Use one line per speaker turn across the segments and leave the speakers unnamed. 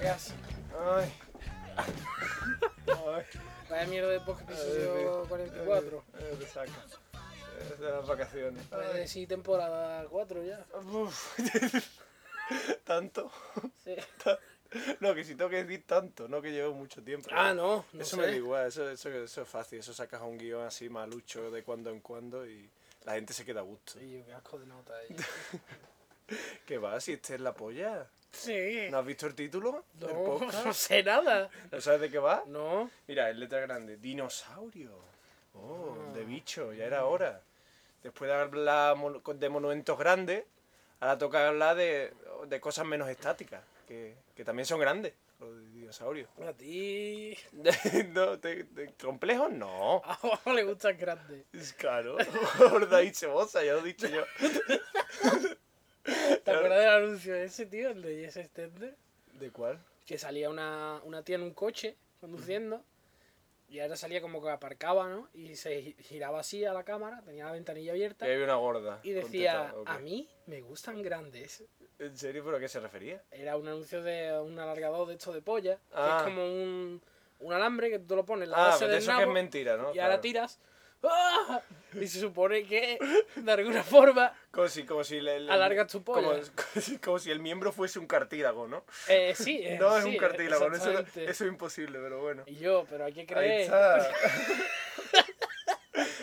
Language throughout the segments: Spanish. Gracias.
Ay. Ay.
Vaya mierda de podcast episodio 44.
Eh, te saca. Eh, de las vacaciones.
Pues sí, temporada 4 ya.
Uf. tanto.
Sí.
No, que si tengo que decir tanto, no que llevo mucho tiempo.
Ah, no. no
eso
sé.
me da igual, eso, eso, eso es fácil. Eso sacas un guión así malucho de cuando en cuando y la gente se queda a gusto.
Sí, yo, qué asco de nota. eh.
¿Qué va? Si este es la polla.
Sí.
¿No has visto el título del
No,
podcast?
no sé nada.
¿No sabes de qué va?
No.
Mira, es letra grande. Dinosaurio. Oh, de bicho, ya era hora. Después de hablar mon- de monumentos grandes, ahora toca hablar de, de cosas menos estáticas, que, que también son grandes, los de dinosaurios.
A ti.
no, te- te- ¿Complejos? No.
A Juanjo le gustan grandes.
Es claro. Gorda y cebosa, ya lo he dicho yo.
¿Te acuerdas del anuncio ese, tío? El de Jess Stender.
¿De cuál?
que salía una, una tía en un coche conduciendo y ahora salía como que aparcaba, ¿no? Y se gi- giraba así a la cámara, tenía la ventanilla abierta
Que había una gorda.
y
con
decía,
teta, ¿o qué?
a mí me gustan grandes.
¿En serio? ¿Pero a qué se refería?
Era un anuncio de un alargador de esto de polla,
Ah.
que es como un, un alambre que tú lo pones en la
Ah,
base
pero
del
eso que es
nabo
mentira, ¿no?
y ahora
Claro.
tiras. ¡Ah! Y se supone que, de alguna forma,
Como si, como si le- le-
Alarga tu polla.
Como, como si- como si el miembro fuese un cartílago, ¿no?
eh, sí, eh,
No es
sí,
un cartílago, no, eso,
exactamente.
eso es imposible, pero bueno.
Y yo, pero hay que
Ahí
creer.
está.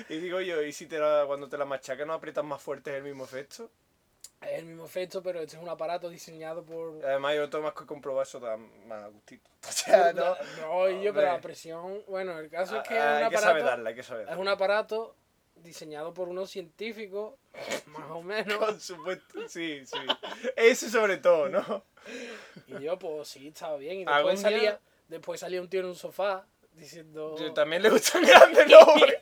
y digo yo, ¿y si te la- cuando te la machacas no aprietas más fuerte es el mismo efecto?
Es el mismo efecto, pero este es un aparato diseñado por
Además, yo tengo más que comprobar eso da más a gustito. O sea, Ah, no.
No, y yo, pero la
Hombre.
presión. Bueno, el caso
Ah,
es que
ah,
es,
hay
un
que saber
aparato,
darla, hay que saber
es
darla.
un aparato diseñado por unos científicos, más o menos.
Por supuesto, sí, sí. Eso sobre todo, ¿no?
Y yo, pues sí, estaba bien. Y
Algún
después salía,
día-
después salía un tío en un sofá diciendo.
Yo también le gustan grandes, ¿no? Porque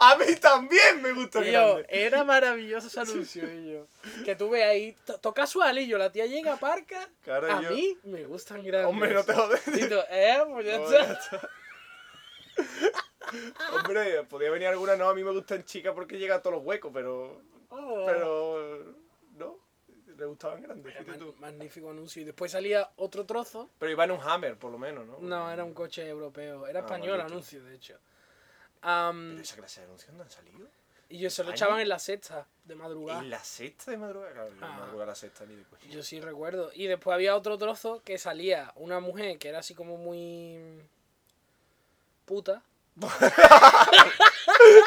a mí también me gustan
Y yo,
grandes.
era maravilloso ese anuncio. y yo, que tú ves ahí, to- to casual, y yo, la tía llega, parca.
Claro,
a
yo-
mí me gustan grandes.
Hombre, no te jodes.
Y tú, eh, pues ya
No,
está.
ya está. Hombre, podía venir alguna, no, a mí me gustan chicas porque llega a todos los huecos, pero.
Oh.
Pero. No, le gustaban grandes.
Era
fíjate
man-
tú.
magnífico anuncio. Y después salía otro trozo.
Pero iba en un Hammer, por lo menos, ¿no?
No, era un coche europeo. Era
Ah,
español,
maldito.
anuncio, de hecho. Am,
Pero esa clase de anuncios no han salido.
y yo se lo
¿España?
echaban en la sexta de madrugada.
¿En la sexta de madrugada? Claro, yo no
Ah.
me acuerdo de la sexta ni de coña.
Yo sí recuerdo. Y después había otro trozo que salía una mujer que era así como muy. puta.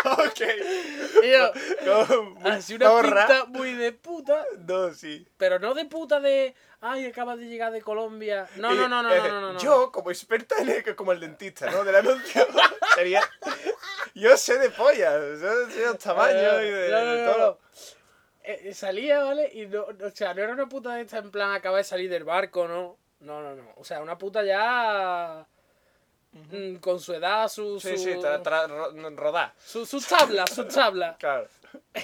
ok.
Y yo,
No,
así una
zorra.
pinta muy de puta.
No, sí.
Pero no de puta de. Ay, acabas de llegar de Colombia. No,
Eh,
no, no, no,
eh,
no, no, no, no.
Yo, como experta en el, como el dentista, ¿no? Del anuncio, sería... Yo sé de pollas, yo sé de los tamaños y de,
Eh, No, no,
de
no,
todo.
no. Eh, eh, salía, ¿vale? Y no, no, o sea, no era una puta de esta en plan acaba de salir del barco, ¿no? No, no, no. O sea, una puta ya mm, con su edad, su
Sí,
su,
sí, tra, tra- ro- no, rodar.
su- sus tablas, sus tablas.
Claro.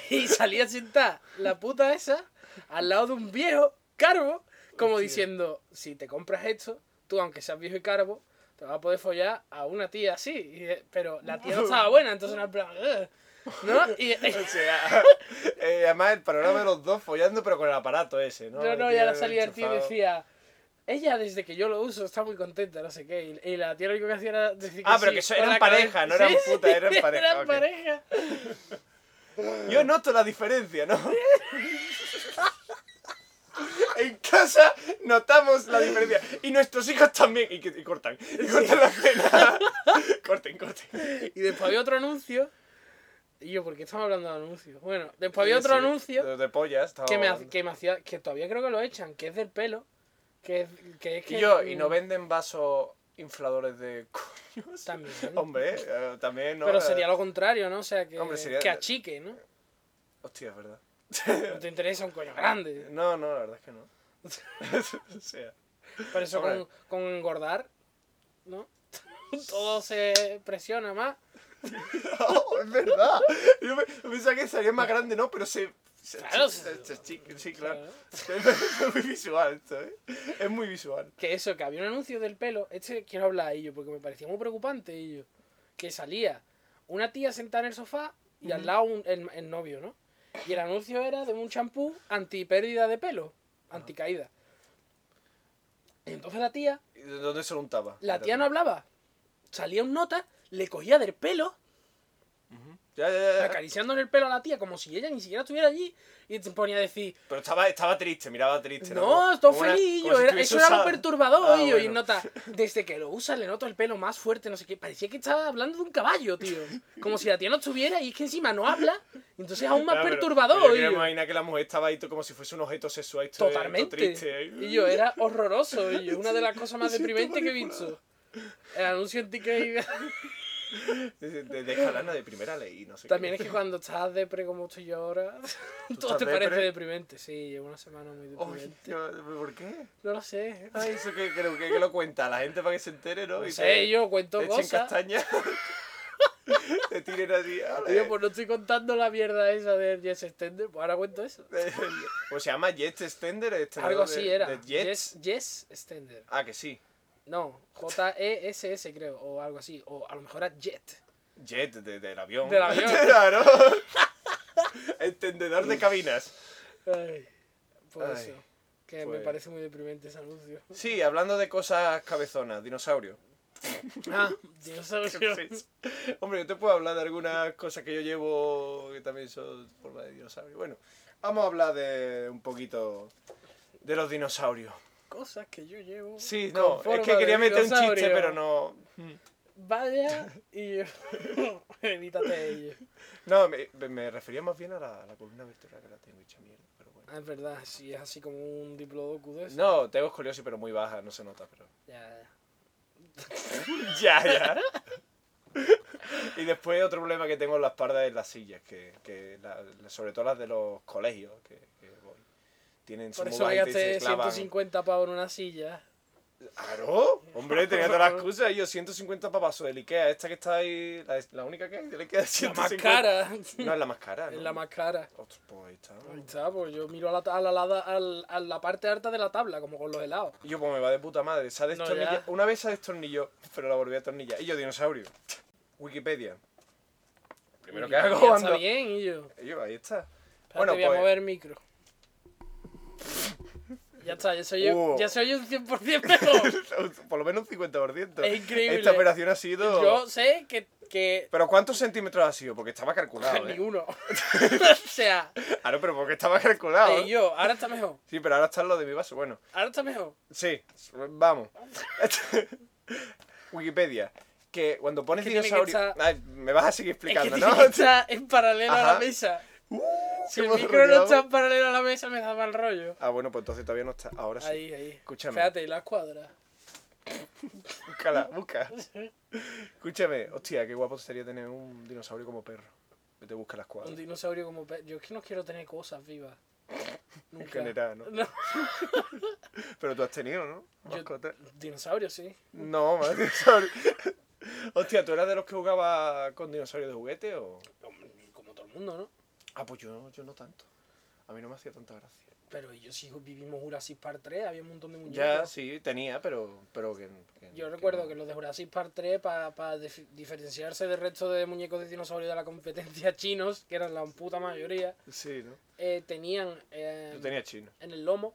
y salía sentada la puta esa al lado de un viejo carbo, como diciendo, si te compras esto, tú aunque seas viejo y carbo, te vas a poder follar a una tía así. Y, eh, pero la tía no estaba buena, entonces era en plan, "Ugh", ¿no? Y,
O sea, eh, además el panorama de los dos follando, pero con el aparato ese, ¿no?
No, no,
El
ya la
tío
salía el tío y
enchufado.
decía. Ella, desde que yo lo uso, está muy contenta, no sé qué. Y, y la tía lo único que hacía era decir que
Ah, pero
sí,
que eso-
con
eran
la cabeza.
pareja, no eran
Sí, sí,
puta, eran pareja,
Eran
ok.
pareja.
Yo noto la diferencia, ¿no? En casa notamos la diferencia. Y nuestros hijos también. Y, que- y cortan. Y cortan la pena. corten, corten.
Y después había otro anuncio. Y yo, ¿por qué estamos hablando de anuncios? Bueno, después había otro
Sí,
anuncio
De, de pollas. estaba
que me, ha-
hablando.
que me hacía. que todavía creo que lo echan, que es del pelo. Que es que. Es que mm,
Y yo, y no venden vasos infladores de coños.
También.
Hombre, eh, también no.
pero
eh,
sería lo contrario, ¿no? O sea, que,
Hombre, sería-
que achique, ¿no?
Hostia, es verdad.
No te interesa un coño grande.
No, no, la verdad es que no. o sea,
Por eso
Hombre.
con, con engordar, ¿no? Todo se presiona más.
oh, es verdad. Yo pe- yo pensaba que sería más grande, ¿no? Pero se. se-
Claro,
se- se- se- sí, sí, claro.
Claro.
Es muy visual esto, ¿eh? Es muy visual.
Que eso, que había un anuncio del pelo. Este quiero hablar de ello, porque me parecía muy preocupante ello. Que salía una tía sentada en el sofá y al lado un- el, el novio, ¿no? Y el anuncio era de un champú anti pérdida de pelo, anti caída. Entonces la tía,
¿Y de dónde se lo untaba?
la tía no hablaba. Salía un nota, le cogía del pelo,
Ujú. Ya, ya, ya, ya.
acariciándole el pelo a la tía como si ella ni siquiera estuviera allí y se ponía a decir,
Pero estaba, estaba triste, miraba triste.
No,
Como-
estoy
como una-
feliz.
como si
yo, era-
estuviese
eso era lo
usado.
perturbador. yo,
Ah,
Y
bueno.
nota, desde que lo usa le noto el pelo más fuerte, no sé qué. Parecía que estaba hablando de un caballo, tío. Como si la tía no estuviera y es que encima no habla. Entonces aún más
Claro, Ah, pero-
perturbador.
pero yo
y
quiero
yo,
imaginar que la mujer estaba ahí to- como si fuese un objeto sexual. esto- esto
totalmente.
triste, ahí.
Y yo, era horroroso. Y yo, una de las cosas más
Me siento
deprimentes que he
manipulado.
visto. El anuncio en TikTok.
De- de- Deja lana de primera ley, no sé
También
qué.
es que cuando estás depre como estoy yo ahora, todo
estás
te parece
depre?
deprimente. Sí, llevo una semana muy
Ay,
deprimente.
tío, ¿Por qué?
No lo sé.
Ay, eso que creo que, que lo cuenta la gente para que se entere, ¿no?
No
Y
sé,
te-
yo cuento
te echen
cosas.
castaña. te tiren así. "Ale".
Tío, pues no estoy contando la mierda esa de Jess Stender, pues ahora cuento eso.
Pues se llama Jet Extender. extendedor
Algo
de-
así era.
de Jets.
Jess, Jess Stender.
Ah, que sí.
No, J-E-S-S creo, o algo así. O a lo mejor era Jet.
Jet, de- del avión.
Del avión.
claro. Extendedor de cabinas.
Ay, por
Ay,
eso. Que
pues.
me parece muy deprimente ese anuncio.
Sí, hablando de cosas cabezonas, dinosaurio.
Ah, dinosaurio.
Hombre, yo te puedo hablar de algunas cosas que yo llevo que también son forma de dinosaurio. Bueno, vamos a hablar de un poquito de los dinosaurios.
Cosas que yo llevo.
Sí,
con
no, es
forma
que
de
quería meter un chiste,
dinosaurio.
pero no.
Vaya y yo. Evítate ello.
No, me, me refería más bien a la, a la columna vertebral que la tengo hecha mierda, pero bueno.
Ah, es verdad, si es así como un diplodocus de eso.
No, tengo escoliosis, pero muy baja, no se nota, pero.
Ya, ya.
Ya, ya. Y después otro problema que tengo en la espalda es las sillas, que, que la- la- sobre todo las de los colegios que, que voy. Tienen
Por
son muy
eso
bajitas y se
gasté
clavan.
150 pavos en una silla.
Claro, hombre, tenía todas las excusas. Y yo 150 papazos del Ikea, esta que está ahí, la, la única que hay del Ikea.
La más
150.
cara.
No, es la más cara.
Es
¿no?
la más cara.
Ostras, pues ahí está.
Ahí está, pues yo miro a la, ta- a la, lada- al- a la parte alta de la tabla, como con los helados.
Y yo, pues me va de puta madre. Se ha
No,
destornillado.
ya.
Una vez se destornilló, pero la volví a tornillar. Y yo, dinosaurio. Wikipedia. Primero que hago
Ya está
cuando.
bien, y yo.
Y yo, ahí está.
bueno, voy
pues-
a mover el micro. ya está, ya se oye,
Uh.
ya se oye un 100% mejor.
Por lo menos un 50%.
Es increíble.
Esta operación ha sido.
yo sé que... que
Pero ¿cuántos centímetros ha sido? Porque estaba calculado. ¿eh?
ninguno. o sea,
Claro, pero porque estaba calculado.
eh, yo, ahora está mejor.
Sí, pero ahora está lo de mi vaso. Bueno,
Ahora está mejor.
sí, vamos. Wikipedia. Que cuando pones
Que tiene que
dinosaurio.
estar-
Ay, me vas a seguir
Es que
explicando,
tiene
¿no?
que estar en paralelo a
Ajá.
la mesa.
Uh,
Si
qué
el
mal
micro no
rollado.
está en paralelo a la mesa me da mal rollo.
Ah, bueno, pues entonces todavía no está. Ahora Pues sí.
Ahí, ahí.
Escúchame.
Fíjate, y las cuadras.
Búscala, busca. Escúchame, hostia, qué guapo sería tener un dinosaurio como perro. Que te busca las
Un
cuadras.
dinosaurio como pe- Yo es que no quiero tener cosas vivas. Nunca.
En general, ¿no?
No,
Pero tú has tenido, ¿no?
Yo-
Mascota.
dinosaurio, sí.
No, más dinosaurio. Hostia, ¿tú eras de los que jugaba con dinosaurios de juguete o...?
Hombre, Como todo el mundo, ¿no?
Ah, pues yo, yo no tanto. A mí no me hacía tanta gracia.
Pero yo sí vivimos Jurassic Park 3, había un montón de
Ya,
muñecos.
sí, tenía, pero... pero que, que-
Yo recuerdo
no.
que los de Jurassic Park 3, para diferenciarse del resto de muñecos de dinosaurio de la competencia chinos, que eran la puta mayoría,
Sí, ¿no?
eh, tenían eh,
Yo tenía chino.
en el lomo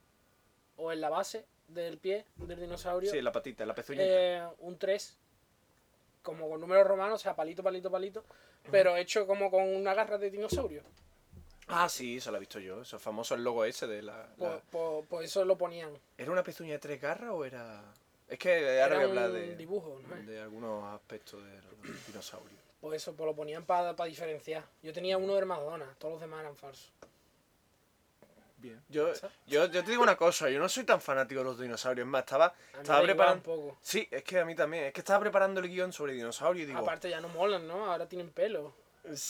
o en la base del pie del dinosaurio
Sí, la patita, la pezuñita.
eh, un 3, como con números romanos, o sea, palito, palito, palito, pero hecho como con una garra de dinosaurio.
Ah, sí, eso lo he visto yo. Eso es famoso el logo ese de la...
Pues,
la-
pues- pues eso lo ponían.
¿Era una pezuña de tres garras o era...? Es que ahora
Era
voy a
un
hablar de...
dibujo, ¿no?
De algunos aspectos de los dinosaurios.
Pues eso, pues lo ponían para diferenciar. Yo tenía uno de Madonna, todos los demás eran falsos.
Bien. Yo, yo, yo te digo una cosa, yo no soy tan fanático de los dinosaurios. Es más, estaba,
A mí
estaba
me da igual un
preparando...
poco.
Sí, es que a mí también. Es que estaba preparando el guión sobre dinosaurios y digo,
Aparte ya no molan, ¿no? Ahora tienen pelo.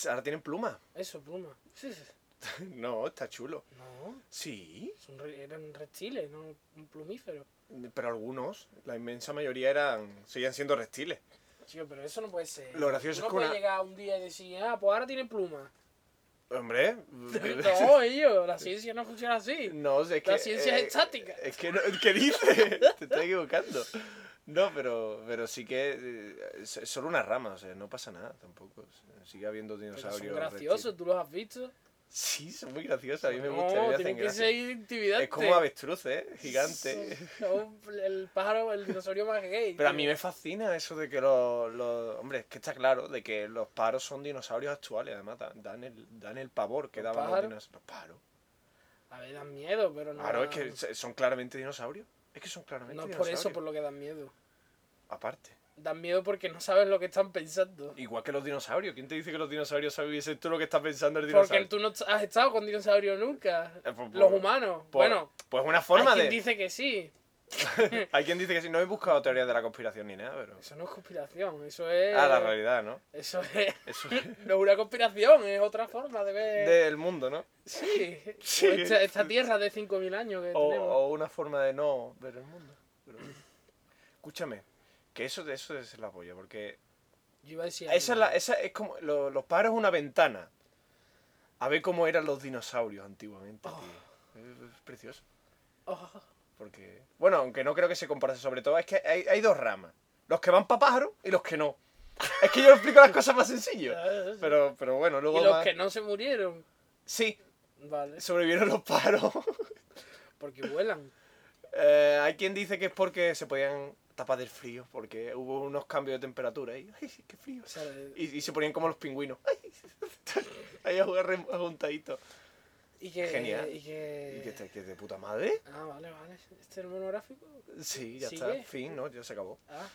ahora tienen pluma.
Eso, pluma. Sí, sí.
no, está chulo.
No,
Sí,
son re- eran reptiles, no un plumífero.
pero algunos, la inmensa mayoría eran, seguían siendo reptiles.
Tío, pero eso no puede ser.
Lo
Tú no
gracioso es que
puedes
una-
llegar un día y decir, ah, pues ahora tienen pluma.
Hombre,
No, ellos, la ciencia no funciona así.
no, es que...
La ciencia es
eh,
estática.
Es que, no, ¿qué dices? Te estás equivocando. No, pero, pero sí que eh, es es solo una rama, o sea, no pasa nada tampoco. Sigue habiendo
Pero son
dinosaurios.
graciosos,
reptiles.
tú los has visto.
Sí, son muy graciosas, a mí me
No,
gustan, me hacen
tienen que
gracia.
ser intimidante.
Es como avestruz, ¿eh? Gigante.
Son El pájaro, el dinosaurio más gay.
Pero a
tío.
mí me fascina eso de que los, los- Hombre, es que está claro de que los pájaros son dinosaurios actuales, además da- dan el, dan el pavor que
¿Los
daban los
pájaros?
dinosaurios. Los pájaros.
A ver, dan miedo, pero no.
Claro, es que se- son claramente dinosaurios. Es que son claramente
No es por
dinosaurios.
eso por lo que dan miedo.
Aparte.
Dan miedo porque no sabes lo que están pensando.
Igual que los dinosaurios. ¿Quién te dice que los dinosaurios sabiesen tú lo que está pensando el
Porque
dinosaurio?
tú no has estado con dinosaurios nunca.
Eh, por-
Los
por-
humanos.
Por-
bueno,
Pues una
hay
forma
quien
de.
dice que sí.
Hay quien dice que si no he buscado teorías de la conspiración ni nada, pero.
Eso no es conspiración, eso es.
Ah, la realidad, ¿no?
Eso es.
Eso
No es una conspiración, es otra forma de ver.
del mundo, ¿no?
eh, Sí.
Sí. Oh,
O Esta, esta tierra de 5.000 años que
O,
tenemos.
o una forma de no ver el mundo. pero bueno. Escúchame, que eso, de eso es la polla, porque
Yo iba a decir.
esa es,
algo.
la- esa es como. lo- los pájaros es una ventana. A ver cómo eran los dinosaurios antiguamente, tío. Es, es precioso.
Oh,
Porque. Bueno, aunque no creo que se comparase sobre todo, es que hay, hay dos ramas. Los que van para pájaros y los que no. Es que yo explico las cosas más sencillo. Pero, pero bueno, luego.
Oh. Y los
más-
que no se murieron.
Sí,
Vale.
sobrevivieron los pájaros.
Porque vuelan.
Eh, hay quien dice que es porque se podían tapar del frío, porque hubo unos cambios de temperatura y ¡ay, qué frío!
O sea, de-
Y, y se ponían como los pingüinos. ¡ay! Ahí a jugar rem- juntaditos.
y que.
Genial.
Y que.
¿Y qué te- qué de puta madre?
Ah, vale, vale. Este es el monográfico.
Sí, ya
¿Sigue?
está. Fin, ¿no? Ya se acabó.
Ah,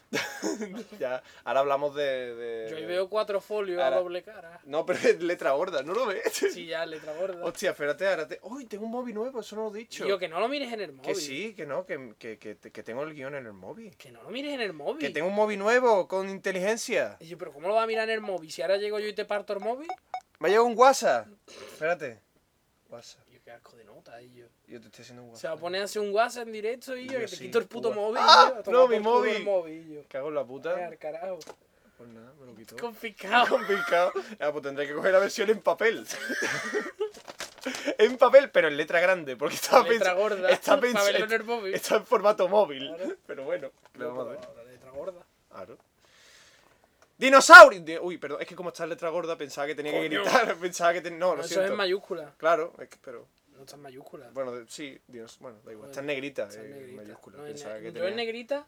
ya, ahora hablamos de... de-
yo ahí veo cuatro folios
Eh, Ahora-
a doble cara.
No, pero es letra gorda, ¿no lo ves?
Sí, ya, letra gorda.
Hostia, espérate, ahora te... ¡Uy, tengo un móvil nuevo! Eso no lo he dicho.
Tío, que no lo mires en el móvil.
Que sí, que no, que, que, que, que tengo el guión en el móvil.
Que no lo mires en el móvil.
Que tengo un móvil nuevo, con inteligencia.
Y yo, pero ¿cómo lo va a mirar en el móvil? Si ahora llego yo y te parto el móvil.
Me ha llegado un WhatsApp. Espérate. WhatsApp.
Yo, qué asco de nota, y yo.
Yo te estoy haciendo un
Se
WhatsApp.
va a poner a hacer un WhatsApp en directo y yo,
Yo
que te
sí,
quito el puto
Cuba.
móvil.
¡Ah!
y yo, a
No,
tomar
mi
por culo
móvil.
El móvil y yo.
Cago en la
Vaya,
puta.
al carajo.
Pues nada, me lo quitó.
Confiscado.
Complicado. Ah, pues tendré que coger la versión en papel. en papel, pero en letra grande, porque estaba
letra
pens-
gorda.
Está, pens-
para verlo en el móvil.
está en formato móvil.
Claro.
Pero bueno, ¿qué le vamos a hacer?
No, La letra gorda.
Claro. ¡Dinosaurio! Di- Uy, perdón, es que como está en letra gorda pensaba que tenía que
Coño.
gritar. Pensaba que ten- No,
No,
lo
eso es
siento.
en mayúscula.
Claro, es que, pero.
No está en mayúscula.
Bueno, de- sí, dinos, bueno, da igual.
Bueno,
Está en negrita,
Está en
eh,
negrita.
mayúscula.
No, en
Pensaba
ne-
que
yo
tenía...
en negrita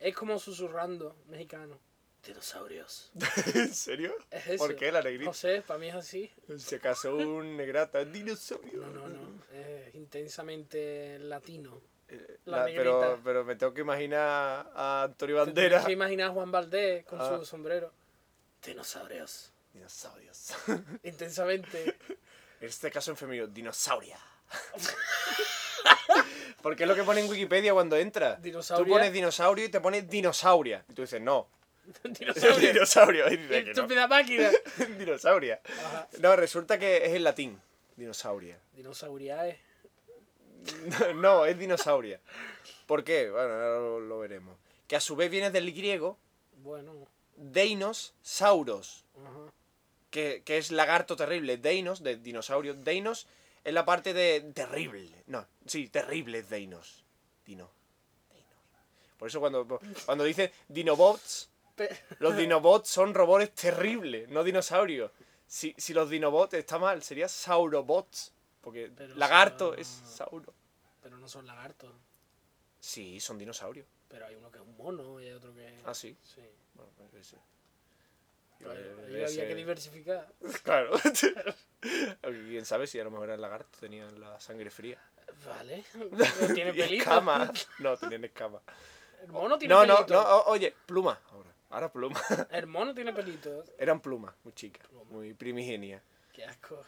es como susurrando mexicano. Dinosaurios.
¿En serio?
Es eso.
¿Por qué la negrita?
No sé, para mí es así.
Si acaso un negrata dinosaurio.
No, no, no. Es intensamente latino.
Eh,
La
la- pero,
negrita.
pero me tengo que imaginar a Antonio
Te tienes
Bandera.
que imaginar a Juan Valdés con
Ah.
su sombrero. Dinosaurios.
Dinosaurios.
Intensamente.
En este caso en femenino, dinosauria. Porque es lo que pone en Wikipedia cuando entra. Tú
Dinosauria.
pones dinosaurio y te pones dinosauria. Y tú dices, no.
Dinosaurio.
dinosaurio. Y dice que no.
Estúpida máquina.
dinosauria.
Ajá.
No, resulta que es en latín. Dinosauria.
Dinosauriae.
No, es dinosauria. ¿Por qué? Bueno, ahora lo, lo veremos. Que a su vez viene del griego
Bueno.
deinos sauros,
Ajá.
que, que es lagarto terrible. Deinos, de dinosaurio. Deinos es la parte de terrible. No, sí, terrible deinos. Dino. Deinos. Por eso cuando, cuando dicen dinobots,
Pe-
los dinobots son robots terribles, no dinosaurios. Si, si los dinobots está mal, sería saurobots. Porque
Pero
lagarto
sauro-
es sauro.
Pero no son lagartos.
Sí, son dinosaurios.
Pero hay uno que es un mono y hay otro que.
Ah, sí.
Sí.
Bueno, pues sí.
Pero ahí- ahí
Debe
había que
ser-
diversificar.
Claro. Aunque Quién sabe si a lo mejor el lagarto tenía la sangre fría.
Vale. No tiene
Y
pelito.
Escama. No, tenían escama.
El mono tiene
No, no,
pelito.
no, oh. o- oye, pluma. Ahora, ahora pluma.
El mono tiene pelito.
Eran plumas, muy chicas,
Pluma.
muy primigenias.
Qué asco.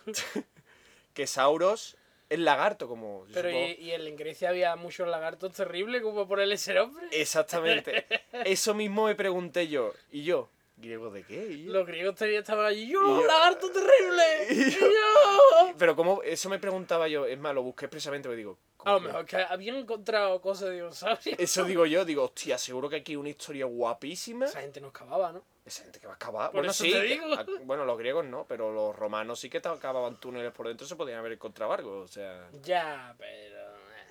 Que Sauros es lagarto, como yo
Pero
supongo.
y, y en Grecia había muchos lagartos terribles como por el ser hombre.
Exactamente. Eso mismo me pregunté yo. ¿Y yo? ¿Griego de qué? Y yo-
Los griegos todavía estaban allí. ¡Yo,
yo-
lagarto terrible!
y
¡Y
yo-
yo!
Pero como eso me preguntaba yo, es más, lo busqué expresamente, me digo.
A lo
¿cómo que-
Ah, mejor que habían encontrado cosas de dinosaurios.
Eso digo yo, digo, hostia, seguro que aquí hay una historia guapísima.
Esa gente no excavaba, ¿no?
Esa gente que va a excavar.
Por
Bueno,
eso
sí.
te
que-
digo.
a- bueno, los griegos no, pero los romanos sí que ta- cavaban túneles por dentro, se podían haber encontrado algo. O sea.
Ya, pero. eh.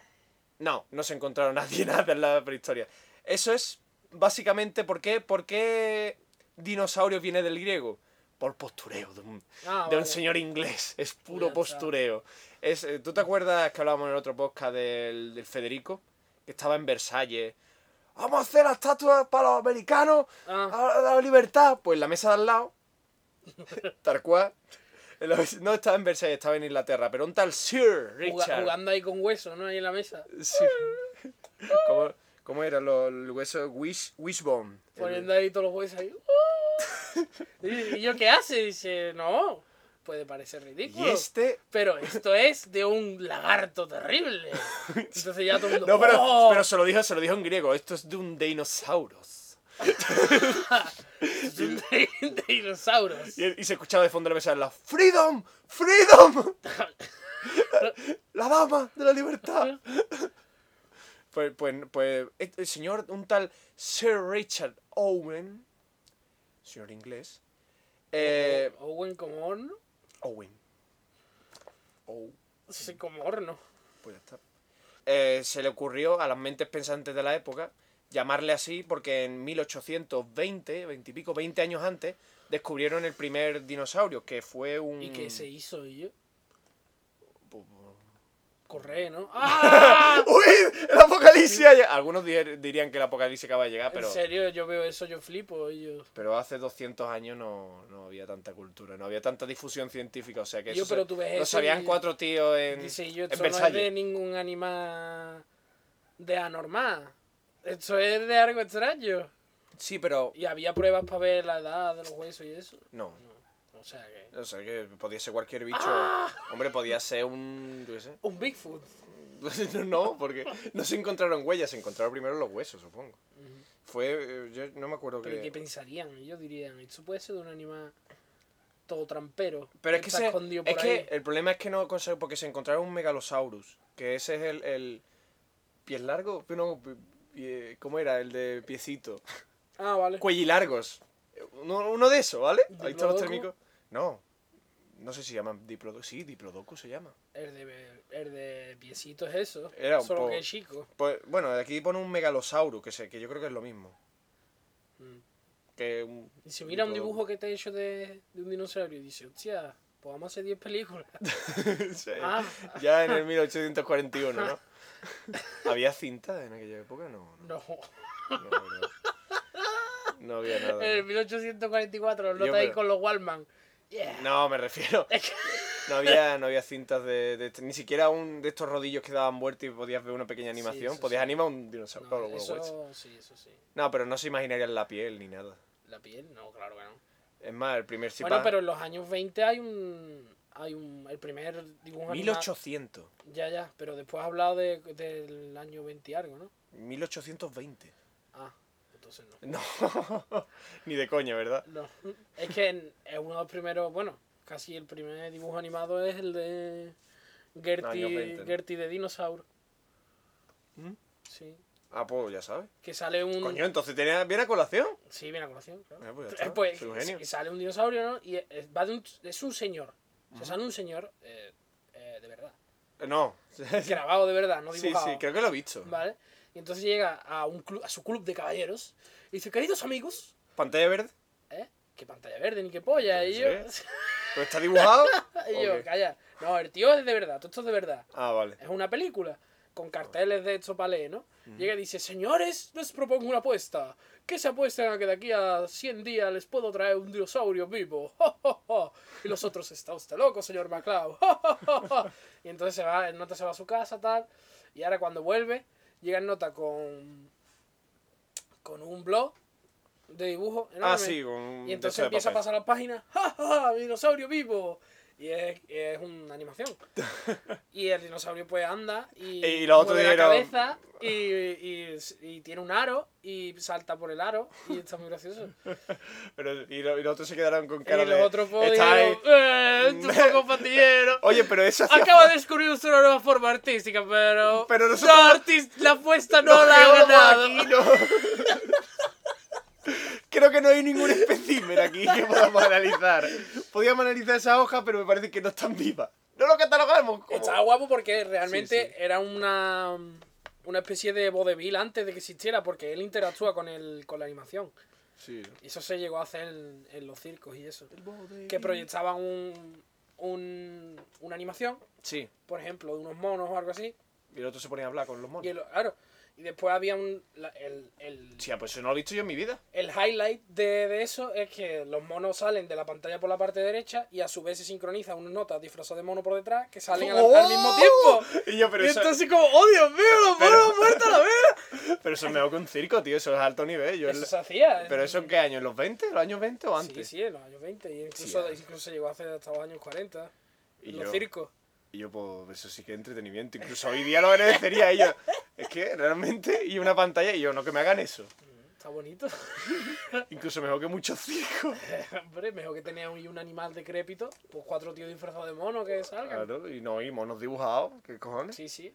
No, no se encontraron nadie nada en la prehistoria. Eso es básicamente por qué, por qué dinosaurio viene del griego. por postureo de un,
Ah,
de un
vale.
señor inglés. Es
Ya
puro
está.
postureo. Es, eh, ¿Tú te acuerdas que hablábamos en el otro podcast del, del Federico? Que estaba en Versalles. Vamos a hacer la estatua para los americanos,
Ah,
a la libertad. Pues en la mesa de al lado, tal cual. en la mesa- No estaba en Versalles, estaba en Inglaterra, pero un tal
juga-
Sir Richard.
jugando ahí con hueso, ¿no? Ahí en la mesa.
Sí. ¿Cómo, cómo era lo, el hueso? Wish, wishbone. El-
Poniendo ahí todos los huesos ahí. ¡Uh! y, y yo qué hace? Dice, no, puede parecer
Y
ridículo.
este.
Pero esto es de un lagarto terrible. Entonces ya todo el mundo.
No, pero,
"Oh".
pero se lo dijo, se lo dijo en griego. Esto es de un dinosaurus.
Es un de- dinosaurios.
Y, y se escuchaba de fondo la mesa de la ¡Freedom! ¡Freedom! ¡La dama de la libertad! Pues, pues, pues et- el señor, un tal Sir Richard Owen, señor inglés, eh,
Owen como horno.
Owen. Owen.
Sí, como horno.
Pues ya está. Eh, se le ocurrió a las mentes pensantes de la época llamarle así porque en 1820, 20 y pico, 20 años antes, descubrieron el primer dinosaurio, que fue un...
¿Y qué se hizo? Y yo.
Pu-
Corré, ¿no? ¡Ah!
¡Uy! ¡El apocalipsis! ha llegado! Algunos dir- dirían que el apocalipsis acaba de llegar, Ah, pero,
En serio, yo veo eso, yo flipo. Y yo,
pero hace 200 años no, no había tanta cultura, no había tanta difusión científica, o sea que
Yo,
eso se-
pero tú ves
lo
eso
sabían
y-
cuatro tíos en,
dice, yo,
en
esto no es
Versalles.
de ningún animal de anormal. Esto es de algo extraño.
Sí, pero...
Y había pruebas para ver la edad de los huesos y eso.
No,
O sea que.
no sé, que podía ser cualquier bicho.
¡Ah!
Hombre, podía ser un... yo qué sé.
Un Bigfoot.
No, no, porque no se encontraron huellas, se encontraron primero los huesos, supongo. Fue, eh, yo no me acuerdo
Pero ¿y
qué...
¿qué pensarían? Ellos dirían, esto puede ser de un animal todo trampero.
Pero es que,
está
se-
escondido
es
por
que
ahí.
el problema es que no consigo, porque se encontraron un megalosaurus, que ese es el, el pies largo, no, pie- ¿cómo era? El de piecito,
Ah, vale.
cuellilargos, uno, uno de esos, ¿vale? Ahí están
¿Diplodoco?
los térmicos. No, no sé si se llaman diplodoco, sí, diplodoco se llama.
El de, el de piecito es eso.
Era un
solo
poco-
que es chico.
Pues, bueno, aquí pone un megalosaurus, que, se, que yo creo que es lo mismo.
Mm.
Que un
Y si mira un
diplodoco.
dibujo que te he hecho de, de un dinosaurio y dice, hostia, pues vamos a hacer 10 películas.
Sí.
Ah.
Ya en el 1841, ¿no? ¿Había cinta en aquella época? No, no.
No.
No, no. No había nada.
En el 1844, no
Yo
está ahí
me-
con los Wallman. Yeah.
No, me refiero.
Es que-
No había, no había cintas de, de este- Ni siquiera un de estos rodillos que daban vuelta y podías ver una pequeña
Sí,
animación.
eso
podías
sí.
animar un dinosaurio.
No,
con los huesos.
eso sí, eso sí.
No, pero no se imaginarían la piel ni nada.
La piel, no, claro que no.
Es más, el primer
bueno,
cipá...
pero en los años 20 hay un. Hay un. El primer dibujo animado-
1800.
Ya, ya, pero después ha hablado de- del año 20 y algo, ¿no?
1820.
Ah, entonces no.
No. ni de coña, ¿verdad?
No, es que en- es uno de los primeros, bueno, casi el primer dibujo animado es el de
Años
Gertie,
20, ¿no?
Gertie de Dinosaur.
¿Mm?
Sí,
Ah, pues ya sabes.
que sale un...
Coño, entonces tenía bien a colación.
Sí, viene a colación, claro.
Ah, pues
Eh,
ya está,
pues,
soy un genio.
y sale un dinosaurio, ¿no? Y es, va de un, es un señor, o sea, sale un señor eh, eh, de verdad,
No.
grabado de verdad, no
Sí,
dibujado.
sí, creo que lo he visto.
¿Vale? Y entonces llega a, un club, a su club de caballeros y dice, queridos amigos,
¿Pantalla verde?
¿eh? ¿Qué pantalla verde ni qué polla? Y yo,
No ¿Pero está dibujado?
y
¿O
yo,
qué?
calla. No, el tío es de verdad, todo esto es de verdad.
Ah, vale.
Es una película con carteles de esto para leer, ¿no? Llega y dice, señores, les propongo una apuesta. Que se apuestan a que de aquí a 100 días les puedo traer un dinosaurio vivo. ¡Jo, jo, jo! Y los otros, está usted loco, señor MacLeod. ¡Jo, jo, jo, jo! Y entonces se va, el nota se va a su casa, tal. Y ahora cuando vuelve, llega el nota con, con un blog de dibujo.
Ah,
enorme.
sí, con un
Y entonces
de
empieza a
papel.
pasar las páginas. ¡Ja, ja! ¡Dinosaurio vivo! Y es, es una animación. Y el dinosaurio pues anda y,
Y los otros
mueve la
dijeron-
cabeza y, y- y tiene un aro y salta por el aro y está muy gracioso.
Pero, y, lo- y los otros se quedaron con cara
y
de...
los otros pues
"Está ahí".
dijeron, "Eh, es un poco pandillero.
Oye, pero eso hacía
Acaba de descubrir usted una nueva forma artística, pero...
Pero
no
nosotros-
artis- la apuesta no, la ha
geólogos
ganado.
aquí, no. Creo que no hay ningún espécimen aquí que podamos analizar. Podíamos analizar esa hoja, pero me parece que no están vivas. No lo catalogamos como...
Estaba guapo porque realmente
Sí, sí.
era una, una especie de vodevil antes de que existiera, porque él interactúa con, el, con la animación.
Sí.
Y eso se llegó a hacer en, en los circos y eso.
El
Que proyectaban un, un, una animación,
Sí.
por ejemplo, de unos monos o algo así.
Y el otro se ponía a hablar con los monos.
Y el- claro, y después había un. la- el, el,
Sí, ah, pues eso no lo he visto yo en mi vida.
el highlight de, de eso es que los monos salen de la pantalla por la parte derecha y a su vez se sincronizan unas notas disfrazadas de mono por detrás que salen al, al
¡Oh!
mismo tiempo.
Y yo, pero
y
eso,
entonces, como, ¡oh Dios mío, los
Pero-
monos muertos a la vez!
pero eso es mejor que un circo, tío. Eso es alto nivel. Yo en
Eso
la-
se hacía.
¿Pero eso en qué año? ¿En los 20? ¿Los años 20 o
Sí,
antes?
sí, en los años 20. Y incluso,
Hostia.
incluso se llegó a hacer hasta los años 40.
Y
los
yo-
circos.
Y yo, pues, eso sí que es entretenimiento. Incluso hoy día lo agradecería a ellos. Es que realmente, y una pantalla, y yo, no que me hagan eso.
Está bonito.
Incluso mejor que muchos circos.
Hombre, mejor que tenía un, un animal decrépito. Pues cuatro tíos disfrazados de mono que salgan.
Claro, y no, y monos dibujados. ¿Qué cojones?
Sí, sí,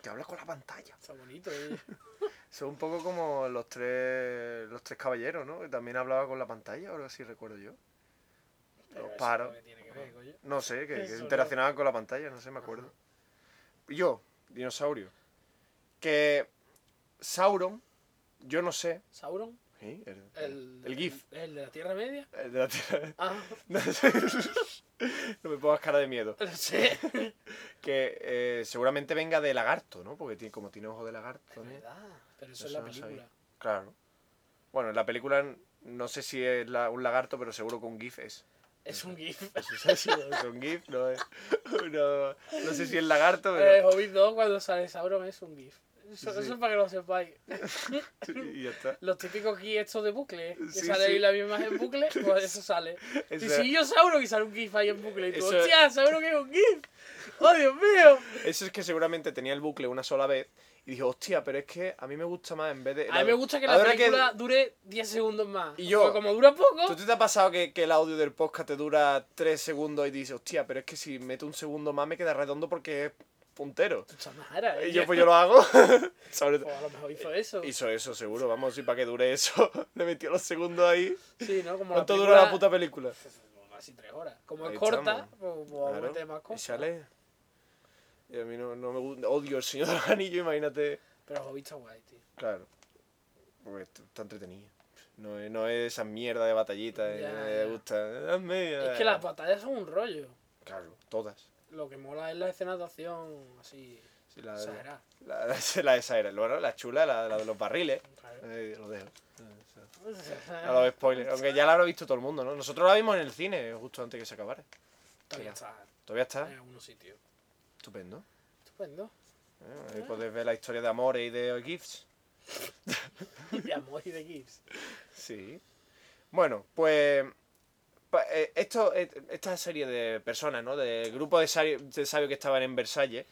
Que habla con la pantalla.
está bonito. eh. y-
Son un poco como los tres los tres caballeros, ¿no? Que también hablaba con la pantalla, ahora sí recuerdo yo.
Pero eso
pájaros.
no tiene que ver, coño.
No sé, que, que
Eso, ¿no?
interaccionaban con la pantalla, no sé, me acuerdo. Yo, dinosaurio. Que Sauron, yo no sé.
Sauron,
¿Sí? El,
el,
el GIF.
El, de la Tierra Media.
el de la Tierra.
Ah,
No, sé. No me pongas cara de miedo.
no sé.
Que eh, seguramente venga de lagarto, ¿no? Porque tiene, como tiene ojo de lagarto.
Es
¿no?
verdad, pero eso,
Eso
es la
no sabía.
película.
Claro. Bueno, en la película no sé si es la- un lagarto, pero seguro que un GIF es.
Es un GIF.
Eso es así, ¿no? Es un GIF, no es. No, no sé si es lagarto,
Eh,
pero.
Hobbit 2 cuando sale Sauron es un GIF. Eso,
Sí.
eso es para que lo sepáis.
Y ya está.
Los típicos GIF estos de bucle, ¿eh? que
Sí,
sale
sí.
ahí la misma imagen en bucle, pues eso sale.
Eso-
y si yo Sauron y sale un GIF ahí en bucle, y tú,
Eso-
hostia, Sauron es un GIF. ¡Oh, Dios mío!
Eso es que seguramente tenía el bucle una sola vez y dijo, hostia, pero es que a mí me gusta más en vez de.
A mí me gusta que la
Eh, Ahora
película dure 10 segundos más.
Y yo-
Porque como dura
¿Tú
poco,
te, te ha pasado que, que el audio del podcast te dura tres segundos y dices, hostia, pero es que si meto un segundo más me queda redondo porque es puntero?
tú estás mala, ¿eh?
Y yo, pues yo lo hago. Sobre
O a lo mejor hizo eso.
Hizo eso, seguro, vamos, y para que dure eso. Le metió los segundos ahí.
Sí, ¿no? Como
¿Cuánto
la
dura la
película- Pues
puta película?
Casi tres horas. Como
Ahí
es corta,
estamos.
pues, pues
Claro,
mete más cosas.
échale. Y a mí no, no me gusta. Odio el señor del anillo, imagínate.
Pero Hobbit está guay, tío.
Claro. Porque est- está entretenido. No es, no es esa mierda de batallita de
Ya,
que me
ya.
gusta. Dame,
Es que las batallas son un rollo.
Claro, todas.
Lo que mola es la escena de acción así.
Sí, la, la,
exagerada.
la, de esa era. Luego, la chula, la, la de los barriles.
Claro.
Eh, lo dejo.
Ah. Pues,
No lo
Todavía
spoiler. Aunque ya la habrá visto todo el mundo, ¿no? Nosotros la vimos en el cine justo antes que se acabara.
está
Todavía
en
está.
algunos sitios.
Estupendo.
Estupendo.
Eh,
Ah.
ahí podéis ver la historia de amores y de gifts.
De amor y de Gibbs.
Sí. Bueno, pues pa- eh, esto, eh, esta serie de personas, ¿no? De grupo de sabios de sabios que estaban en Versalles,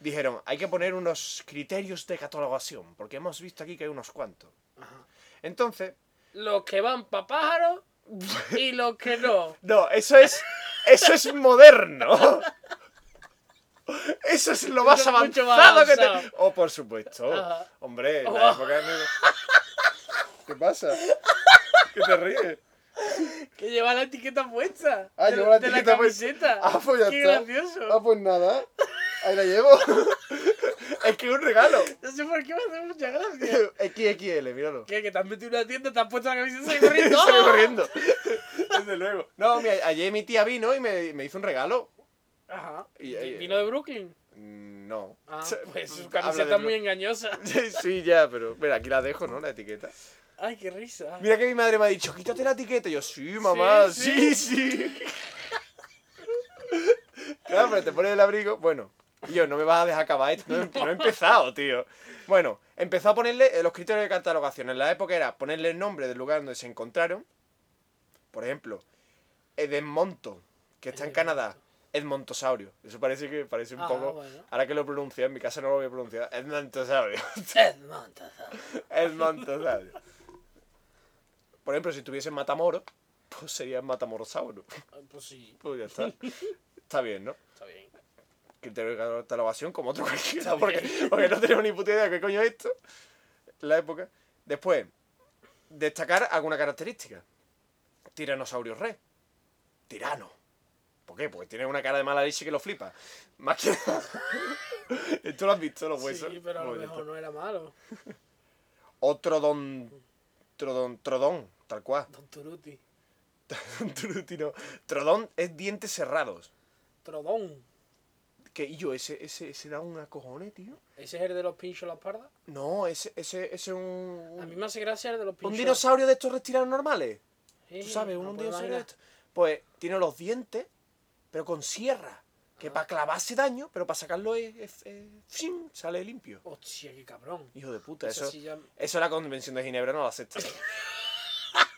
dijeron, hay que poner unos criterios de catalogación, porque hemos visto aquí que hay unos cuantos.
Ajá.
Entonces,
Los que van pa' pájaros y los que no.
no, eso es eso es moderno. Eso es lo más
Eso es mucho
avanzado,
más
que te...
avanzado.
Oh, por supuesto.
Ajá.
Hombre, en la
Wow.
época de- ¿Qué pasa? ¿Qué te ríes?
Que lleva la etiqueta puesta.
Ah,
de,
lleva la
de
etiqueta puesta.
camiseta.
Ah, pues ya
Qué
está.
gracioso.
Ah, pues nada. Ahí la llevo. es que es un regalo.
No sé por qué me hace mucha gracia.
XXL, míralo.
¿Qué? Que te has metido en una tienda, te has puesto la camiseta y corriendo. ¡Ah!
Estoy corriendo. Desde luego. No, mira, ayer mi tía vino y me, me hizo un regalo.
Ajá.
Y- y-
Vino de Brooklyn.
Mm, No.
Ah, pues su
Habla
camiseta
de
es muy engañosa.
Sí, Sí, ya, pero. Mira, aquí la dejo, ¿no? La etiqueta.
Ay, qué risa.
Mira que mi madre me ha dicho, quítate la etiqueta. Y yo, sí, mamá,
Sí,
sí, sí. claro, pero te pones el abrigo. Bueno, y yo, no me vas a dejar acabar esto. No, he- no he empezado, tío. Bueno, empezó a ponerle eh, los criterios de catalogación. En la época era ponerle el nombre del lugar donde se encontraron. Por ejemplo, Edmonton, que está en Canadá. Edmontosaurio. Eso parece que parece un
Ah,
poco.
bueno.
Ahora que lo pronuncia, en mi casa no lo voy a pronunciar. Edmontosaurio.
Edmonton.
Edmontosaurio. Por ejemplo, si tuviese Matamoro, pues sería Matamorosauro.
Ah, Pues sí,
Pues ya está. Está bien, ¿no?
está bien.
Criterio de catalogación como otro cualquiera, porque, porque no tenemos ni puta idea de qué coño es esto. La época. Después, destacar alguna característica. Tiranosaurio rey. Tirano. ¿Por qué? Porque tiene una cara de mala leche que lo flipa. Más que nada. ¿Tú lo has visto, los huesos?
Sí, pero a lo
Pues ya está.
mejor no era malo.
Otro don. Trodón, trodón, tal cual.
Don Turuti.
Turuti no. Trodón es dientes cerrados.
Trodón.
Que y yo, ese, ese, ese da un acojone, tío.
¿Ese es el de los pinchos a la espalda?
No, ese, ese, ese es un.
A mí
Un,
me hace gracia el de los
un
pinchos.
dinosaurio de estos retirados normales.
Sí,
Tú sabes,
no
un
puedo
dinosaurio de
imaginar.
estos. Pues tiene los dientes, pero con sierra.
Ah.
Que para clavarse daño, pero para sacarlo es, es- es- ¡fim! sale limpio.
Hostia, qué cabrón.
Hijo de puta,
Eso
eso.
sí ya-
Eso la convención de Ginebra no la acepta.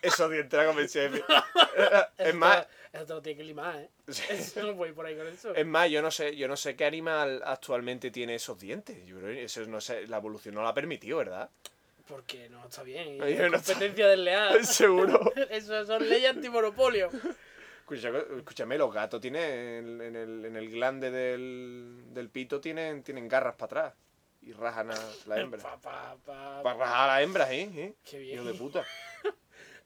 Esos dientes de la convención de Es más, Em-
Eso, te- eso te lo tiene que limar, ¿eh? Eso no voy por ahí con eso.
Es más, yo no sé, yo no sé qué animal actualmente tiene esos dientes. Yo creo que eso no sé, la evolución no la permitió, ¿verdad?
Porque no está bien.
Oye,
Es
no está-
competencia desleal.
Seguro.
Eso son leyes antimonopolio.
Escucha- escúchame, los gatos tienen en, en el, en el glande del, del pito tienen, tienen garras para atrás y rajan a la hembra.
Pa, pa, pa.
Para rajar a la hembra, ¿eh? ¿Eh?
Qué bien.
Hijo de puta.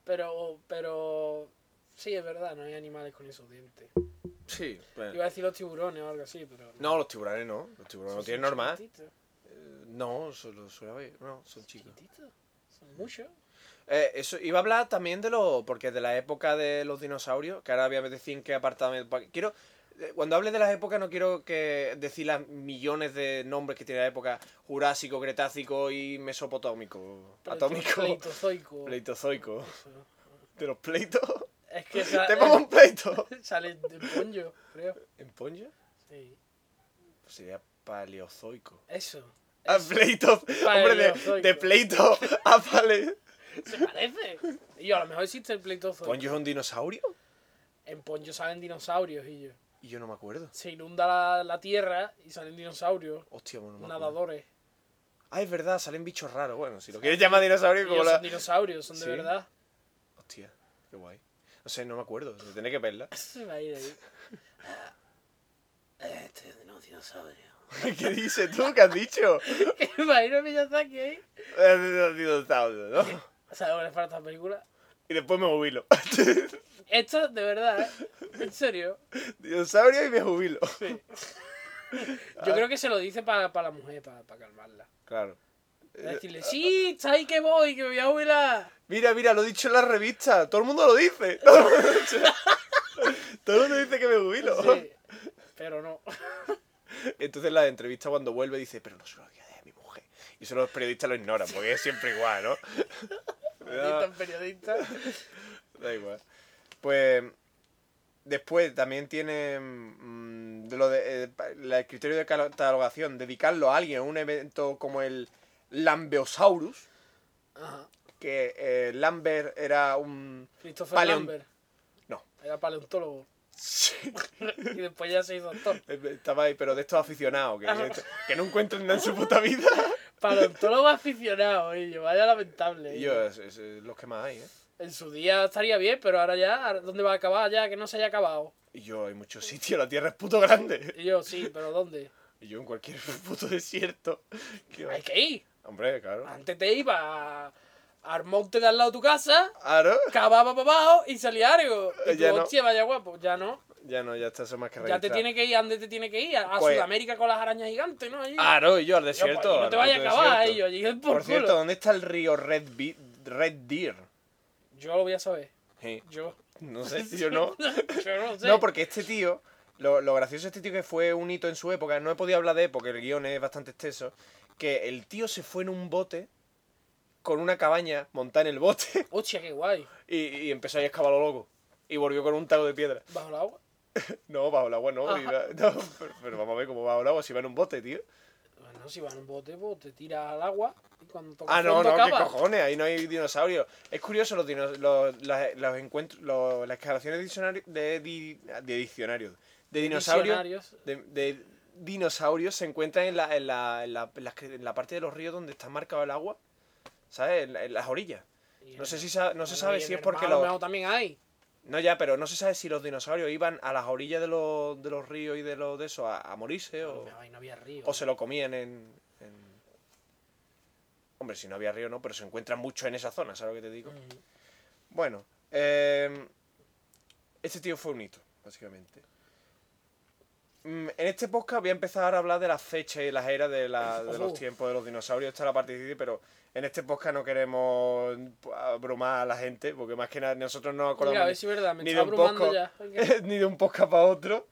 Pero, pero. Sí, es verdad, no hay animales con esos dientes.
Sí. pues,
Iba a decir los tiburones o algo así, pero.
No, los tiburones no. Los tiburones no
Son
tienen normal. Eh,
chiquititos,
No, son los suave- No, son chicos.
chiquititos. Son muchos.
Eh, eso, iba a hablar también de los. Porque de la época de los dinosaurios, que ahora voy a decir en qué apartado. me- pa- Quiero. eh, Cuando hable de las épocas, no quiero que decir las millones de nombres que tiene la época: Jurásico, Cretácico y Mesopotámico. Atómico.
Pleitozoico.
Pleitozoico.
Eso.
De los pleitos.
Es que
Te pongo un pleito.
sale de pollo, creo.
eh, ¿En Ponja?
Sí.
Pues Sería paleozoico.
Eso.
Ah, pleito. Hombre, de, de
Paleozoico.
pleito a pale.
Se parece. Y yo, a lo mejor existe el pleitozoico.
¿Ponyo es un dinosaurio?
En pollo salen dinosaurios y yo.
Y yo no me acuerdo.
Se inunda la, la tierra y salen dinosaurios.
Hostia, bueno, no me acuerdo.
nadadores.
Ah, es verdad, salen bichos raros. Bueno, si lo quieres llamar dinosaurio, como
Ellos
la.
son dinosaurios, son de
Sí.
verdad.
Hostia, qué guay. No sé, no me acuerdo. Se tiene que verla.
Se va a ir ahí. Eh, Estoy de los dinosaurios.
¿Qué dices tú? ¿Qué has dicho?
Que va a ir a Miyazaki ahí.
Eh, los dinosaurios, ¿no?
¿Sabes lo que le falta a esta película?
Y después me jubilo.
Esto, de verdad, ¿eh? En serio.
Dinosaurio y me jubilo.
Yo creo que se lo dice para la mujer, para calmarla.
Claro.
Para decirle, sí, está ahí que voy, que me voy a jubilar.
Mira, mira, lo he dicho en la revista. Todo el mundo lo dice. Todo el mundo dice que me jubilo.
Sí, pero no.
Entonces la entrevista cuando vuelve dice, pero no se lo voy a dejar a mi mujer. Y eso los periodistas lo ignoran, porque es siempre igual, ¿no?
Periodistas, periodistas.
Da igual. Pues después también tiene mm, de lo de, eh, pa- la- el criterio de catalogación, dedicarlo a alguien a un evento como el Lambeosaurus,
Ajá.
que eh, Lambert era un...
Christopher
Paleon-
Lambert.
No.
Era paleontólogo. y después ya se hizo doctor.
Estaba ahí, pero de estos aficionados, que, que no encuentran nada en su puta vida.
Paleontólogo aficionado, y yo, vaya lamentable.
Y
y
yo, eh. es, es- es los que más hay, ¿eh?
En su día estaría bien, pero ahora ya, ¿ahora ¿dónde va a acabar? Ya que no se haya acabado.
Y yo, hay muchos sitios, la Tierra es puto grande.
Y yo, sí, pero ¿dónde?
Y yo en cualquier puto desierto. que-
Hay que ir.
Hombre, claro.
Antes te iba a- al monte de al lado de tu casa,
Claro.
cavaba para abajo y salía algo. Y tú,
Ya no.
hostia, vaya guapo. Ya no.
Ya no, ya está eso más que
Ya
registrar.
te tiene que ir, ¿a dónde te tiene que ir? A, a
Pues-
Sudamérica con las arañas gigantes, ¿no? Ahí.
Ah, no, y yo al
Yo, pues,
desierto.
ahí no te vayas a
al
acabar,
desierto.
ellos. Llegué por,
Por,
culo.
cierto, ¿dónde está el río Red, Bi- Red Deer?
Yo lo voy a saber.
Sí,
Yo.
No sé, yo no.
Yo no sé.
No, porque este tío, lo, lo gracioso de este tío que fue un hito en su época, no he podido hablar de él porque el guión es bastante extenso, que el tío se fue en un bote con una cabaña montada en el bote
Hostia, qué guay.
y, y empezó ahí a excavar lo loco. Y volvió con un taco de piedra.
Bajo el agua.
No, bajo el agua no.
Ajá.
iba- no, pero, pero vamos a ver cómo bajo el agua si va en un bote, tío.
Bueno, si vas en un bote, pues te tiras al agua y cuando tocas
Ah, no,
fondo
no, qué
acabas.
cojones, ahí no hay dinosaurios. Es curioso los, dino- los, las, los encuentros, los- las excavaciones de diccionario, de, di- de diccionarios, de dinosaurios,
Diccionarios.
de, de dinosaurios se encuentran en la, en, la, en, la, en las que- en la parte de los ríos donde está marcado el agua, ¿sabes? En, la- en las orillas.
Y
No
en-
sé si sa- no se
bueno,
sabe
y
si
en
es porque
Hermano
los
Mao también hay.
no ya, pero no se sabe si los dinosaurios iban a las orillas de los, de los ríos y de los de eso a, a morirse o,
Ahí no había río.
o se lo comían en, en- Hombre, si no había río, no, pero se encuentran mucho en esa zona, ¿sabes lo que te digo?
Ujú.
Bueno, em, eh, este tío fue un hito, básicamente. Mm, En este podcast voy a empezar a hablar de las fechas y las eras de, la- de los
Ojo.
tiempos de los dinosaurios. Esta es la parte difícil, pero en este podcast no queremos pues, abrumar a la gente, porque más que nada nosotros no nos acordamos
Mira, a
ni-
ver si es verdad, me
ni,
está
de un
abrumando
podcast,
ya. Venga.
ni de un podcast para otro.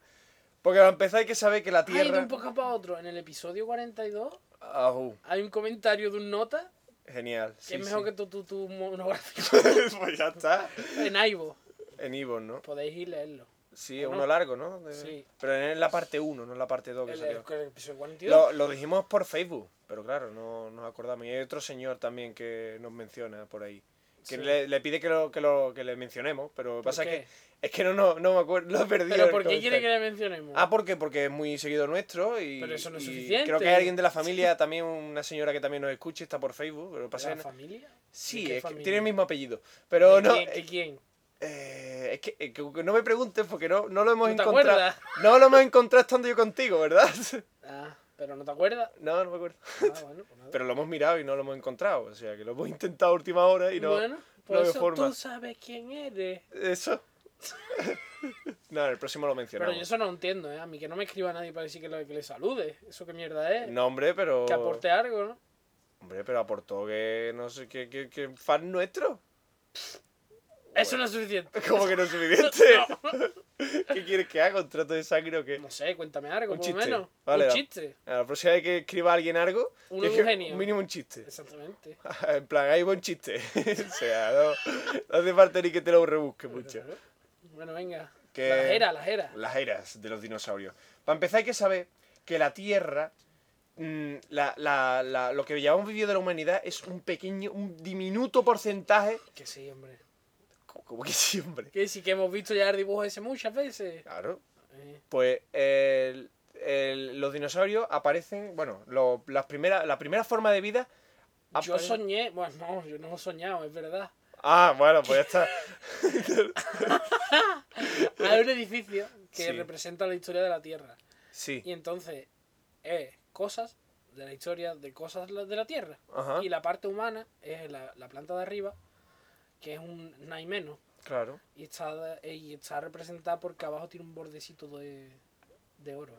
Porque para empezar hay que saber que la
Ay, de
Tierra...
un podcast para otro. En el episodio 42
Ajú,
hay un comentario de un nota
genial.
que
sí,
es mejor
sí.
que tu, tu, tu monográfico
pues ya está.
en Aibo.
En Ivon, ¿no?
Podéis ir leerlo.
Sí, es
¿O no?
uno largo, ¿no? De-
Sí.
Pero es la parte 1, no en la parte 2 que
El,
salió.
el- el episodio 42.
Lo, lo dijimos por Facebook, pero claro, no nos acordamos. Y hay otro señor también que nos menciona por ahí. Que
Sí.
le, le pide que, lo, que, lo, que le mencionemos, pero lo que
¿Por
pasa
qué?
es que es que no, no, no me acuerdo, lo he perdido.
¿Pero
el
por qué quiere
comentario.
que le mencionemos?
Ah, porque porque es muy seguido nuestro y,
Pero eso no es
y
suficiente.
creo que hay alguien de la familia, también una señora que también nos escucha, está por Facebook, pero lo que pasa
¿De
es
la
que-
familia? ¿De
sí,
qué
es que
familia?
tiene el mismo apellido, pero
¿De
no
quién? ¿De quién?
eh, es que, es que no me preguntes porque no, no lo hemos
¿No te
encontrado.
acuerdas?
No lo hemos encontrado estando yo contigo, ¿verdad?
Ah, pero no te acuerdas.
No, no me acuerdo.
Ah, bueno, pues nada.
Pero lo hemos mirado y no lo hemos encontrado. O sea, que lo hemos intentado a última hora y no.
bueno, por
no veo
eso
forma.
tú sabes quién eres.
Eso. no, en el próximo lo
Pero
mencionamos.
yo eso no lo entiendo, ¿eh? A mí que no me escriba nadie para decir que, lo- que le salude. Eso qué mierda es.
No, hombre, pero.
Que aporte algo, ¿no?
Hombre, pero aportó que. No sé, que, que, que fan nuestro.
Eso no es suficiente.
Como que no es suficiente. ¿Qué quieres que haga? ¿Un trato de sangre o qué?
No sé, cuéntame algo,
Un
por lo
chiste.
menos.
Vale,
un
va.
chiste.
A la próxima vez que escriba alguien algo.
Uno
que-
de un genio.
Mínimo un chiste.
Exactamente.
En plan, hay buen chiste. o sea, no, no hace falta ni que te lo rebusque mucho.
Bueno, venga.
Que-
La jera, la jera.
Las eras de los dinosaurios. Para empezar, hay que saber que la Tierra, mm, la- la- la- lo que llamamos vivido de la humanidad, es un pequeño, un diminuto porcentaje.
Que sí, hombre.
co- Como que siempre.
Que sí que hemos visto ya el dibujo ese muchas veces.
Claro.
Eh,
Pues el- el- los dinosaurios aparecen. Bueno, lo- las primeras, la primera forma de vida.
Yo
apare-
soñé, bueno, no, yo no he soñado, es verdad.
Ah, bueno, pues ya está.
Hay un edificio que
Sí.
representa la historia de la Tierra. Y
Sí.
entonces, es cosas de la historia de cosas la- de la Tierra.
Ajá.
Y la parte humana es la, la planta de arriba, que es un nada y menos.
Claro.
Y está, eh, y está representada porque abajo tiene un bordecito de, de oro.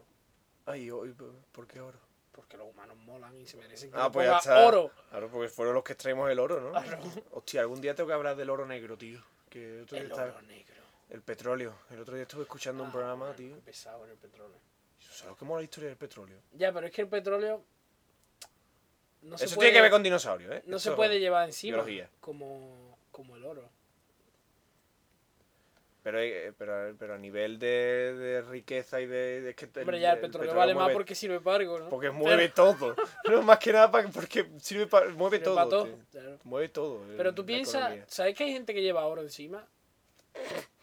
Ay, hoy, ¿por qué oro?
Porque los humanos molan y se merecen que
Ah,
le
pues
ponga
ya está.
oro.
Claro, porque fueron los que extraímos el oro, ¿no?
Claro.
Hostia, algún día tengo que hablar del oro negro, tío. Que otro día
El
estaba-
oro negro.
el petróleo. El otro día estuve escuchando un
Ah,
programa,
bueno,
tío.
empezaba con el petróleo.
¿Sabes cómo la historia del petróleo?
Ya, pero es que el petróleo. No se
Eso
puede-
tiene que ver con dinosaurios, ¿eh?
No
Eso-
se puede llevar encima.
biología.
Como, como el oro.
Pero, eh, pero, pero a nivel de, de riqueza y de. de- es que el-
Hombre, ya el
el
petróleo, vale más
mueve-
porque sirve para algo, ¿no?
Porque mueve todo. No, más que nada para- porque sirve para. Mueve
Sirve
todo.
para todo,
tío.
claro.
Mueve todo. el-
Pero tú
la
piensas,
economía.
¿sabes que hay gente que lleva oro encima?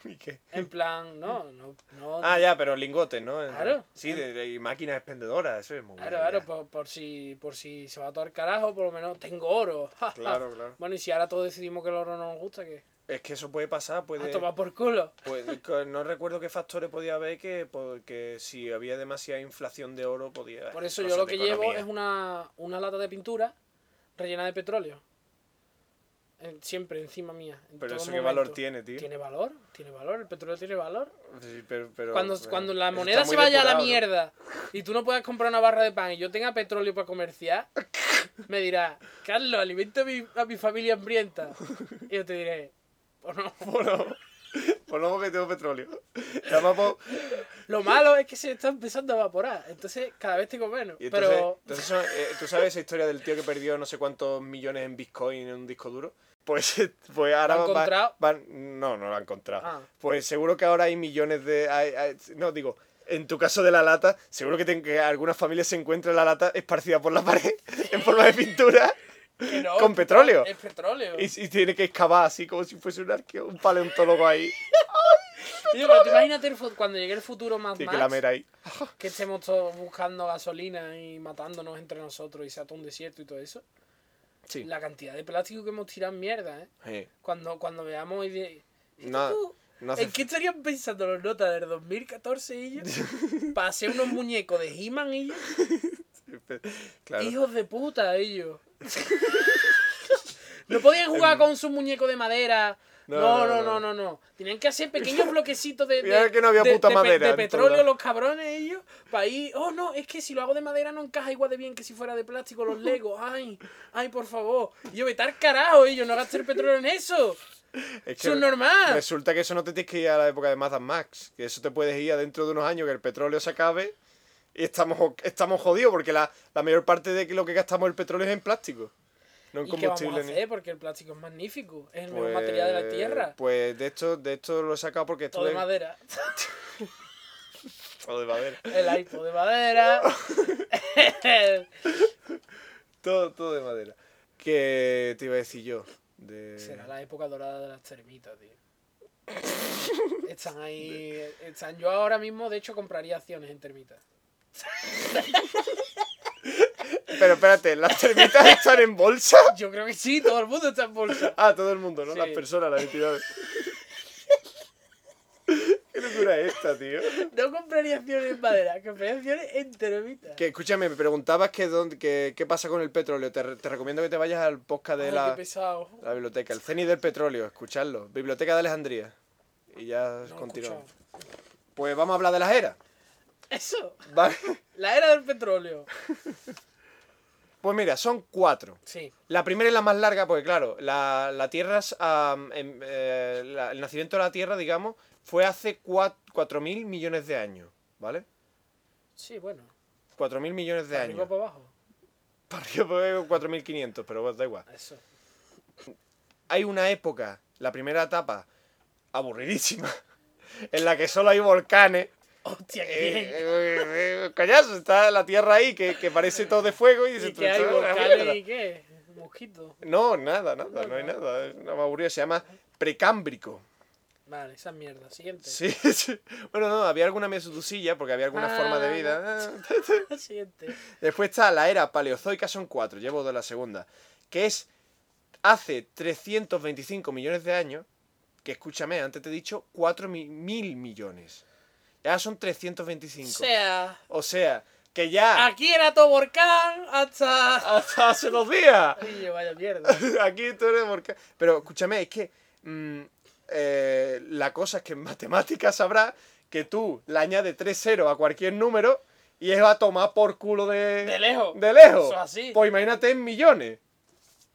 ¿Y qué?
En plan, no, no, no.
Ah, ya, pero lingotes, ¿no?
Claro.
Sí, de, de- y máquinas expendedoras, eso es muy
Claro,
bueno,
claro, pues,
ya.
por, por si, por si se va todo al carajo, por lo menos tengo oro. ja, ja.
Claro, claro.
Bueno, y si ahora todos decidimos que el oro no nos gusta, que
Es que eso puede pasar,
a
puede.
tomar por culo.
Pues co- no recuerdo qué factores podía haber que, po- que si había demasiada inflación de oro podía...
Por eso
cosas
yo lo
de
que
economía.
llevo es una, una lata de pintura rellena de petróleo. En- siempre encima mía. en
Pero
todo
eso qué
momento.
valor tiene, tío.
Tiene valor, tiene valor, el petróleo tiene valor.
Sí, pero, pero-
cuando,
pero
cuando la
está
moneda
muy
se vaya a la
depurado, ¿no?
mierda y tú no puedas comprar una barra de pan y yo tenga petróleo para comerciar, me dirás, Carlos, alimenta a mi, a mi familia hambrienta. Y yo te diré, pues no.
Bueno, por lo que tengo petróleo. Además, po-
Lo malo es que se está empezando a evaporar, entonces cada vez tengo menos.
y entonces,
Pero
entonces son- eh, tú sabes esa historia del tío que perdió no sé cuántos millones en Bitcoin en un disco duro. Pues, pues ahora
¿Lo han
van-
encontrado?
van- no, no lo han encontrado.
Ah.
Pues seguro que ahora hay millones de... hay- hay- no, digo, en tu caso de la lata, seguro que, ten- que algunas familias se encuentran la lata esparcida por la pared en forma de pintura
que no,
con petróleo.
es petróleo.
Y, y tiene que excavar así como si fuese un arqueo, un paleontólogo ahí.
Tío, pero tú imagínate el fu- cuando llegue el futuro más
Tiene que lamer ahí.
que estemos todos buscando gasolina y matándonos entre nosotros y sea todo un desierto y todo eso.
Sí.
La cantidad de plástico que hemos tirado en mierda, ¿eh?
Sí.
Cuando, cuando veamos y de-
No,
Tú,
Ah, no hace
¿En qué estarían pensando los notas del 2014 y ellos? Para hacer unos muñecos de He-Man ellos.
Claro.
Hijos de puta ellos. no podían jugar con su muñeco de madera No, no, no, no, no. Tenían que hacer pequeños bloquecitos de,
Mira
de-
que no había
de-
puta
de pe-
madera
de
en
petróleo,
toda.
los cabrones ellos, para ir. Oh, no, es que si lo hago de madera no encaja igual de bien que si fuera de plástico los legos. Ay, ay, por favor. Y yo, vetar carajo, ellos, no gastar petróleo en eso.
Es
Eso
que
es normal.
resulta que eso no te tienes que ir a la época de Mazda Max. Que eso te puedes ir a dentro de unos años que el petróleo se acabe y estamos, jo- estamos jodidos porque la, la mayor parte de lo que gastamos el petróleo es en plástico. No en
¿Y qué vamos a
combustible ni-
hacer? Porque el plástico es magnífico. Es el mejor
Pues-
material de la tierra.
Pues de esto, de esto lo he sacado porque
Todo de
estuve-
madera.
todo de madera.
El iPod de madera.
Todo, todo de madera. Que te iba a decir yo. De...
Será la época dorada de las termitas, tío. Están ahí. Están. Yo ahora mismo, de hecho, compraría acciones en termitas.
Pero espérate, ¿las termitas están en bolsa?
Yo creo que sí, todo el mundo está en bolsa.
Ah, todo el mundo, ¿no?
Sí.
Las personas, las entidades. Qué locura es esta, tío.
No compraría acciones en madera, compraría acciones en termitas.
Que escúchame, me preguntabas que dónde- que- qué pasa con el petróleo. Te, re- te recomiendo que te vayas al podcast de
Ay,
la,
qué pesado.
la biblioteca, el CENI del petróleo, escucharlo. Biblioteca de Alejandría. Y ya
No lo he
continuamos.
escuchado.
Pues vamos a hablar de las eras.
Eso,
¿vale?
la era del petróleo.
Pues mira, son cuatro.
Sí,
La primera es la más larga, porque claro, la, la Tierra, es, am, em, eh, la- el nacimiento de la Tierra, digamos, fue hace cua- 4.000 millones de años, ¿vale?
sí, bueno.
4.000 millones de
para arriba
años.
o para abajo.
Para arriba, para abajo, 4.500, pero bueno, da igual.
Eso.
Hay una época, la primera etapa, aburridísima, en la que solo hay volcanes.
Hostia,
Eh,
qué bien.
eh, eh, callaos, está la Tierra ahí, que, que parece todo de fuego y dices
¿Y
tú,
qué hay?
"Esto es una mierda".
¿Volcanes y qué? Mosquitos.
No, nada, nada, no hay nada. Es una aburrida, se llama precámbrico.
Vale, esa mierda. Siguiente.
Sí, sí. Bueno, no, había alguna mesuducilla porque había alguna
Ah.
forma de vida.
Siguiente.
Después está la era paleozoica, son cuatro, llevo de la segunda, que es hace 325 millones de años, que escúchame, antes te he dicho 4 mi- mil millones. Ya son
O
325.
sea,
O sea, que ya
aquí era todo volcán hasta.
hasta hace dos días.
Oye, vaya mierda.
Aquí tú eres porque... Pero escúchame, es que mm, eh, la cosa es que en matemáticas sabrás que tú le añades 3 ceros a cualquier número y es a tomar por culo de...
De lejos.
De lejos.
Eso es así.
Pues imagínate en millones.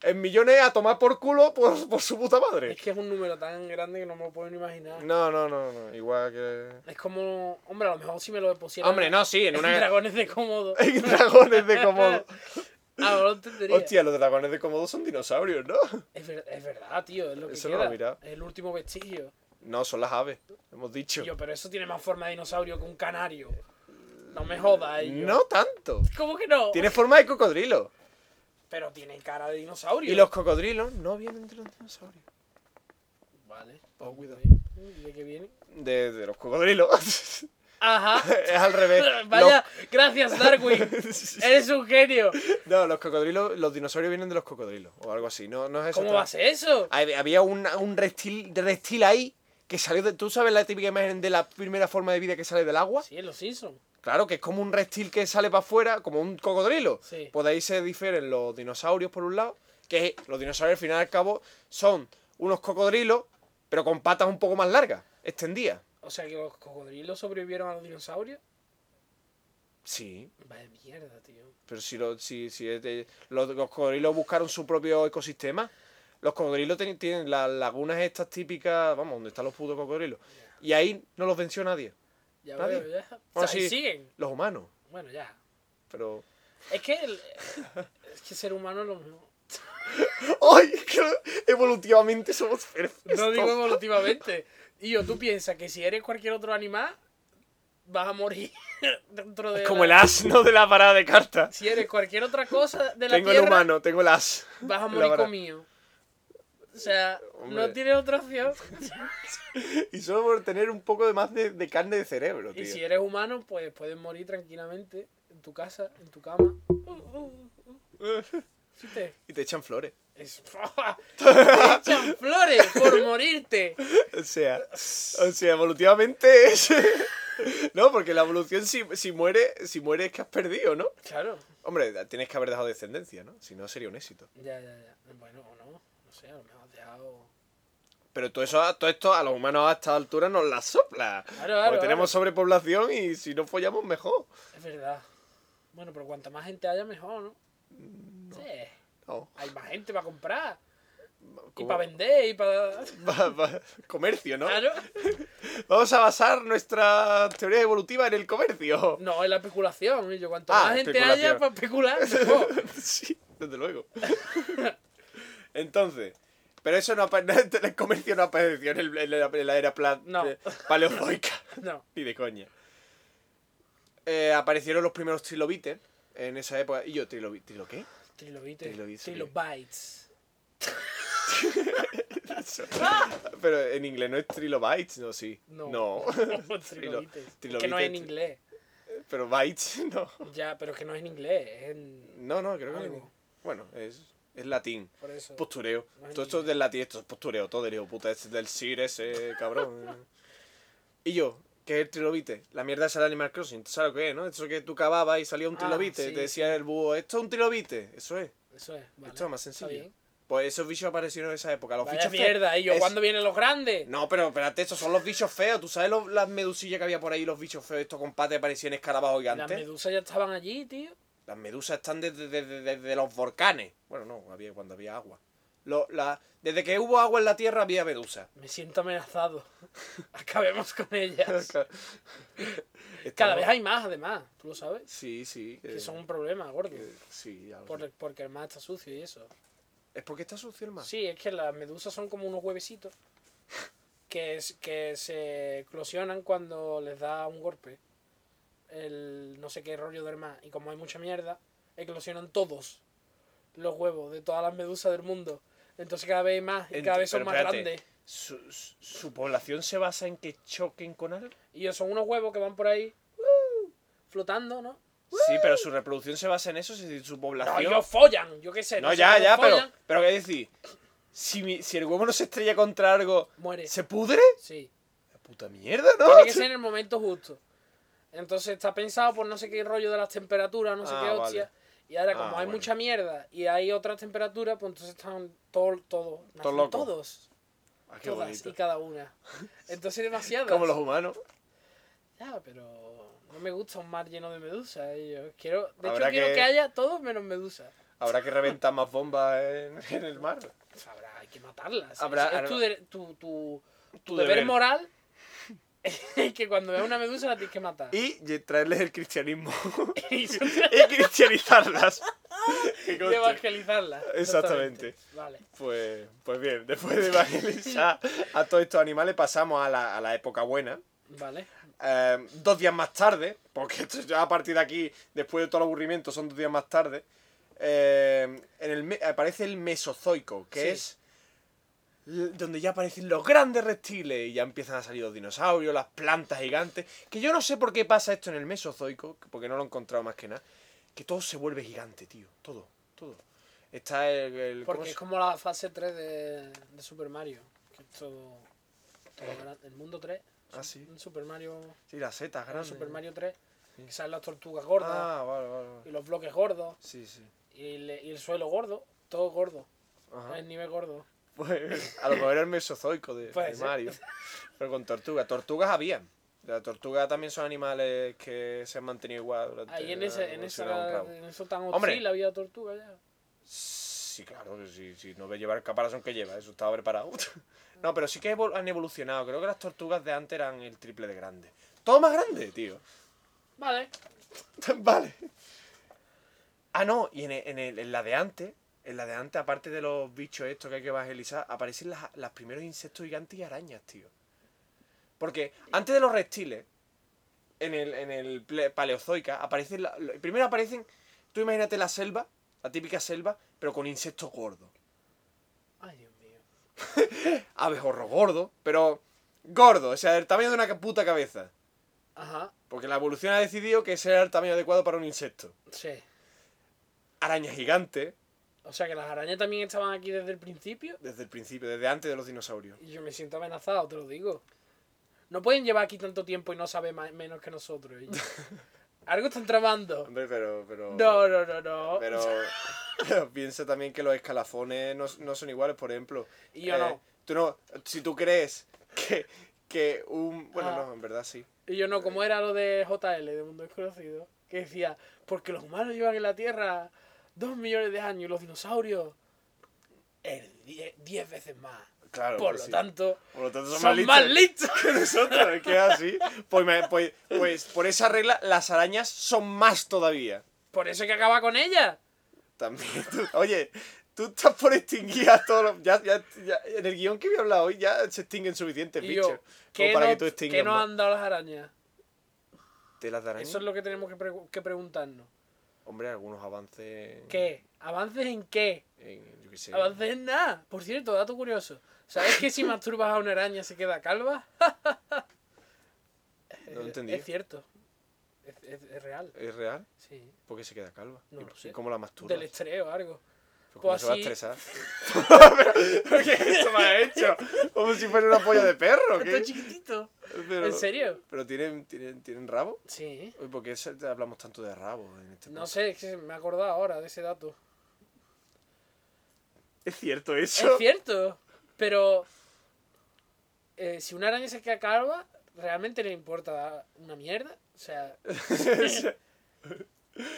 En millones a tomar por culo por, por su puta madre.
Es que es un número tan grande que no me lo puedo ni imaginar.
No, no, no, no. Igual que...
Es como. Hombre, a lo mejor si me lo pusieran.
Hombre, no, sí, en
En
una...
dragones de cómodo.
En dragones de Komodo.
Ah, no lo entendería.
Hostia, los dragones de Komodo son dinosaurios, ¿no?
Es, ver- es verdad, tío. Es lo que
Eso no
queda.
lo he mirado.
Es el último vestigio.
No, son las aves, hemos dicho.
Tío, pero eso tiene más forma de dinosaurio que un canario. No me jodas, ellos.
No tanto.
¿Cómo que no?
Tiene forma de cocodrilo.
Pero tienen cara de dinosaurio.
Y los cocodrilos no vienen de los dinosaurios.
Vale.
Oh, cuidado.
¿De qué viene?
De, de los cocodrilos.
Ajá.
es al revés.
Vaya, gracias Darwin.
Los-
Eres un genio.
no, los cocodrilos, los dinosaurios vienen de los cocodrilos o algo así. No, no es
¿Cómo
exactamente-
va a ser eso?
Hab- Había un, un reptil, reptil ahí que salió de. ¿Tú sabes la típica imagen de la primera forma de vida que sale del agua?
Sí, en los Simpsons.
Claro, que es como un reptil que sale para afuera, como un cocodrilo.
Sí.
Pues de ahí se difieren los dinosaurios, por un lado, que los dinosaurios al final y al cabo son unos cocodrilos, pero con patas un poco más largas, extendidas.
O sea que los cocodrilos sobrevivieron a los dinosaurios.
Sí,
Vaya mierda, tío.
pero si, lo- si, si es de- los, los cocodrilos buscaron su propio ecosistema. Los cocodrilos ten- tienen las lagunas estas típicas, vamos, donde están los putos cocodrilos. Y ahí no los venció nadie,
Ya
Nadie.
veo, ya. O sea,
Bueno,
ahí
Ah, sí.
siguen.
los humanos.
Bueno, ya.
Pero...
Es que el, es que ser humano es lo mismo.
¡Ay! que evolutivamente somos perfectos.
No digo evolutivamente. Y yo, tú piensas que si eres cualquier otro animal, vas a morir dentro de.
Es como el
la-
asno de la parada de cartas.
Si eres cualquier otra cosa de la
Tengo el
tierra,
humano, tengo el as.
vas a
La
morir
vara.
comido. O sea, no
Hombre.
tienes otra opción.
Y solo por tener un poco de más de, de carne de cerebro, tío.
Y si eres humano, pues puedes morir tranquilamente en tu casa, en tu cama. ¿Viste?
Y te echan flores.
Es... Te echan flores por morirte.
O sea, o sea, evolutivamente es... No, porque la evolución si, si muere, si muere es que has perdido, ¿no?
Claro.
Hombre, tienes que haber dejado descendencia, ¿no? Si no sería un éxito.
Ya, ya, ya. Bueno, o no. No sé, a lo mejor has dejado
Pero todo, eso, todo esto a los humanos a esta altura nos la sopla.
Claro, claro,
porque tenemos
claro.
sobrepoblación y si no follamos, mejor.
Es verdad. Bueno, pero cuanta más gente haya, mejor, ¿no? Sí.
Mm, No.
Hay más gente para comprar. Y
Como-
para vender, y para...
Va- va- comercio, ¿no?
Claro.
Vamos a basar nuestra teoría evolutiva en el comercio.
No, es la especulación. y yo, cuanto
Ah,
más gente
especulación.
haya para especular, mejor.
sí, desde luego. Entonces, pero eso no apa- el comercio no apareció en, el- en la, en la era pla-
No.
eh, paleozoica.
No.
Ni de coña. Eh, aparecieron los primeros trilobites en esa época. Y yo, ¿trilobite? ¿Trilo qué?
Trilobites.
Trilobites,
Trilobites.
Eso. Pero en inglés no es trilobites, no, sí.
No.
No.
trilobites.
Trilo-
que no es en
trilobites.
inglés.
Pero bites, no.
Ya, pero que no es en inglés. Es en...
No, no, creo que
Algo.
no. Bueno, es, es latín.
Por eso.
Postureo.
Madre
Todo esto es del latín, esto es postureo, todo del hijo puta, es del Sir ese cabrón. y yo, que es el trilobite, la mierda es el Animal Crossing, tú sabes lo que es, ¿no? Eso que tú cavabas y salía un
Ah,
trilobite,
sí,
te decía el búho, esto es un trilobite, eso es.
Eso es. vale.
Esto es más
Está
sencillo.
bien.
Pues esos bichos aparecieron en esa época. Los
Vaya
bichos
mierda, y yo,
es-
¿cuándo vienen los grandes?
No, pero espérate, estos son los bichos feos. ¿Tú sabes los- las medusillas que había por ahí, los bichos feos, estos compadres parecían escarabajos
Las
gigantes?
medusas ya estaban allí, tío.
Las medusas están desde, desde, desde los volcanes. Bueno, no, había cuando había agua. Lo- la- desde que hubo agua en la Tierra había medusas.
Me siento amenazado. Acabemos con ellas. Cada
Estamos-
vez hay más, además. Tú lo sabes.
Sí, sí.
Que
eh,
son un problema, gordo.
que- sí, ya lo sé.
Por- porque el mar está sucio y eso.
Es porque está sucio el mar.
Sí, es que las medusas son como unos huevecitos que, es- que se eclosionan cuando les da un golpe. El no sé qué rollo del mar. Y como hay mucha mierda, eclosionan todos los huevos de todas las medusas del mundo. Entonces cada vez hay más y
Ent-
cada vez son
pero
más
espérate,
grandes.
Su, su- su población se basa en que choquen con algo.
Y son unos huevos que van por ahí ¡uh! flotando, ¿no?
Sí, pero su reproducción se basa en eso. Si su
No,
población.
ellos follan, yo qué sé.
¿Ah, No,
sé
ya,
cómo
ya, pero.
follan.
Pero qué decir. Si, mi- si el huevo no se estrella contra algo,
Muere.
¿se pudre?
Sí.
La puta mierda, ¿no?
Tiene que ser en el momento justo. Entonces está pensado por no sé qué rollo de las temperaturas, no sé
Ah,
qué hostia.
vale.
Y ahora,
Ah,
como hay
bueno.
mucha mierda y hay otras temperaturas, pues entonces están todo, todo, nacen
locos.
todos,
Ah, qué
todas
bonito.
y cada una. Entonces demasiado.
Como los humanos.
Ya, pero no me gusta un mar lleno de medusas. y yo quiero, de
Habrá
hecho, quiero
que-
que haya todos menos medusas.
Habrá que reventar más bombas en, en el mar.
Pues Habrá, hay que matarlas. Es-
Habrá-
es
habrá-
tu, de- tu, tu, tu
Tu
deber,
deber.
moral es que cuando veas una medusa la tienes que matar.
Y ye- traerles el cristianismo.
Y yo-
y cristianizarlas. Que
de
conste.
evangelizarla.
Exactamente.
Vale.
Pues, pues bien, después de evangelizar a todos estos animales pasamos a la, a la época buena.
Vale.
Eh, dos días más tarde, porque esto ya a partir de aquí, después de todo el aburrimiento, son dos días más tarde. eh, en el me- aparece el Mesozoico, que
Sí.
es l- donde ya aparecen los grandes reptiles y ya empiezan a salir los dinosaurios, las plantas gigantes. Que yo no sé por qué pasa esto en el Mesozoico, porque no lo he encontrado más que nada. Que todo se vuelve gigante, tío. Todo, todo. Está el. el- ¿cómo
Porque
se-
es como la fase 3 de, de Super Mario. Que es todo, todo gran- el mundo 3.
Ah, sí.
Un Super Mario, un
Sí, las setas grandes.
Super Mario 3. Que salen las tortugas gordas
Ah, vale, vale. vale.
y los bloques gordos
Sí, sí.
y, le- y el suelo gordo. Todo gordo.
Ajá.
El nivel gordo.
Pues, a lo mejor era el mesozoico de,
Puede
de
ser.
Mario. Pero con tortugas. Tortugas había. Las tortugas también son animales que se han mantenido igual durante
Ahí en,
la
ese, en,
evolución a un
esa,
rabo.
en eso tan
Hombre.
hostil había tortuga ya.
Sí, claro, que si, si no ve llevar el caparazón que lleva, eso estaba preparado. No, pero sí que evol- han evolucionado. Creo que las tortugas de antes eran el triple de grandes. Todo más grande, tío.
Vale.
Vale. Ah, no, y en, el- en el- en la de antes, en la de antes, aparte de los bichos estos que hay que evangelizar, aparecen las, las primeros insectos gigantes y arañas, tío. Porque antes de los reptiles, en el, en el ple- paleozoica, aparecen. la- lo- primero aparecen. Tú imagínate la selva, la típica selva, pero con insectos gordos.
Ay, Dios mío.
Abejorro gordo, pero gordo, o sea, el tamaño de una puta cabeza.
Ajá.
Porque la evolución ha decidido que ese era el tamaño adecuado para un insecto.
Sí.
Arañas gigantes,
O sea que las arañas también estaban aquí desde el principio.
Desde el principio, desde antes de los dinosaurios.
Y Yo me siento amenazado, te lo digo. No pueden llevar aquí tanto tiempo y no saber ma- menos que nosotros. ellos. ¿eh? Algo están tramando.
Hombre, pero. pero
No, no, no, no.
Pero, pero piensa también que los escalafones no, no son iguales, por ejemplo. Eh,
Y yo no.
Tú no. Si tú crees que, que un. Bueno,
Ah.
no, en verdad sí.
Y yo no, como era lo de JL, de Mundo Desconocido, que decía, porque los humanos llevan en la Tierra dos millones de años y los dinosaurios el die- diez veces más.
Claro.
Por
pues
lo
sí.
tanto,
Por lo tanto, son,
son
más listos.
más listos.
que nosotros, es que es así. Pues, me- pues, pues por esa regla, las arañas son más todavía.
Por eso hay que acaba con ella.
También. tú- oye, tú estás por extinguir a todos los. Ya, ya, ya- en el guión que voy a hablar hoy ya se extinguen suficientes
Y yo,
bichos.
¿qué
Como para
no-
que tú extingas.
qué nos
más.
han dado las arañas?
¿De las arañas?
Eso es lo que tenemos que, pregu- que preguntarnos.
Hombre, algunos avances.
¿Qué? ¿Avances en qué?
En, yo qué sé.
¿Avances en nada? Por cierto, dato curioso. ¿Sabes que si masturbas a una araña se queda calva?
No lo
Es-
entendí.
Es cierto. Es, es- es real,
¿Es real?
sí.
Porque se queda calva.
No
¿Y
lo
por-
sé.
¿Y cómo la masturba?
Del estreo o algo.
¿Cómo
Pues
se va a
así-
estresar? ¿Pero qué esto me ha hecho? Como si fuera una polla de perro.
Esto
¿qué?
es chiquitito.
Pero-
¿En serio?
¿Pero tienen, tienen, tienen rabo?
Sí.
Uy, ¿por qué se- te hablamos tanto de rabo en este
No
podcast?
sé, es que me he acordado ahora de ese dato.
¿Es cierto eso?
Es cierto, pero eh, si una araña se queda calva, realmente le importa una mierda. O sea,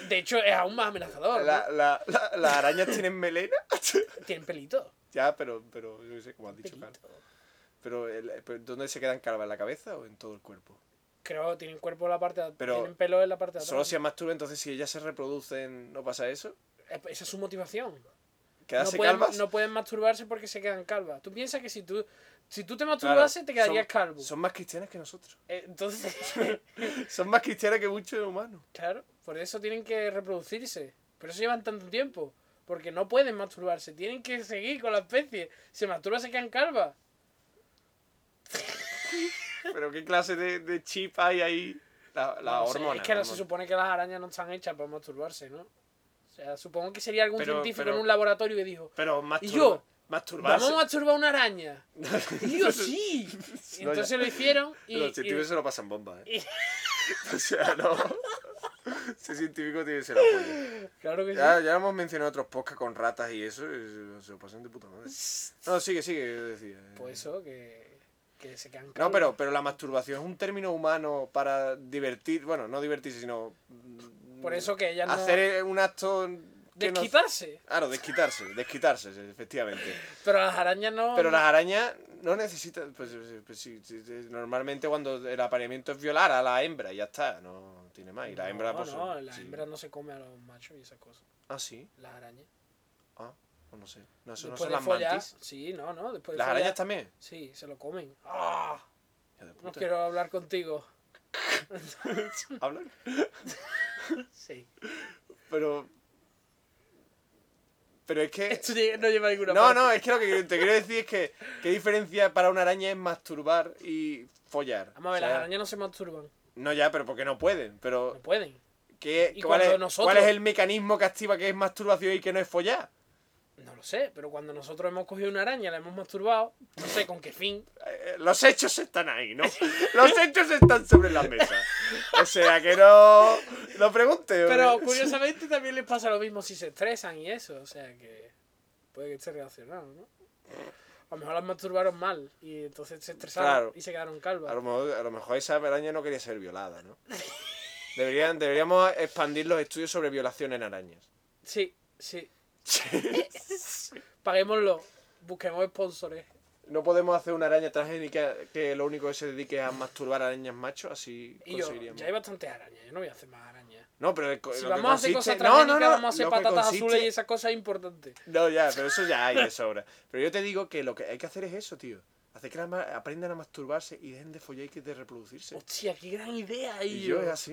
de hecho es aún más amenazador. ¿no?
la, la, la- ¿Las arañas tienen melena?
Tienen pelito.
ya, pero, pero yo qué sé, como has dicho, claro.
pelito.
Pero, el- eh, pero ¿dónde se quedan calvas? ¿En la cabeza o en todo el cuerpo?
Creo que tienen cuerpo en la parte de atrás.
Pero
Tienen pelo en la parte de
Solo
atrás.
si masturba, entonces si ellas se reproducen, ¿no pasa eso?
Eh, Esa es su motivación. No
¿Quedarse
pueden,
calvas?
no pueden masturbarse porque se quedan calvas. Tú piensas que si tú, si tú te
Claro,
masturbases te quedarías
son-
calvo.
Son más cristianas que nosotros.
Eh, Entonces,
Son más cristianas que muchos humanos.
claro, por eso tienen que reproducirse. Por eso llevan tanto tiempo. Porque no pueden masturbarse. Tienen que seguir con la especie. Se masturban, se quedan calvas.
Pero ¿qué clase de, de chip hay ahí? La, la
No sé,
hormona.
es que no
la
se
hormona.
supone que las arañas no están hechas para masturbarse, ¿no? O sea, supongo que sería algún
Pero-
científico
pero-
en un laboratorio que dijo,
Pero
Y
masturba,
yo,
masturbarse.
vamos a masturbar una araña. Y yo, sí. Y
No, ya.
entonces lo hicieron y...
Los
y-
científicos se lo pasan bomba, ¿eh?
y-
O sea, no. Ese científico tiene que ser apoyo.
Claro que sí.
Ya, ya hemos mencionado otros podcasts con ratas y eso. y se se lo pasan de puta madre. No, sigue, sigue, yo decía. eh.
Pues eso, que, que se quedan
No,
calvos.
pero, pero la masturbación es un término humano para divertir. Bueno, no divertirse, sino. mm,
Por eso que ellas no...
Hacer eh, un acto. que nos-
Desquitarse.
Claro, desquitarse, desquitarse, efectivamente.
Pero las arañas no...
Pero las arañas no necesitan. Pues, pues, pues, sí, sí, sí, normalmente cuando el apareamiento es violar a la hembra y ya está, no tiene más. Y la hembra,
no,
pues.
no, la
sí.
hembra no se come a los machos y esas cosas.
Ah, sí.
Las arañas.
Ah, pues no sé. No, eso no
Después
son
de
las
follar...
mantis.
Sí, no, no. Después de
Las
follar-
arañas también.
Sí, se lo comen. ¡Ah!
Hija de
No
puta.
quiero hablar contigo.
Hablan.
Sí.
Pero. Pero es que.
Esto lle- no lleva a ninguna
No,
parte.
no, es que lo que te quiero decir es que. ¿Qué diferencia para una araña es masturbar y follar?
Vamos a ver,
O sea,
las arañas no se masturban.
No, ya, pero porque no pueden. Pero.
No pueden.
¿qué,
Y
cuál, es,
cuando nosotros-
¿Cuál es el mecanismo que activa que es masturbación y que no es follar?
No lo sé, pero cuando nosotros hemos cogido una araña, la hemos masturbado, no sé con qué fin.
Eh, los hechos están ahí, ¿no? Los hechos están sobre la mesa. O sea que no. No pregunte.
Pero curiosamente también les pasa lo mismo si se estresan y eso, o sea que puede que esté relacionado, ¿no? A lo mejor las masturbaron mal y entonces se estresaron
Claro.
y se quedaron
A lo,
calvas.
mejor, a lo mejor esa araña no quería ser violada, ¿no? Deberían, deberíamos expandir los estudios sobre violación en arañas.
Sí, sí. Paguémoslo. Busquemos sponsores.
No podemos hacer una araña transgénica que lo único que se dedique a masturbar arañas machos, así
Y yo,
conseguiríamos.
ya hay bastantes arañas, yo no voy a hacer más arañas.
No, pero el co-
Si
lo que
vamos a hacer cosas
consiste- no,
transgénicas,
no, no,
vamos a hacer
lo que
patatas
consiste-
azules y esas cosas importantes.
No, ya, pero eso ya hay de sobra. Pero yo te digo que lo que hay que hacer es eso, tío. Hacer que las ma- aprendan a masturbarse y dejen de follar y que de reproducirse.
Hostia, qué gran idea,
y
y
yo es así.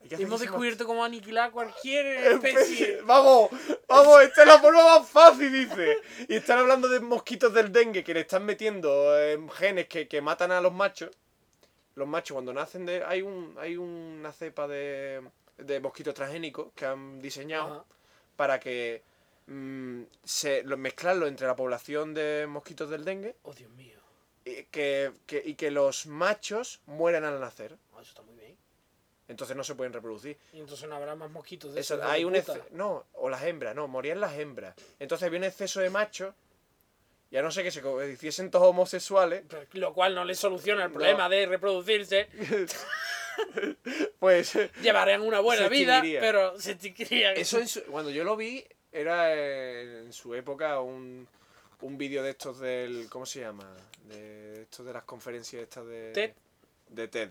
Hay que hacer
Hemos
que se
descubierto cómo aniquilar cualquier
Especie.
especie.
Vamos, vamos, esta es la forma más fácil, dice. Y están hablando de mosquitos del dengue que le están metiendo eh, genes que, que matan a los machos. Los machos cuando nacen de... Hay, un, hay una cepa de, de mosquitos transgénicos que han diseñado
Ajá.
para que mm, se, lo- mezclarlo entre la población de mosquitos del dengue
Oh, Dios mío.
y que, que- y que los machos mueran al nacer.
Ah, Eso está muy bien.
Entonces no se pueden reproducir.
Y entonces no habrá más mosquitos de
Eso,
esos,
hay
de
un
puta.
exce- No, o las hembras, no, morían las hembras. Entonces había un exceso de machos, y a no ser que se co- hiciesen todos homosexuales,
Pero- Lo cual no les soluciona el problema de reproducirse.
pues...
Llevarían una buena
Se
vida,
extinguiría.
pero se extinguirían.
Eso en su- cuando yo lo vi, era eh, en su época un, un vídeo de estos del... ¿Cómo se llama? De estos de las conferencias estas de...
TED.
De TED.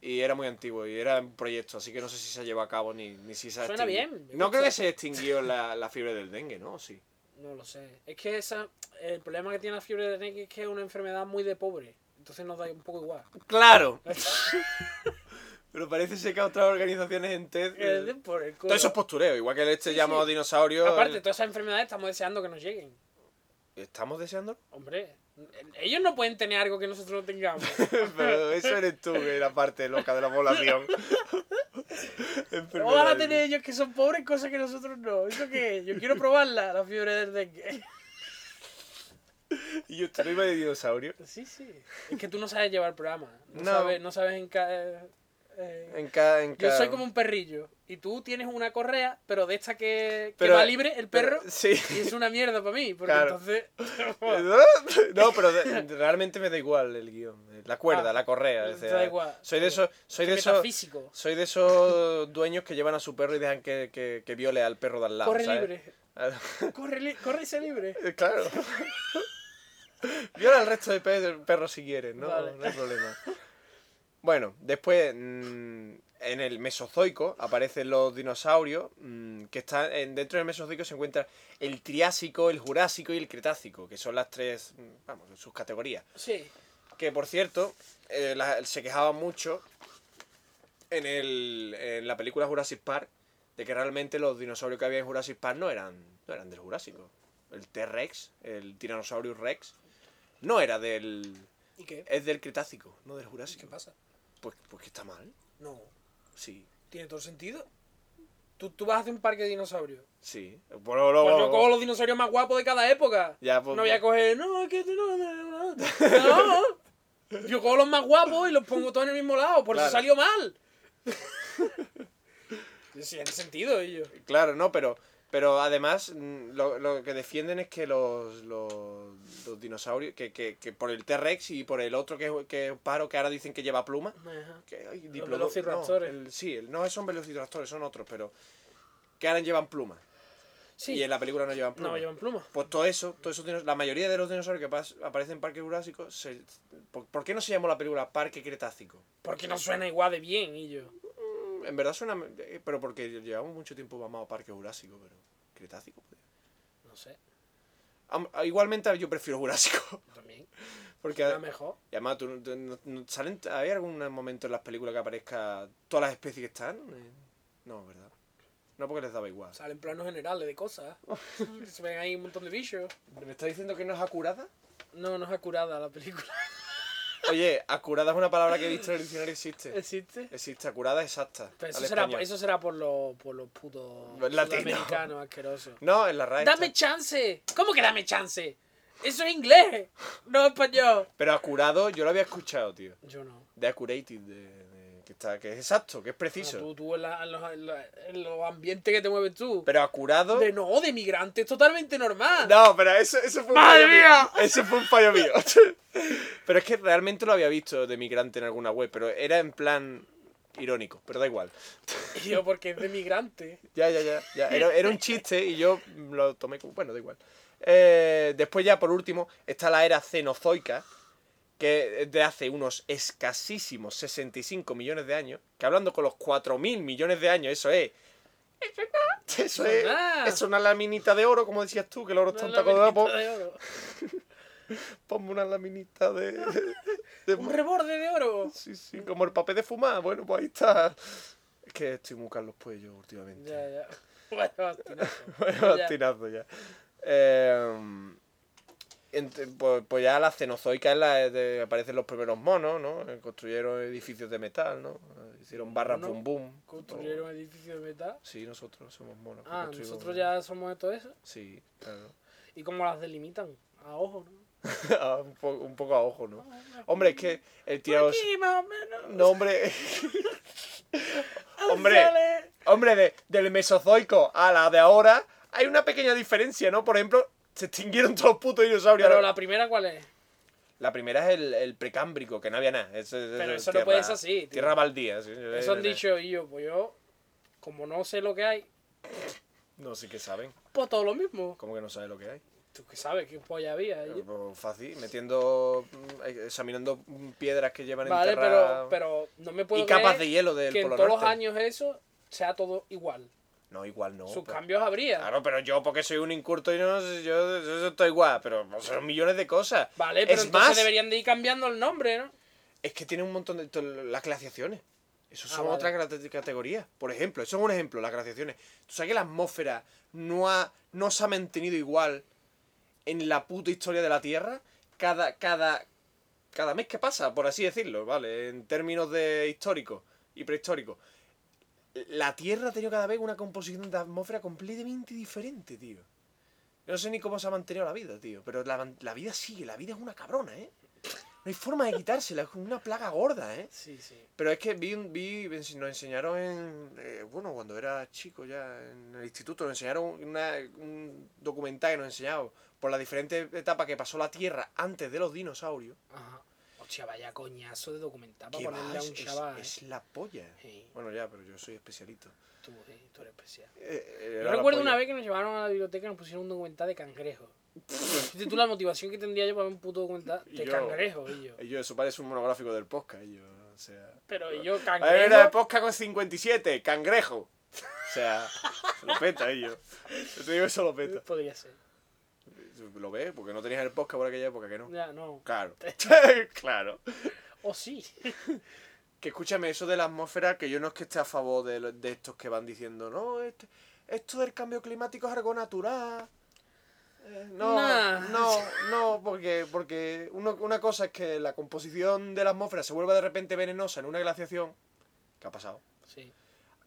Y era muy antiguo, y era un proyecto, así que no sé si se llevado a cabo ni, ni si se ha
Suena
extinguido.
bien, me
No
gusta.
creo que se extinguió la, la fiebre del dengue, ¿no? Sí.
No lo sé. Es que esa, el problema que tiene la fiebre de dengue es que es una enfermedad muy de pobre. Entonces nos da un poco igual.
¡Claro! Pero parece ser que a otras organizaciones en TED...
El Eh, de por el culo.
Todo eso es postureo, igual que el este
Sí,
llamado
sí.
dinosaurio.
Aparte,
el-
todas esas enfermedades estamos deseando que nos lleguen.
¿Estamos deseando?
Hombre, ellos no pueden tener algo que nosotros no tengamos.
Pero eso eres tú, que es la parte loca de la población.
¿Cómo van a tener ellos que son pobres cosas que nosotros no? ¿Eso qué es? Yo quiero probarla, la fiebre del dengue.
Y yo estoy arriba de dinosaurio.
Sí, sí. Es que tú no sabes llevar programa. No,
No.
sabes, no sabes en cada...
En cada, en
Yo
cada-
soy como un perrillo. Y tú tienes una correa, pero de esta que, que
Pero-
va libre, el
pero-
perro.
Sí.
Y es una mierda para mí, porque
Claro.
entonces.
No, pero de- realmente me da igual el guión. La cuerda,
Ah,
la correa.
me
o sea,
da igual.
Soy de esos, soy de esos,
metafísico.
soy de esos dueños que llevan a su perro y dejan que, que, que viole al perro de al lado.
corre
¿sabes?
libre. Corre, li- corre y sé libre.
Eh, Claro. Viola al resto de pe- perros si quieres, ¿no?
Vale.
No hay problema. Bueno, después mm, en el Mesozoico aparecen los dinosaurios, mm, que están en- dentro del Mesozoico se encuentran el Triásico, el Jurásico y el Cretácico, que son las tres, mm, vamos, sus categorías.
Sí.
Que por cierto, eh, la- se quejaba mucho en, el, en la película Jurassic Park de que realmente los dinosaurios que había en Jurassic Park no eran, no eran del Jurásico. El T-Rex, el Tyrannosaurus Rex, no era del.
¿Y qué?
Es del Cretácico, no del
¿Qué
Jurásico.
pasa?
Pues, pues que está mal.
No.
Sí,
¿Tiene todo sentido? Tú, tú vas a hacer un parque de dinosaurios.
sí. Bueno, luego-
Pues yo cojo los dinosaurios más guapos de cada época.
Ya, pues-
no voy a coger. No, es que tú no. No. no, no". No. Yo cojo los más guapos y los pongo todos en el mismo lado. Por eso
Claro.
salió mal. Sí, en sentido, ellos.
Claro, no, pero, pero además mm, lo, lo que defienden es que los, los, los dinosaurios, que, que, que por el T-Rex y por el otro que, es- que es un pájaro que ahora dicen que lleva pluma,
Ajá.
que, ay,
Los
Diplodó-
velociraptores.
no, el- sí, el- no son velociraptores, son otros, pero que ahora llevan pluma.
Sí.
Y en la película no llevan pluma.
No, llevan plumas.
Pues todo eso, todo eso dino- la mayoría de los dinosaurios que pas- aparecen en Parque Jurásico, se- ¿por, por qué no se llamó la película Parque Cretácico?
Porque no suena igual de bien, y yo.
Mm, En verdad suena, eh, pero porque llevamos mucho tiempo mamado Parque Jurásico, pero Cretácico. pues.
No sé,
Am- ah, Igualmente yo prefiero Jurásico.
yo también.
Porque
Era
ad-
mejor.
y además, tú, tú- no- no- ¿salen- ¿hay algún momento en las películas que aparezca todas las especies que están? Eh, No, ¿verdad? No porque les daba igual.
Salen planos generales de cosas. Se ven ahí un montón de bichos.
¿Me estás diciendo que no es acurada?
No, no es acurada la película.
Oye, acurada es una palabra que he visto en el diccionario existe.
¿Existe?
Existe, acurada es exacta.
Pero eso,
al
será,
español.
por- eso será por los por los putos
Los latinos.
americanos asquerosos.
No, en la RAE. está.
¡Dame chance! ¿Cómo que dame chance? Eso es inglés, no español.
Pero acurado yo lo había escuchado, tío.
Yo no.
De accurated, de- de- que, está, que es exacto, que es
No,
preciso.
tú, tú en, la- en los, en la- en los ambientes que te mueves tú.
Pero acurado...
De no, de migrante, es totalmente normal.
No, pero eso, eso fue un
¡Madre
fallo
mía!
mío. Eso fue un fallo mío. pero es que realmente lo había visto de migrante en alguna web, pero era en plan irónico, pero da igual.
Y yo, porque es de migrante.
Ya, ya, ya. ya. Era, era un chiste y yo lo tomé como... Bueno, da igual. Eh, después ya, por último, está la era cenozoica, que es de hace unos escasísimos 65 millones de años, que hablando con los 4.000 millones de años, eso es... Eso es,
nada.
es una laminita de oro, como decías tú, que el oro está
Una
un taco de guapo.
laminita de oro.
Ponme una laminita de. de-
Un reborde de oro.
sí, sí, como el papel de fumar. Bueno, pues ahí está. Es que estoy muy Carlos Puello últimamente.
Ya, ya. Bueno, bastinazo.
Bueno,
Ya.
tirazo ya. Eh, ent- pues, pues ya la cenozoica es la de- aparecen los primeros monos, ¿no? Eh, Construyeron edificios de metal, ¿no? Eh, Hicieron barras
Monos
bum bum.
Construyeron edificios de metal.
Sí, nosotros somos monos. que
Ah,
construimos-
nosotros ya somos de todo eso.
Sí, claro.
¿Y cómo las delimitan? A ojo, ¿no?
Ah, un, po- un poco a ojo, ¿no? Hombre, es que el tiranos...
Aquí, más o menos.
No, hombre.
González.
Hombre, hombre de- del mesozoico a la de ahora hay una pequeña diferencia, ¿no? Por ejemplo, se extinguieron todos los putos dinosaurios.
Pero
Ahora-
la primera, ¿cuál es?
La primera es el, el precámbrico, que no había nada. Eso, eso-
Pero
es
eso no puede ser así, tío.
Tierra baldía. sí, eh,
Eso han
eh,
dicho y yo, pues yo, como no sé lo que hay,
No sé qué saben.
pues todo lo mismo.
¿Cómo que no saben lo que hay?
Tú que sabes qué polla había. allí?
Pues fácil, metiendo. mm, examinando mm, piedras que llevan
Vale,
enterradas.
pero, pero no me puedo
y capas
creer
de hielo del
que en
Polo
todos los
Norte.
años eso sea todo igual.
No, igual no.
Sus
pero-
cambios habría.
Claro, pero yo porque soy un incurto y no sé, yo, yo estoy igual, pero son millones de cosas.
Vale, pero
es
entonces
más,
deberían de ir cambiando el nombre, ¿no?
es que tiene un montón de to- las glaciaciones. Eso
Ah,
son
vale.
otra grate- categoría. Por ejemplo, eso es un ejemplo, las glaciaciones. Tú sabes que la atmósfera no ha no se ha mantenido igual en la puta historia de la Tierra cada cada cada mes que pasa, por así decirlo, ¿vale? En términos de histórico y prehistórico. La Tierra ha tenido cada vez una composición de atmósfera completamente diferente, tío. Yo no sé ni cómo se ha mantenido la vida, tío. Pero la, man- la vida sigue, la vida es una cabrona, ¿eh? No hay forma de quitársela, es como una plaga gorda, ¿eh?
Sí, sí.
Pero es que vi, un- vi ens- nos enseñaron en. eh, bueno, cuando era chico ya, en el instituto, nos enseñaron una- un documental que nos enseñaron por las diferentes etapas que pasó la Tierra antes de los dinosaurios.
Ajá. Hostia, vaya coñazo de documentar para
Que va,
ponerle a
es,
un
es-
chaval. ¿eh?
es la polla.
Sí,
Bueno, ya, pero yo soy especialito.
tú, eh, tú eres especial.
Eh, eh,
Yo
era la
recuerdo una
polla.
vez que nos llevaron a la biblioteca y nos pusieron un documental de cangrejos. Fíjate tú la motivación que tendría yo para ver un puto documental
Y
de
yo-
cangrejos, y yo.
Eh, yo, eso parece un monográfico del podcast. y yo, o sea.
Pero y yo,
A ver, era de
cangrejo.
podcast con 57, cangrejo. O sea, se lo peta ellos. Yo te digo, eso lo peta.
Podría ser.
¿Lo ves? Porque no tenías el podcast por aquella época que no.
Ya, no.
Claro. claro.
O sí.
Que escúchame, eso de la atmósfera, que yo no es que esté a favor de, lo- de estos que van diciendo, no, este- esto del cambio climático es algo natural. Eh, No,
Nah.
no, no, porque, porque uno- una cosa es que la composición de la atmósfera se vuelva de repente venenosa en una glaciación, que ha pasado,
Sí.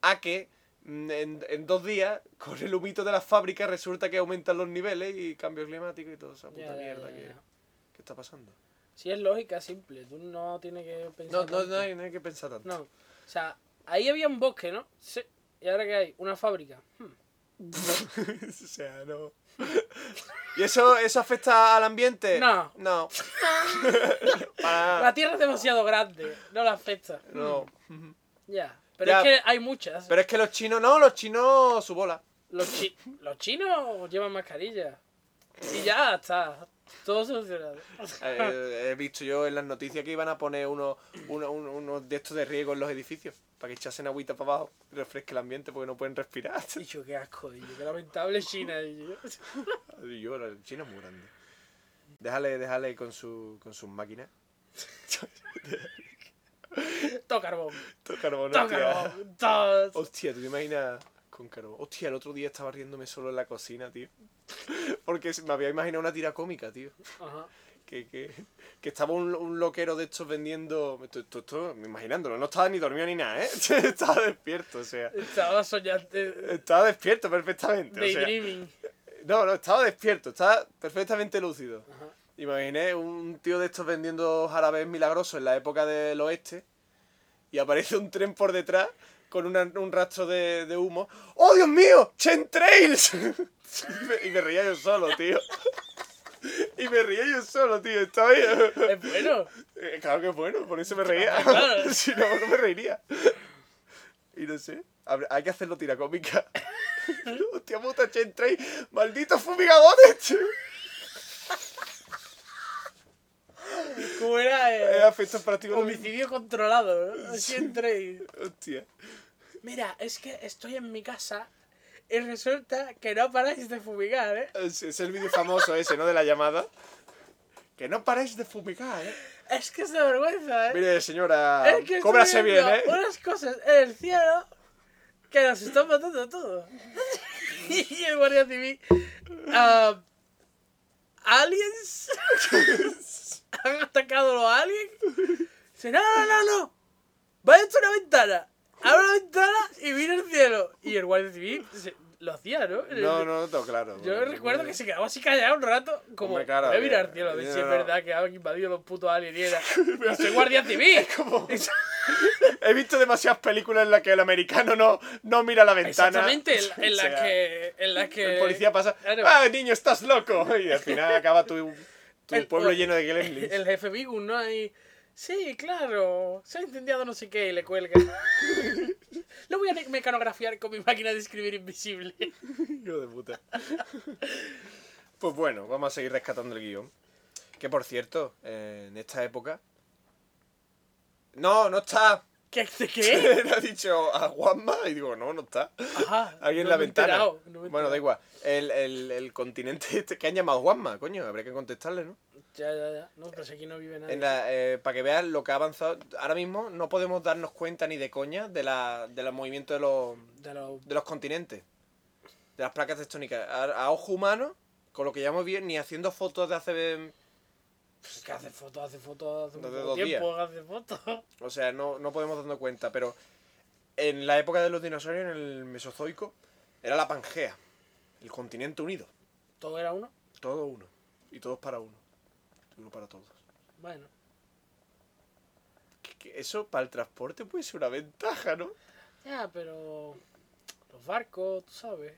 a que mm, en, en dos días, con el humito de las fábricas, resulta que aumentan los niveles y cambio climático y toda esa puta
Ya, ya,
mierda
ya,
que,
ya.
que está pasando.
Sí, es lógica, simple. Tú no tienes que
No,
pensar.
no, no,
tanto.
hay, no hay que pensar tanto.
No. O sea, ahí había un bosque, ¿no? Sí. ¿Y ahora qué hay? Una fábrica. Hmm.
o sea, no. ¿Y eso, eso afecta al ambiente?
No.
No. Para-
La tierra es demasiado grande. No la afecta.
No.
Ya. Pero
Ya.
es que hay muchas.
Pero es que los chinos, no, los chinos su bola.
Los, chi- los chinos llevan mascarilla. Y ya está. Todo solucionado.
Eh, he visto yo en las noticias que iban a poner unos uno, uno- unos de estos de riego en los edificios para que echasen agüita para abajo y refresque el ambiente porque no pueden respirar.
Y yo, qué asco, y yo, qué lamentable China. y yo.
Y yo, el chino es muy grande. Déjale, déjale con, su, con sus máquinas.
Todo carbón.
Todo carbón,
Todo
hostia.
carbón. Todo.
Hostia, ¿tú te imaginas con carbón? Hostia, el otro día estaba riéndome solo en la cocina, tío. Porque me había imaginado una tira cómica, tío.
Ajá.
Que, que, que estaba un, un loquero de estos vendiendo... Esto, esto, esto, imaginándolo, no estaba ni dormido ni nada, ¿eh? estaba despierto, o sea...
Estaba soñando. eh, de
Estaba despierto perfectamente, o sea...
dreaming.
No, no, estaba despierto, estaba perfectamente lúcido.
Ajá.
Imaginé un tío de estos vendiendo jarabes milagrosos en la época del oeste y aparece un tren por detrás con una- un rastro de, de humo. ¡Oh, Dios mío! ¡Chemtrails! y, me, y me reía yo solo, tío. y me reía yo solo, tío. Estaba ahí...
Es bueno.
Eh, Claro que es bueno, por eso me reía.
Claro.
si no, no me reiría. Y no sé, habrá- hay que hacerlo tira cómica. Hostia puta, Chentray, malditos fumigadores.
¿Cómo era?
Eh,
eh?
Afectos prácticos. de-
homicidio controlado, ¿no? Así entré y-
Hostia.
Mira, es que estoy en mi casa y resulta que no paráis de fumigar, ¿eh?
Es, es el vídeo famoso ese, ¿no? De la llamada. Que no paréis de fumigar, ¿eh?
Es que es de vergüenza, ¿eh?
Mire, señora,
es que estoy
Ah, cóbrase bien,
viendo
¿eh?
Unas cosas en el cielo que nos están matando a todos. y el guardia civil. ah, ¿Aliens? ¿Han atacado los aliens? Dice, no, no, no, no. Vaya hasta una ventana. Abre la ventana y mira el cielo. Y el guardia civil se- lo hacía, ¿no?
No, no, no, claro.
Yo recuerdo que se quedaba así callado un rato, como
Hombre, claro,
voy a mirar
eh,
al cielo a ver
eh,
si es
no.
verdad que han invadido los putos alienígenas. Soy guardia civil.
como-
Es-
He visto demasiadas películas en las que el americano no, no mira la ventana.
Exactamente, en, en
O
las
sea,
que, en las que.
El policía pasa.
Claro.
¡Ah, niño, estás loco! Y al final acaba tu, tu
El-
pueblo
el-
lleno de gremlins.
El jefe Vigus, ¿no? hay Sí, claro. Se ha incendiado no sé qué y le cuelga. Lo voy a me- mecanografiar con mi máquina de escribir invisible.
Hijo de puta. Pues bueno, vamos a seguir rescatando el guión. Que por cierto, eh, en esta época. ¡No, no está!
¿Qué? ¿De qué?
Le ha dicho a Juanma y digo, no, no está.
Ajá.
Alguien en
no
la
me he
ventana.
enterado, no me he
bueno,
enterado.
da igual. El, el, el continente este que han llamado Juanma, coño, habría que contestarle, ¿no?
Ya, ya, ya. No, pero si aquí no vive nadie.
En la, eh, para que veas lo que ha avanzado. Ahora mismo no podemos darnos cuenta ni de coña de la, del movimiento de los,
De los-
de los continentes, de las placas tectónicas. A, a ojo humano, con lo que llamamos bien, ni haciendo fotos de hace.
Pues que hace fotos, hace fotos, hace
Desde
mucho
dos
tiempo, hace fotos.
O sea, no, no podemos darnos cuenta, pero en la época de los dinosaurios, en el Mesozoico, era la Pangea, el continente unido.
Todo era uno.
Todo uno. Y todos para uno. Y uno para todos.
Bueno.
Que- que Eso para el transporte puede ser una ventaja, ¿no?
Ya, pero. Los barcos, tú sabes.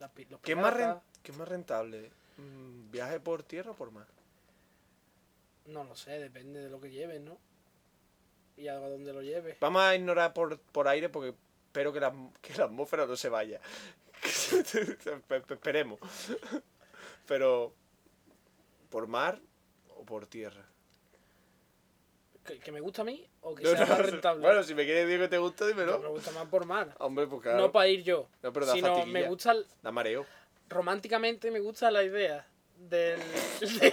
Las pi- los
¿Qué es más, ren-
piratas,
qué es más rentable? Mm, ¿Viaje por tierra o por mar?
No lo sé, depende de lo que lleves, ¿no? Y a dónde lo lleves.
Vamos a ignorar por, por aire porque espero que la, que la atmósfera no se vaya. Esperemos. Pero, ¿por mar o por tierra?
¿Que, que me gusta a mí o que
No,
sea
no,
más rentable?
Bueno, si me quieres decir que te gusta,
No, me
dímelo.
gusta más por mar.
Hombre, pues claro.
No para ir yo.
No, pero da
sino me
fatiguilla.
gusta, el-
Da mareo.
románticamente me gusta la idea del,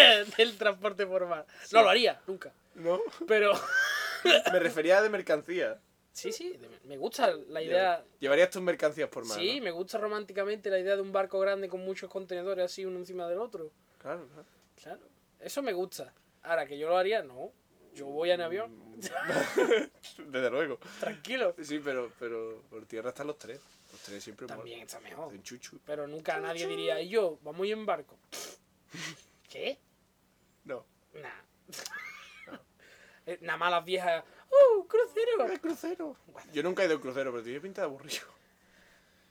de- del transporte por mar. No lo haría, nunca.
¿No?
Pero
Me refería a de mercancía.
sí, sí, de- me gusta la idea.
Llevarías tus mercancías por mar.
Sí,
¿no?
me gusta románticamente la idea de un barco grande con muchos contenedores así uno encima del otro.
Claro, claro.
Claro, eso me gusta. Ahora que yo lo haría, no. Yo voy en avión,
Mm. Desde luego.
tranquilo.
Sí, pero, pero por tierra están los tres. Los tres siempre molan.
También está mejor.
Hacen chuchu.
Pero nunca nadie diría, y yo, vamos y en barco. ¿Qué?
No.
Nah. Eh, Nada más las viejas. ¡Uh, crucero!
crucero. Yo nunca he ido a un crucero, pero tiene pinta de aburrido.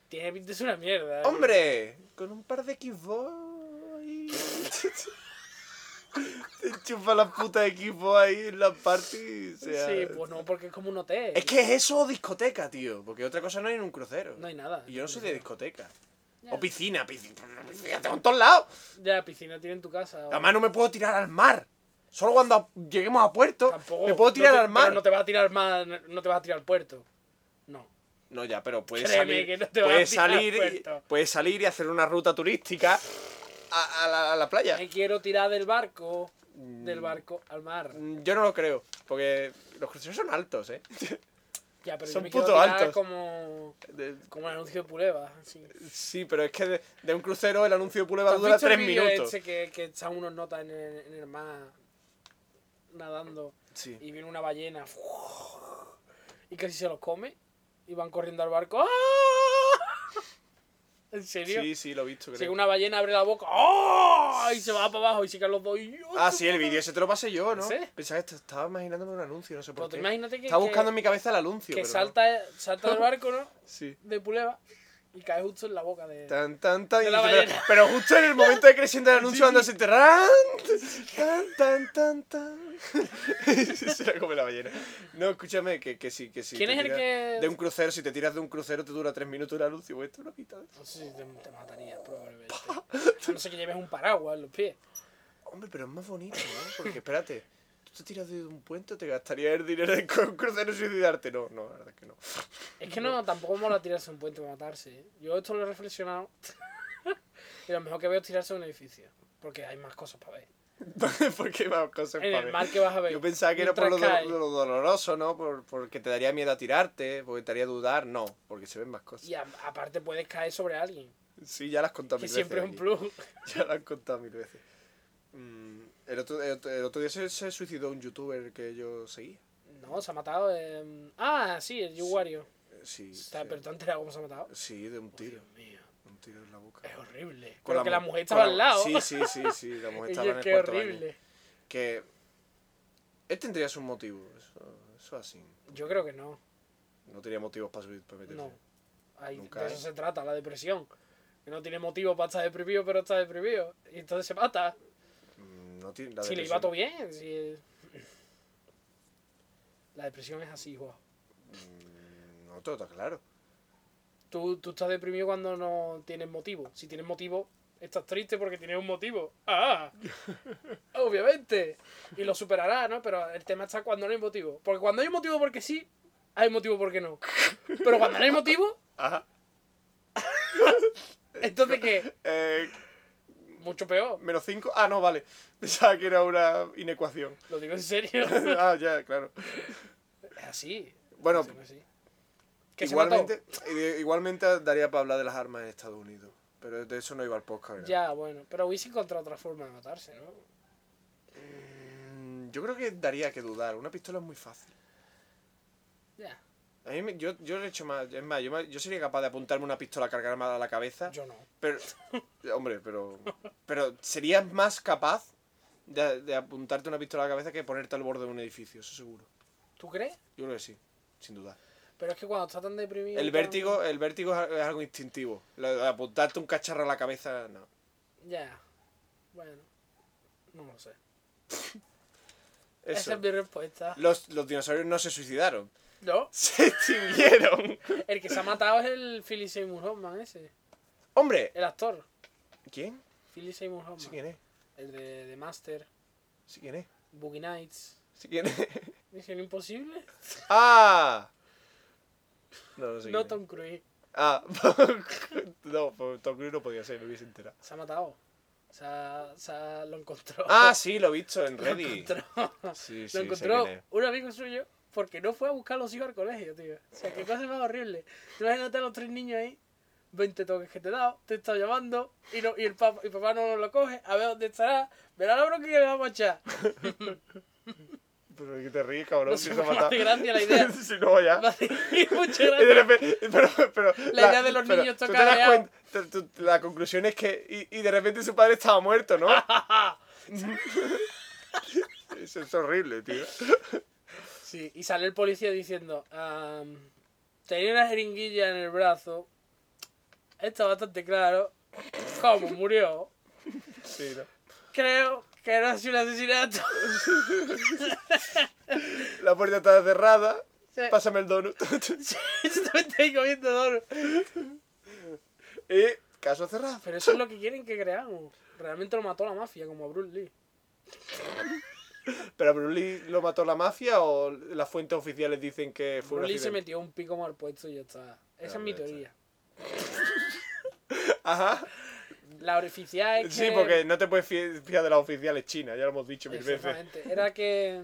Tiene pinta de ser una mierda. eh.
¡Hombre! Con un par de Xbox ahí. Te enchufa la puta de Xbox ahí en la party. o sea.
Sí, pues no, porque es como un hotel.
Es que es eso o discoteca, tío. Porque otra cosa no hay en un crucero.
No hay nada.
Y yo no soy de discoteca.
Ya.
O piscina, piscina. Piscina tengo en todos lados.
Ya, piscina tiene en tu casa. o-
Además no me puedo tirar al mar. Solo cuando lleguemos a puerto
Tampoco.
me puedo tirar
no te-
al mar.
pero no te vas a tirar al mar, no te vas a tirar al puerto. No.
No, ya, pero puedes
Créeme
salir.
que no te vas
puedes,
a tirar
salir y,
puerto.
puedes salir y hacer una ruta turística a, a la, a la playa.
Me quiero tirar del barco. Del barco al mar.
Mm, Yo no lo creo, porque los cruceros son altos, ¿eh?
Ya, pero yo
Son
me quiero
puto
tirar
altos.
como.
De-
Como el anuncio de Puleva. así.
sí, pero es que de, de un crucero el anuncio de
¿Tú
Puleva
has
dura
visto el
tres
vídeo
minutos.
Ese que, que echan unos notas en el, en el mar nadando
Sí.
y viene una ballena y casi se los come y van corriendo al barco. ¡Ah! ¿En serio?
sí, sí, lo he visto,
Si
creo.
una ballena abre la boca ¡ah! y se va para abajo y se caen los dos. y-
Ah, sí, el vídeo ese te lo pasé yo, ¿no?
¿Sí?
Pensaba que te- estaba imaginándome un anuncio, no sé
Pero
por
tú
qué.
imagínate que,
Estaba
que-
buscando en mi cabeza el anuncio.
que
pero no.
salta, salta del barco, ¿no?
Sí.
De Puleva y cae justo en la boca de.
Tan, tan, tan.
De
y
la
dice, pero,
ballena.
pero justo en el momento de creciendo el anuncio, cuando se te ran, tan, tan, tan, tan. se la come la ballena. No, escúchame, que, que sí, que sí.
¿Quién
te
es el
tiras
que.?
De un crucero, si te tiras de un crucero, te dura tres minutos el anuncio. pues, Esto no quita.
No sé si te, te matarías, probablemente. A no sé que lleves un paraguas en los pies.
Hombre, pero es más bonito, ¿no? Porque espérate, tú te tiras de un puente, te gastarías el dinero de co- un crucero y suicidarte. No, no, la verdad es que no.
Es que no, tampoco mola tirarse un puente para matarse. ¿eh? Yo esto lo he reflexionado. y lo mejor que veo es tirarse de un edificio. Porque hay más cosas para ver.
Porque más cosas
En
pa'
el
ver.
mar que vas a ver.
Yo pensaba que era por lo,
mientras
do-
caes.
lo doloroso, ¿no? Por- porque te daría miedo a tirarte, porque te haría dudar. No, porque se ven más cosas.
Y a- aparte puedes caer sobre alguien.
Sí, ya las has contado
Que
mil
siempre es
veces.
un
aquí.
plus.
Ya las has contado mil veces. Mm, el, otro, el otro- el otro día se, se suicidó un youtuber que yo seguía.
No, se ha matado. eh, Ah, sí, el Yuwario.
Eh, Sí,
Está-
sí.
Pero te has enterado cómo se ha matado.
Sí, de un tiro.
Dios mío,
Un tiro en la boca.
es horrible.
Con
Porque Eh, la
mu-
mujer
con
estaba
la-
al lado.
Sí, sí, sí, sí, la
Y
mujer
yo,
estaba en el
qué
cuarto baño.
horrible.
Que él tendría sus motivos. Eso, Eso es así.
Yo creo que no.
No tenía motivos para subir, para meterse.
No. Ahí-
Nunca ¿eh?
de eso
es.
se trata, la depresión. Que no tiene motivo para estar deprimido, pero está deprimido. Y entonces se mata.
Mm, no tiene- la
si le iba
depresión-
todo bien. si- La depresión es así, guau.
Mm, No, todo está claro.
Tú, tú estás deprimido cuando no tienes motivo. Si tienes motivo, estás triste porque tienes un motivo. ¡Ah! Obviamente. Y lo superarás, ¿no? Pero el tema está cuando no hay motivo. Porque cuando hay motivo porque sí, hay motivo porque no. Pero cuando no hay motivo,
Ajá.
entonces ¿qué?
Eh,
Mucho peor.
menos 5. Ah, no, vale. Pensaba que era una inecuación.
Lo digo en serio.
ah, ya, claro.
Es así.
Bueno,
Es así. Que se
igualmente, eh, igualmente daría para hablar de las armas en Estados Unidos. Pero de eso no iba al podcast.
mató.
¿verdad?
Ya, bueno. Pero hubiese encontrado otra forma de matarse, ¿no?
Mm, Yo creo que daría que dudar. Una pistola es muy fácil.
Ya.
A mí me- yo, yo le he hecho más. Es más, yo, me- yo sería capaz de apuntarme una pistola, cargarme a la cabeza.
Yo no.
Pero. Hombre, pero. Pero serías más capaz de, de apuntarte una pistola a la cabeza que ponerte al borde de un edificio, eso seguro.
¿Tú crees?
Yo creo que sí, sin duda.
Pero es que cuando está tan deprimido...
El
tan-
vértigo, el vértigo es al- es algo instintivo. Lo de apuntarte un cacharro a la cabeza, no.
Ya. Bueno. No lo sé. Esa
Eso.
es mi respuesta.
Los, los dinosaurios no se suicidaron.
No.
Se extinguieron.
El que se ha matado es el Philip Seymour Hoffman ese.
Hombre.
El actor.
¿Quién?
Philip Seymour Hoffman.
¿Sí quién es?
El de The Master.
¿Sí quién es?
Boogie Nights.
¿Sí quién es?
Misión Imposible.
¡Ah! No, no sé.
no
quién es.
Tom Cruise.
Ah, no, pues Tom Cruise no podía ser, me hubiese enterado.
Se ha matado. Se ha, se ha- lo encontró.
Ah, sí, lo he visto en
Lo
Reddit.
encontró.
Sí, sí,
Lo
sé
encontró
quién es.
un amigo suyo porque no fue a buscar a los hijos al colegio, tío. O sea, qué cosa más horrible. Tú Imagínate a los tres niños ahí, 20 toques que te he dado, te he estado llamando y, no- y el papá, y papá no lo coge, a ver dónde estará, verá la bronca que le vamos a echar.
Pero que te ríes, cabrón.
No
si
sé,
se ha
me
matado.
hace gracia la idea.
si no, ya.
Me hace mucha
Y de
gracia.
repente, pero, pero,
La idea de los
pero
niños
tú te
toca
das
real.
cuenta, tú- tú- La conclusión es que. Y, y de repente su padre estaba muerto, ¿no? Eso es horrible, tío.
Sí, y sale el policía diciendo, am, tenía una jeringuilla en el brazo, está bastante claro cómo murió.
Sí, ¿no?
Creo que no ha sido un asesinato.
La puerta está cerrada.
Se-
Pásame el donut.
Estoy ahí comiendo donuts.
y caso cerrado.
Pero eso es lo que quieren que creamos. Realmente lo mató la mafia, como a Bruce Lee.
¿Pero a Bruce Lee lo mató la mafia o las fuentes oficiales dicen que fue un
Bruce Lee se
accidente?
metió un pico mal puesto y ya está. Esa es
Claro,
mi
ya está.
teoría.
Ajá.
La orificial es que...
Sí, porque no te puedes fi- fiar de las oficiales chinas, ya lo hemos dicho mil veces.
Exactamente. Era que...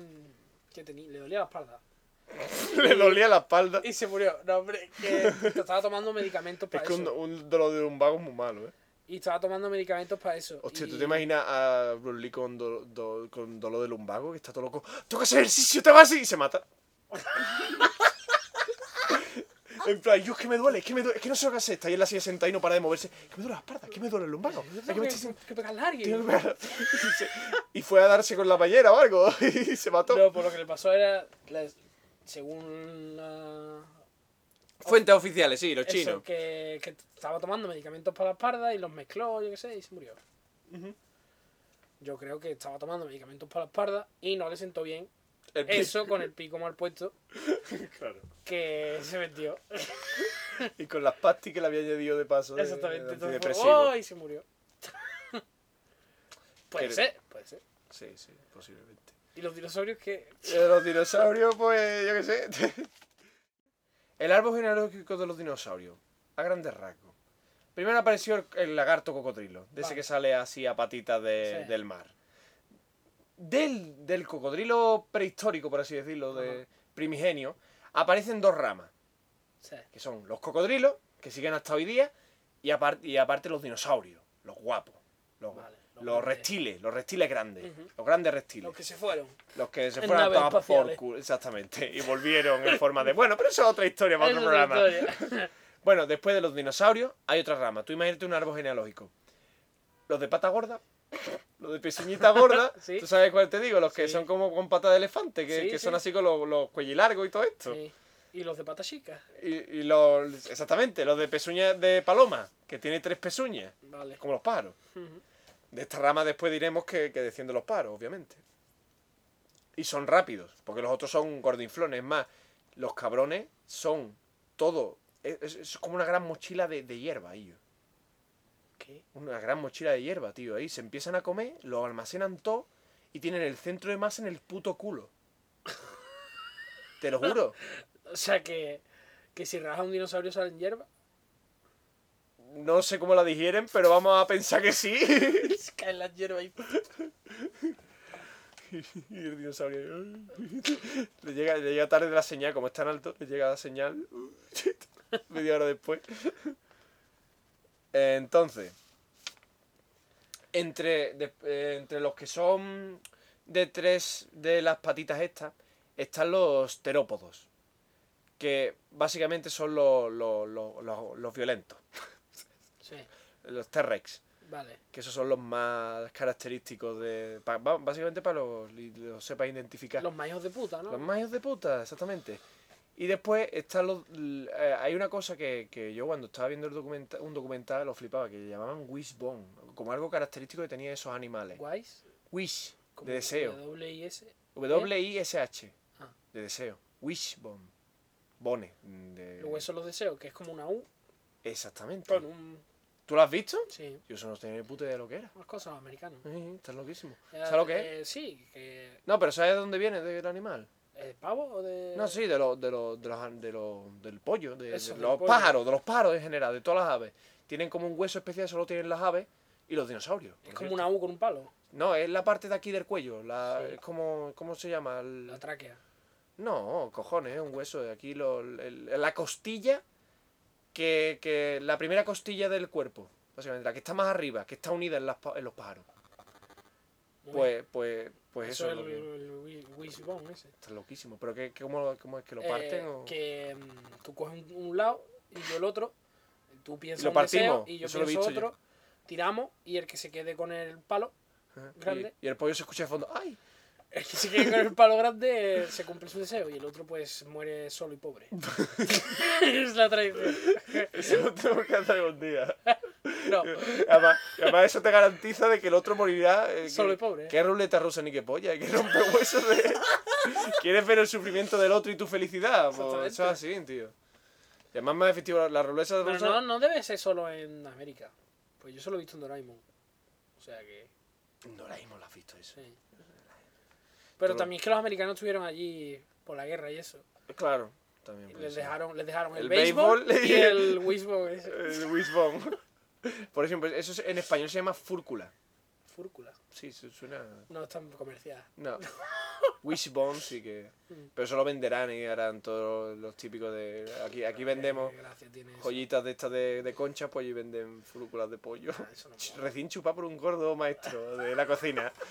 que tenía- le dolía la espalda.
Le dolía la espalda.
Y se murió. No, hombre, que estaba tomando medicamentos
Es
para
que un,
eso.
un dolor de un vago es muy malo, ¿eh?
Y estaba tomando medicamentos para eso.
Hostia, ¿tú
Y-
te imaginas a Bruce Lee con, do- do- con dolor de lumbago? Que está todo loco. ¡Tengo que hacer ejercicio! ¡Tengo que hacer! Y se mata. en plan, yo es que me duele, es que me duele, es que no sé lo que hacer. Está ahí en la silla sentada y no para de moverse. Es que me duele la espalda, es que me duele el lumbago. Es que
Tengo
me
que,
estoy sintiendo-
que pegarle a alguien.
tengo que parar". Y se- Y fue a darse con la bañera o algo. Y se mató.
No, por lo que le pasó era... la- según la...
Fuentes oficiales, sí, los
Eso, que, que estaba tomando medicamentos para la espalda y los mezcló, yo qué sé, y se murió.
Ujú.
Yo creo que estaba tomando medicamentos para la espalda y no le sentó bien
El pi-
eso con el pico mal puesto
Claro.
que se metió.
Y con las pastis que le había añadido de paso. de-
Exactamente.
de
Entonces fue,
antidepresivo.
"Oh", y se murió. puede
Pero-
ser, puede ser.
Sí, sí, posiblemente.
Y los dinosaurios que...
Y de Eh, los dinosaurios, pues, yo qué sé. El árbol genealógico de los dinosaurios, a grandes rasgos. Primero apareció el, el lagarto cocodrilo, de ese
Vale.
que sale así a patitas de-
Sí.
del mar. Del, del cocodrilo prehistórico, por así decirlo, de
Ajá.
primigenio, aparecen dos ramas,
o sea,
que son los cocodrilos, que siguen hasta hoy día, y, apar- y aparte los dinosaurios, los guapos, los,
Vale, los
los
grandes.
reptiles, los reptiles grandes,
Ujú.
los grandes reptiles.
los que se fueron.
Los que se
En
fueron a
naves
tomar por
espaciales.
culo, exactamente. Y volvieron en forma de. Bueno, pero eso es otra historia para
Esa
otro
es otra
programa.
historia.
Bueno, después de los dinosaurios, hay otra rama. Tú imagínate un árbol genealógico. Los de pata gorda, Los de pezuñita gorda,
Sí.
¿tú sabes cuál te digo? Los que
Sí.
son como con pata de elefante, que,
Sí,
que
sí.
son así con los, los cuellilargos y todo esto.
Sí. Y los de pata chica.
Y, y los, exactamente, los de pezuña de paloma, que tiene tres pezuñas,
Vale.
como los pájaros.
Ujú.
De esta rama después diremos que, que descienden los paros, obviamente. Y son rápidos, porque los otros son gordinflones. Es más, los cabrones son todo. Es, es- es como una gran mochila de, de hierba, ellos.
¿Qué?
Una gran mochila de hierba, tío. Ahí se empiezan a comer, lo almacenan todo y tienen el centro de masa en el puto culo. Te lo juro.
O sea que, que si rajas un dinosaurio salen hierba.
No sé cómo la digieren, pero vamos a pensar que sí.
Se caen las hierbas ahí.
Y el dinosaurio. "Ay". Le llega, le llega tarde la señal, como es tan alto, le llega la señal. Media hora después. Entonces. Entre, de- eh, entre los que son de tres de las patitas estas, están los terópodos. Que básicamente son los, los, los- los- los violentos.
Sí.
Los T-Rex.
Vale.
Que esos son los más característicos de. pa- ba- básicamente para los los sepa identificar.
Los mayos de puta, ¿no?
Los más hijos de puta, exactamente. Y después están los. l- eh, hay una cosa que, que yo cuando estaba viendo el documenta- un documental lo flipaba, que le llamaban wishbone, como algo característico que tenían esos animales.
Guays.
Wish,
como
de deseo.
W y S.
W-I-S-H,
Ah.
de deseo. Wishbone. Bone. mm, De...
Luego eso los deseos, que es como una U
Exactamente.
con un.
¿Tú lo has visto?
Sí,
Yo eso no tenía ni puta idea de lo que era.
unas cosas americanas.
Eh, Estás loquísimo.
Ya,
¿Sabes lo que es?
eh, sí, que.
No, pero ¿sabes de dónde viene del animal?
¿Es de pavo o de.?
No, sí, de los, de los, de los, an- de los- del pollo, de,
Eso,
de
del
los
pollo.
pájaros, de los pájaros en general, de todas las aves. Tienen como un hueso especial, solo tienen las aves y los dinosaurios. por
Es como
cierto.
una U con un palo.
No, es la parte de aquí del cuello, la,
Sí.
es como, ¿cómo se llama? El-
La tráquea.
No, cojones, es un hueso, de aquí lo- el- la costilla, que, que la primera costilla del cuerpo, básicamente, la que está más arriba, que está unida en, las pa- en los pájaros.
Muy bien.
Pues, pues, pues eso,
eso
es lo
el,
que...
el wi- wishbone ese.
Está loquísimo, pero ¿qué, qué- cómo, cómo es que lo parten?
Eh,
o...
Que mm, tú coges un, un lado y yo el otro. Tú piensas
lo
un deseo
partimos,
y yo
eso lo he
pienso
visto yo.
otro. Tiramos y el que se quede con el palo.
Ajá. Y-
grande.
y el pollo se escucha de fondo, ¡ay!
El que se quede con el palo grande eh, se cumple su deseo y el otro pues muere solo y pobre. es la tradición.
Eso lo tengo que hacer un día.
No,
Además, además eso te garantiza de que el otro morirá. eh, que-
Solo y pobre.
Que ruleta rusa ni que polla, que rompe huesos de. Quieres ver el sufrimiento del otro y tu felicidad. pues,
Exactamente.
eso es así, tío. Y además más efectivo la- la ruleta
pero
rusa.
no, no debe ser solo en América. Pues yo solo he visto en Doraemon. O sea que.
No la hemos la has visto eso.
Sí. Pero
Todo-
también es que los americanos estuvieron allí por la guerra y eso.
Claro,
Y
también. puede
les
ser.
dejaron, les dejaron el,
El
béisbol,
béisbol
y el wishbone ese.
El Eh, wishbone. Por ejemplo, eso es- en español se llama fúrcula.
Fúrcula.
Sí, su- suena.
No es tan comercial.
No. Wishbone sí que. Pero eso lo venderán y harán todos los típicos de. Aquí, aquí vendemos
Eh, gracias, tiene eso.
joyitas de estas de, de concha, pues allí venden frúculas de pollo.
Ah, eso no
Ch-
mola.
Recién chupado por un gordo maestro de la cocina.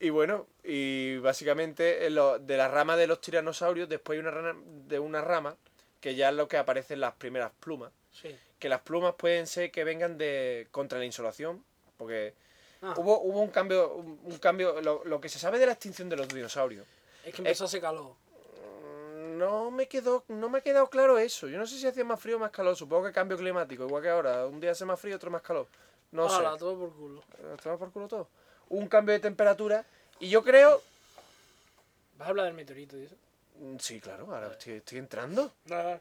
Y bueno, y básicamente en lo- de la rama de los tiranosaurios, después hay una rana, de una rama que ya es lo que aparecen las primeras plumas.
Sí.
Que las plumas pueden ser que vengan de contra la insolación, porque
Ah,
Hubo, hubo un cambio, un, un cambio lo, lo que se sabe de la extinción de los dinosaurios.
es que empezó a hacer calor.
Mm, No me quedó, no me ha quedado claro eso. Yo no sé si hacía más frío o más calor. Supongo que cambio climático, igual que ahora. Un día hace más frío, otro más calor. No sé.
Hala, todo por culo.
Eh, toma por culo todo. Un cambio de temperatura. Y yo creo.
¿Vas a hablar del meteorito y eso?
Mm, Sí, claro, ahora estoy, estoy entrando.
Nada.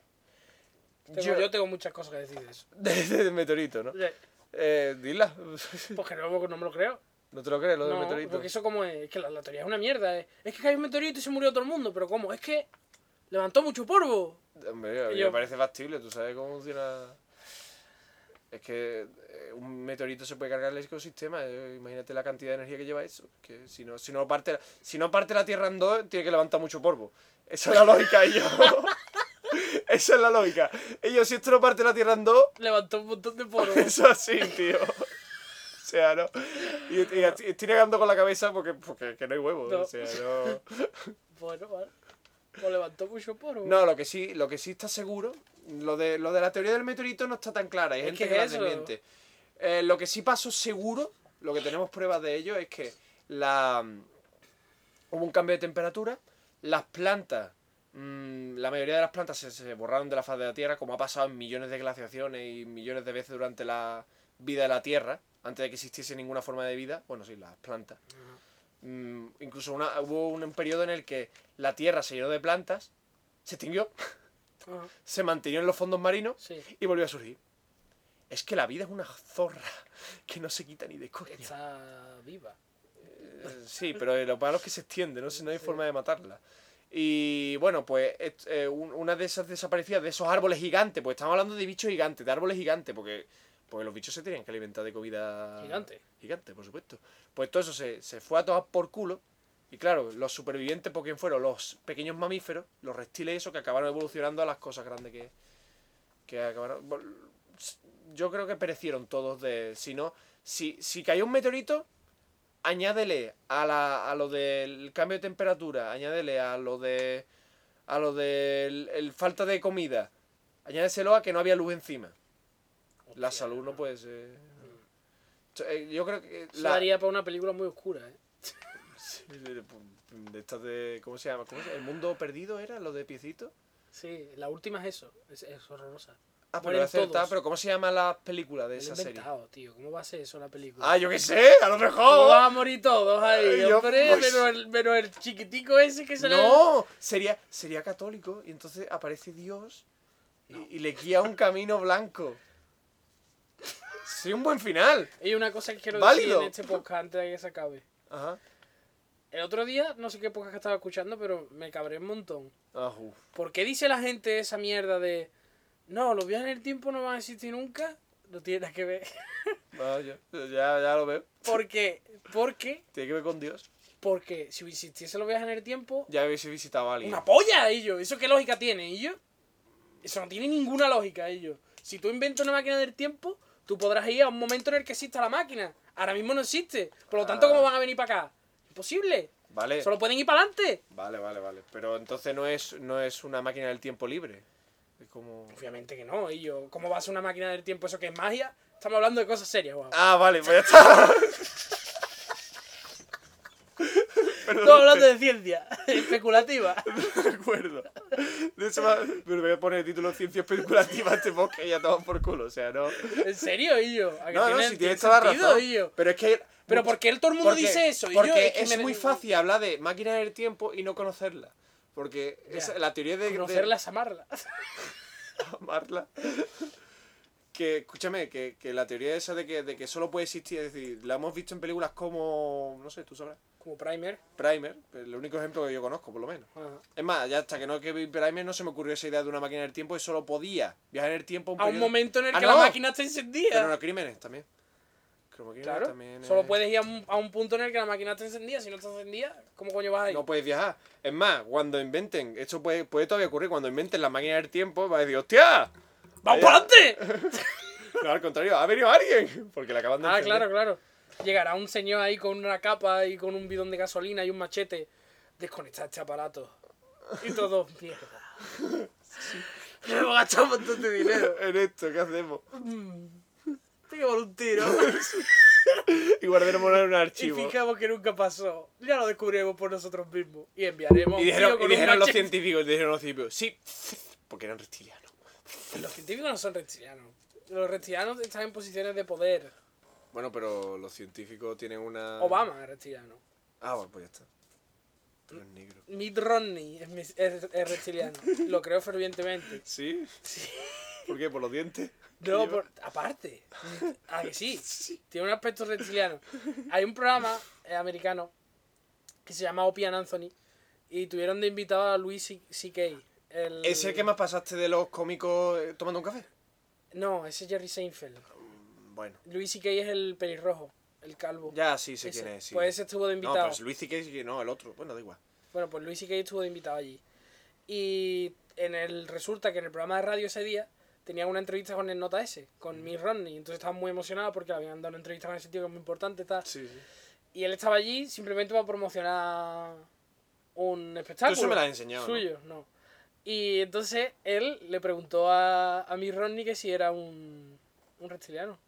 Tengo-
Yo-
yo... tengo muchas cosas que decir de eso.
Desde el meteorito, ¿no?
Oye,
Eh, dila.
Porque no, no me lo creo.
No te lo crees, lo del
No,
meteorito.
porque eso como es, es que la, la teoría es una mierda. eh. Es que cayó un meteorito y se murió todo el mundo, pero ¿cómo? Es que levantó mucho polvo.
Hombre, a mí
Yo-
me parece factible, tú sabes cómo funciona. Es que eh, un meteorito se puede cargar el ecosistema, eh, imagínate la cantidad de energía que lleva eso. Que si no, si no parte la, si no parte la Tierra en dos, tiene que levantar mucho polvo. Esa es la lógica, ellos. Esa es la lógica. Ellos, si esto no parte la Tierra en dos,
Levantó un montón de polvo.
eso así, tío. O sea, no. Y, y así- estoy negando con la cabeza porque, porque que no hay huevos.
No.
O sea, no.
bueno, vale. O levantó mucho polvo.
No, lo que sí, lo que sí está seguro, lo de, lo de la teoría del meteorito no está tan clara. Hay
Es
gente
que
que, la
eso.
desmiente. Eh, lo que sí pasó seguro, lo que tenemos pruebas de ello, es que la, mm, hubo un cambio de temperatura, las plantas, mm, la mayoría de las plantas se, se borraron de la faz de la Tierra, como ha pasado en millones de glaciaciones y millones de veces durante la vida de la Tierra, antes de que existiese ninguna forma de vida, bueno, sí, las plantas. Mm, incluso una- hubo un periodo en el que la Tierra se llenó de plantas, se extinguió,
Ajá,
se mantuvo en los fondos marinos
Sí.
y volvió a surgir. Es que la vida es una zorra que no se quita ni de coña.
Está viva.
Eh, Sí, pero eh, lo malo es que se extiende, no, sé, no hay forma de matarla. Y bueno, pues et- eh, un- una de esas desaparecidas, de esos árboles gigantes, pues estamos hablando de bichos gigantes, de árboles gigantes, porque, porque los bichos se tenían que alimentar de comida...
Gigante.
Gigante, por supuesto. Pues todo eso se, se fue a tomar por culo. Y claro, los supervivientes, ¿por quién fueron? Los pequeños mamíferos, los reptiles, eso que acabaron evolucionando a las cosas grandes que, que acabaron. vol- Yo creo que perecieron todos de. Si no, si, si cayó un meteorito, añádele a, la, a lo del cambio de temperatura, añádele a lo de. a lo del el falta de comida, añádeselo a que no había luz encima. La
Hostia.
salud no puede ser. Eh, Yo creo que.
Eso
La,
daría para una película muy oscura, ¿eh?
Sí, de, de estas de. ¿Cómo se llama? ¿Cómo se llama? ¿El mundo perdido era? ¿Lo de piecito?
Sí, la última es eso. Es, es horrorosa.
Ah, pero,
Mueren
he acertado,
todos.
pero ¿cómo se llama la película
Me
de
lo he
esa serie?
inventado, tío. ¿Cómo va a ser eso la película?
Ah, yo qué sé, a lo
¿Cómo
mejor.
van a morir todos ahí,
Yo-
hombre?
oh. pues-
Menos, el, menos el chiquitico ese que se le...
No, sería, sería católico y entonces aparece Dios y, y le guía un camino blanco. Sería un buen final.
Y una cosa que quiero decir
Válido.
en este podcast antes de que se acabe.
Ajá.
El otro día, no sé qué podcast estaba escuchando, pero me cabré un montón.
Ah, uf.
¿Por qué dice la gente esa mierda de... No, los viajes en el tiempo no van a existir nunca? No tiene nada que ver.
Vaya, ya, ya lo veo.
Porque, porque,
Tiene que ver con Dios.
porque si existiese los viajes en el tiempo,
Ya hubiese visitado a alguien.
Una polla, ellos. ¿Eso qué lógica tiene, ellos? Eso no tiene ninguna lógica, ellos. Si tú inventas una máquina del tiempo, tú podrás ir a un momento en el que exista la máquina. Ahora mismo no existe. Por lo tanto,
Ah.
¿cómo van a venir para acá? Imposible.
Vale.
Solo pueden ir para adelante.
Vale, vale, vale. Pero entonces no es, no es una máquina del tiempo libre. Es como.
Obviamente que no, ellos. ¿Cómo va a ser una máquina del tiempo eso que es magia? Estamos hablando de cosas serias, guau.
Ah, vale, pues ya está.
Estamos hablando de ciencia especulativa.
De acuerdo. De eso va- pero voy a poner el título de Ciencia Especulativa a este bosque y ya toman por culo. O sea, no.
¿En serio, ellos? ¿A que
No, no,
tiene- tiene
si tienes toda la
sentido,
razón.
ellos?
Pero es que.
Pero ¿por qué el- todo el mundo dice eso? Y yo,
Porque
es que
es,
me-
muy fácil hablar de máquinas del tiempo y no conocerla. Porque
Ya.
esa- la teoría de. de-
Conocerla es amarla.
amarla. Que, escúchame, que, que la teoría esa de que, de que solo puede existir, es decir, la hemos visto en películas como, no sé, tú sabrás,
Como primer.
Primer, pues, el único ejemplo que yo conozco, por lo menos.
Ajá.
Es más, ya hasta que no que vi Primer no se me ocurrió esa idea de una máquina del tiempo y solo podía viajar en el tiempo
a un
periodo-
momento en el
Ah,
que
no.
la máquina está encendida.
Pero no, crímenes también. Crímenes
claro,
también
solo
es-
puedes ir a un, a un punto en el que la máquina está encendida. Si no está encendida, ¿cómo coño vas ahí?
No puedes viajar. Es más, cuando inventen, esto puede, puede todavía ocurrir, cuando inventen la máquina del tiempo, va a decir, ¡hostia!
¡Vamos para
Vaya.
adelante!
No, al contrario, ha venido alguien. Porque la acaban de
ah,
encender.
claro, claro. Llegará un señor ahí con una capa y con un bidón de gasolina y un machete. Desconectar este aparato. Y todo, mierda. Me hemos gastado un montón de dinero.
en esto, ¿qué hacemos?
Tengo por un tiro.
Y guardaremos en un
y
archivo.
fijamos que nunca pasó. Ya lo descubriremos por nosotros mismos. Y enviaremos. a un
Y
tío
dijeron,
con
y
un
dijeron los
machete.
científicos, dijeron los científicos, sí, porque eran reptilianos.
Los científicos no son reptilianos. Los reptilianos están en posiciones de poder.
Bueno, pero los científicos tienen una...
Obama es reptiliano.
Ah, bueno, pues ya está. Pero es negro.
Mitt Romney es, mis- es- es reptiliano. Lo creo fervientemente.
¿Sí? ¿Por qué? ¿Por los dientes?
No, por- aparte. Ah, que sí. Tiene un aspecto reptiliano. Hay un programa eh, americano que se llama Opie and Anthony y tuvieron de invitado a Louis C- C.K. El...
¿Es el que más pasaste de los cómicos eh, tomando un café?
No, ese es Jerry Seinfeld. Mm,
Bueno.
Louis C.K. es el pelirrojo, el calvo.
Ya, sí, sé
Ese.
quién es. sí.
Pues ese estuvo de
no,
invitado.
pero es Luis y que no, el otro. Bueno, da igual.
Bueno, pues Luis que estuvo de invitado allí. Y en el resulta que en el programa de radio ese día tenían una entrevista con el Nota S,
Mm.
con Miss Rodney. Entonces estaba muy emocionado porque le habían dado una entrevista con ese tío que es muy importante. Tal.
Sí, sí.
Y él estaba allí simplemente para promocionar un espectáculo.
Tú eso me lo has enseñado, ¿no?
Suyo, ¿no? Y entonces él le preguntó a, a Miss Rodney que si era un, un reptiliano.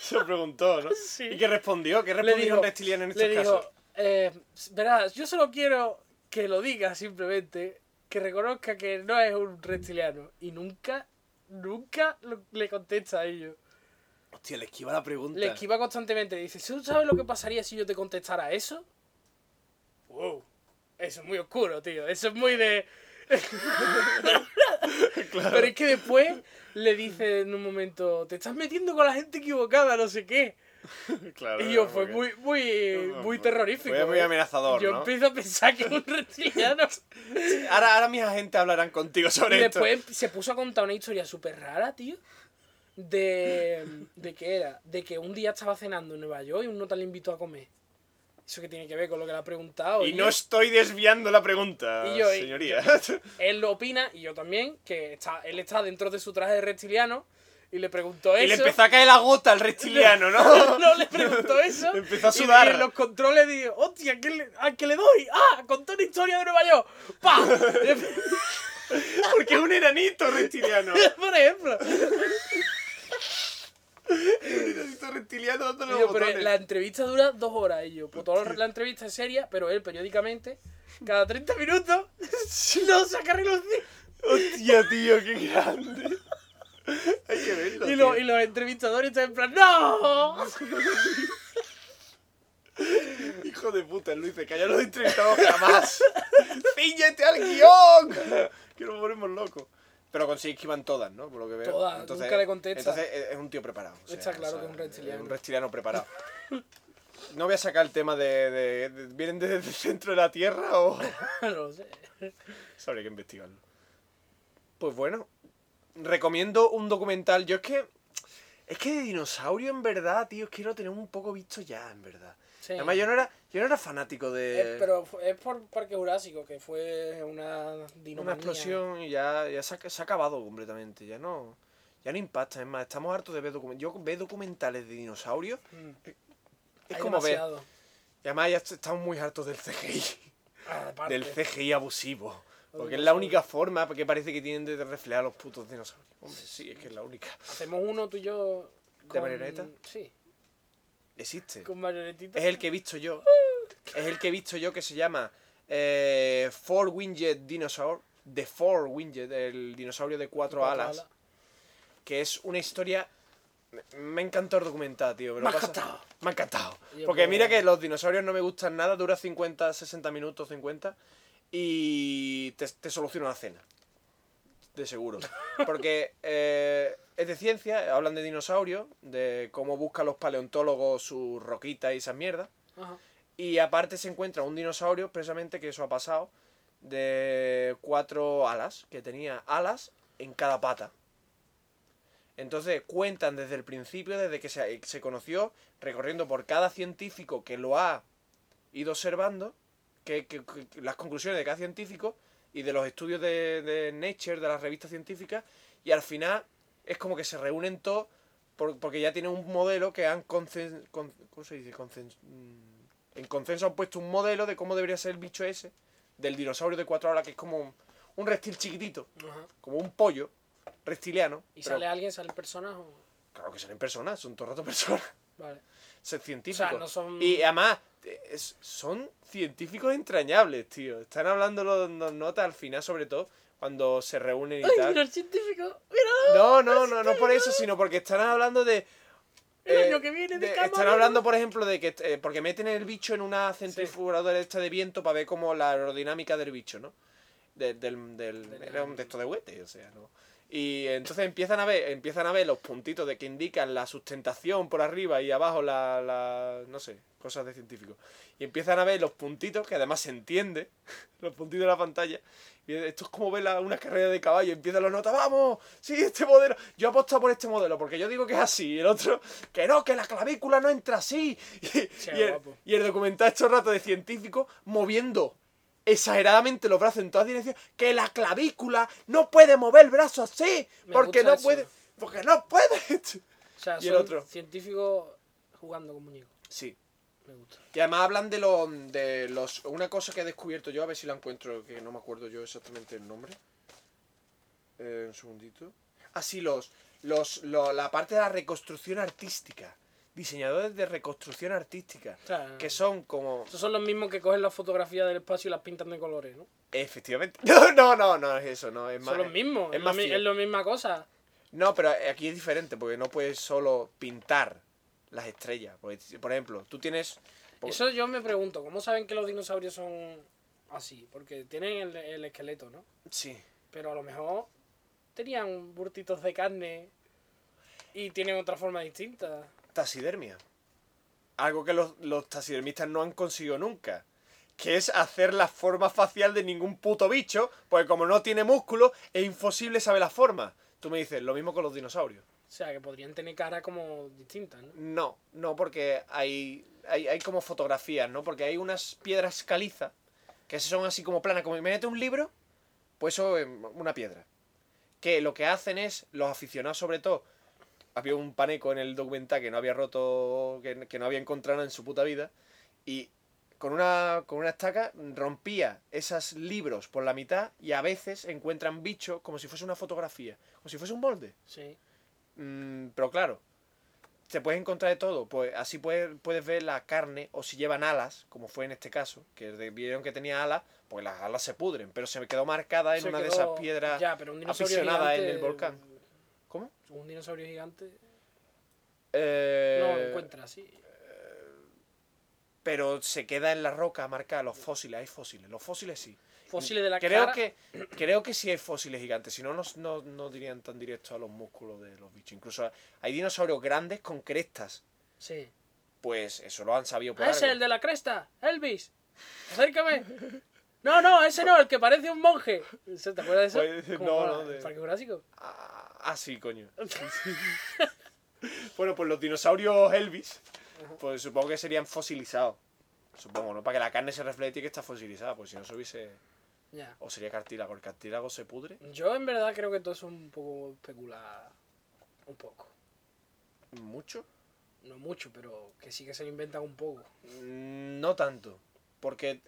Se lo preguntó, ¿no?
Sí.
¿Y qué respondió? ¿Qué
Le
respondió
dijo,
un reptiliano en estos
le dijo
casos?
eh, verás, yo solo quiero que lo digas simplemente, que reconozca que no es un reptiliano. Y nunca, nunca lo- le contesta a ellos.
Hostia, le esquiva la pregunta.
Le esquiva constantemente. Dice, ¿tú sabes lo que pasaría si yo te contestara eso? Wow. Eso es muy oscuro, tío. Eso es muy de... Pero es que después le dice en un momento, te estás metiendo con la gente equivocada, no sé qué.
Claro,
Y yo, fue muy,
porque-
muy, muy terrorífico.
Fue muy
¿eh?
amenazador,
Yo
¿no?
empiezo a pensar que es un reptiliano.
Ahora, ahora mis agentes hablarán contigo
y
sobre esto.
después em, se puso a contar una historia súper rara, tío. De. ¿De qué era? De que un día estaba cenando en Nueva York y un nota le invitó a comer. ¿Eso que tiene que ver con lo que le ha preguntado? ¿eh?
Y
Y
no
yo-
estoy desviando la pregunta,
Y yo, y-
señoría.
Él lo opina, y yo también, que está, él está dentro de su traje de reptiliano y le preguntó eso.
Y le empezó a caer la gota al reptiliano, ¿no?
no le preguntó eso.
Le empezó a
y-
sudar.
Y, en los controles digo, hostia, ¿a qué le, a qué le doy? ¡Ah! Contó una historia de Nueva York. ¡Pah!
Porque es un enanito reptiliano.
Por ejemplo.
un enanito reptiliano
Y
dándole los
yo, pero eh,
botones.
la entrevista dura dos horas y yo, pues toda la entrevista es seria, pero él periódicamente, cada 30 minutos, lo saca a relucir.
Hostia, tío, qué grande. Hay que verlo.
Y,
tío.
lo- y los entrevistadores están en plan, ¡No!
Hijo de puta, Luis, que ya no lo entrevistamos jamás. ¡Cíñete al guión! Que nos volvemos locos. Pero consigue que iban todas, ¿no? Por lo que veo.
Todas, nunca le contesta.
Entonces eh, es- es un tío preparado. o sea,
Está claro
o sea,
que es un reptiliano.
es un reptiliano preparado. No voy a sacar el tema de. de- de- ¿Vienen desde el centro de la Tierra o.?
No lo sé.
Eso habría que investigarlo. Pues bueno, recomiendo un documental. Yo es que. Es que de dinosaurio, en verdad, tío, es que lo tenemos un poco visto ya, en verdad.
Sí.
Además, yo no era, yo no era fanático de.
Es- pero fu- es por Parque Jurásico, que fue una
una
dinomanía.
explosión y ya, ya se, ha, se ha acabado completamente. Ya no. Ya no impacta. Es más, estamos hartos de ver documentales. Yo ver documentales de dinosaurios.
Mm.
Es
Hay
como ver.
demasiado.
Y además ya est- estamos muy hartos del CGI.
Ah, aparte.
Del CGI abusivo. Porque es la
dinosaurios.
única forma que parece que tienen de reflejar a los putos dinosaurios. Hombre, sí, es que es la única.
Hacemos uno tú y yo.
¿De marioneta?
Sí,
Existe.
con marionetita.
Es el que he visto yo. Es el que he visto yo que se llama eh, Four Winged Dinosaur. The Four Winged, el dinosaurio de cuatro, alas, Que es una historia. me- Me encantó el documental, tío. pero
Me ha
pasa-
encantado.
Me ha encantado.
Yo
Porque
puedo-
mira que los dinosaurios no me gustan nada. Dura 50, 60 minutos, 50. Y te, te soluciona la cena. De seguro. Porque eh, es de ciencia, hablan de dinosaurios, de cómo buscan los paleontólogos sus roquitas y esas mierdas.
Ajá.
Y aparte se encuentra un dinosaurio, precisamente que eso ha pasado, de cuatro alas, que tenía alas en cada pata. Entonces cuentan desde el principio, desde que se, se conoció, recorriendo por cada científico que lo ha ido observando, que, que- que- las conclusiones de cada científico y de los estudios de, de Nature, de las revistas científicas, y al final es como que se reúnen todos por- porque ya tienen un modelo que han consen- con- ¿cómo se dice? Consen- mm, en consenso han puesto un modelo de cómo debería ser el bicho ese, del dinosaurio de cuatro horas, que es como un, un reptil chiquitito,
Ajá.
como un pollo reptiliano.
¿Y
pero-
sale alguien, sale el personaje? o-
Claro que salen personas, son todo el rato personas
Vale.
ser científicos.
O sea, no son-
Y además, eh, es- son científicos entrañables, tío. Están hablando los, los notas al final, sobre todo, cuando se reúnen y
¡Ay, mira
tal.
el científico! ¡Mira!
No, no, no, no por eso, sino porque están hablando de. eh,
El año que viene de cámara,
Están
¿no?
hablando, por ejemplo, de que. eh, porque meten el bicho en una centrifugadora esta de viento para ver como la aerodinámica del bicho, ¿no? De- del, del-
Del-
era un texto de huete, o sea, ¿no? Y entonces empiezan a ver, empiezan a ver los puntitos de que indican la sustentación por arriba y abajo la, la- no sé, cosas de científico. Y empiezan a ver los puntitos, que además se entiende, los puntitos de la pantalla. Y esto es como ver la- una carrera de caballo, empiezan los notas, vamos, sí, este modelo. Yo aposto por este modelo, porque yo digo que es así, y el otro, que no, que la clavícula no entra así. Y, y el,
guapo.
y el documental estos rato de científicos moviendo exageradamente los brazos en todas direcciones, que la clavícula no puede mover el brazo así,
Me
porque
gusta
no
eso.
puede, porque no puede.
O sea,
Y el
son
otro.
científicos jugando con muñecos.
Sí.
Me gusta.
Y además hablan de los, de los... Una cosa que he descubierto yo, a ver si la encuentro, que no me acuerdo yo exactamente el nombre. Eh, un segundito. Así los... los, lo- la parte de la reconstrucción artística. Diseñadores de reconstrucción artística.
sea,
Que son como...
Esos son los mismos que cogen las fotografías del espacio y las pintan de colores, ¿no?
Efectivamente. No, no, no, no es eso, no. Es más,
Son los mismos,
es
es,
más
lo, mi-
fiel.
es la misma cosa.
No, pero aquí es diferente, porque no puedes solo pintar las estrellas. Porque, por ejemplo, tú tienes...
Eso yo me pregunto, ¿cómo saben que los dinosaurios son así? Porque tienen el, el esqueleto, ¿no?
Sí.
Pero a lo mejor tenían burtitos de carne y tienen otra forma distinta.
Taxidermia. Algo que los, los taxidermistas no han conseguido nunca. Que es hacer la forma facial de ningún puto bicho, porque como no tiene músculo, es imposible saber la forma. Tú me dices, lo mismo con los dinosaurios.
O sea, que podrían tener cara como distinta, ¿no?
No, no, porque hay, hay, hay como fotografías, ¿no? Porque hay unas piedras caliza que son así como planas, como imagínate un libro, pues eso es una piedra. Que lo que hacen es, los aficionados sobre todo, había un paneco en el documental que no había roto, que, que no había encontrado nada en su puta vida, y con una, con una estaca rompía esos libros por la mitad y a veces encuentran bichos como si fuese una fotografía, como si fuese un molde.
Sí.
Mm, pero claro, te puedes encontrar de todo. Pues así puedes, puedes ver la carne o si llevan alas, como fue en este caso, que de- vieron que tenía alas, pues las alas se pudren, pero se me quedó marcada en
Se
una de
quedó-
esas piedras.
ya, pero un dinosaurio
aficionada en
gigante-
el volcán. ¿Cómo?
Un dinosaurio gigante
Eh,
no lo encuentra así.
Pero se queda en la roca marcada, los fósiles, hay fósiles, los fósiles sí.
Fósiles de la
creo
cara.
que Creo que sí hay fósiles gigantes, si no, no, no, no dirían tan directo a los músculos de los bichos. Incluso hay dinosaurios grandes con crestas,
Sí.
pues eso lo han sabido por
¡Ah, ¡Ese,
algo.
el de la cresta! ¡Elvis! ¡Acércame! No, no, ese no, el que parece un monje. ¿Se- ¿Te acuerdas de
Pues,
eso?
no,
mola,
no, de-
¿Parque Jurásico?
Ah, ah, sí, coño. Bueno, pues los dinosaurios Elvis, pues supongo que serían fosilizados. Supongo, ¿no? Para que la carne se refleje que está fosilizada, pues si no se hubiese...
Ya.
O sería cartílago, el cartílago se pudre.
Yo en verdad creo que todo es un poco especular. Un poco.
¿Mucho?
No mucho, pero que sí que se lo inventan un poco.
Mm, No tanto. Porque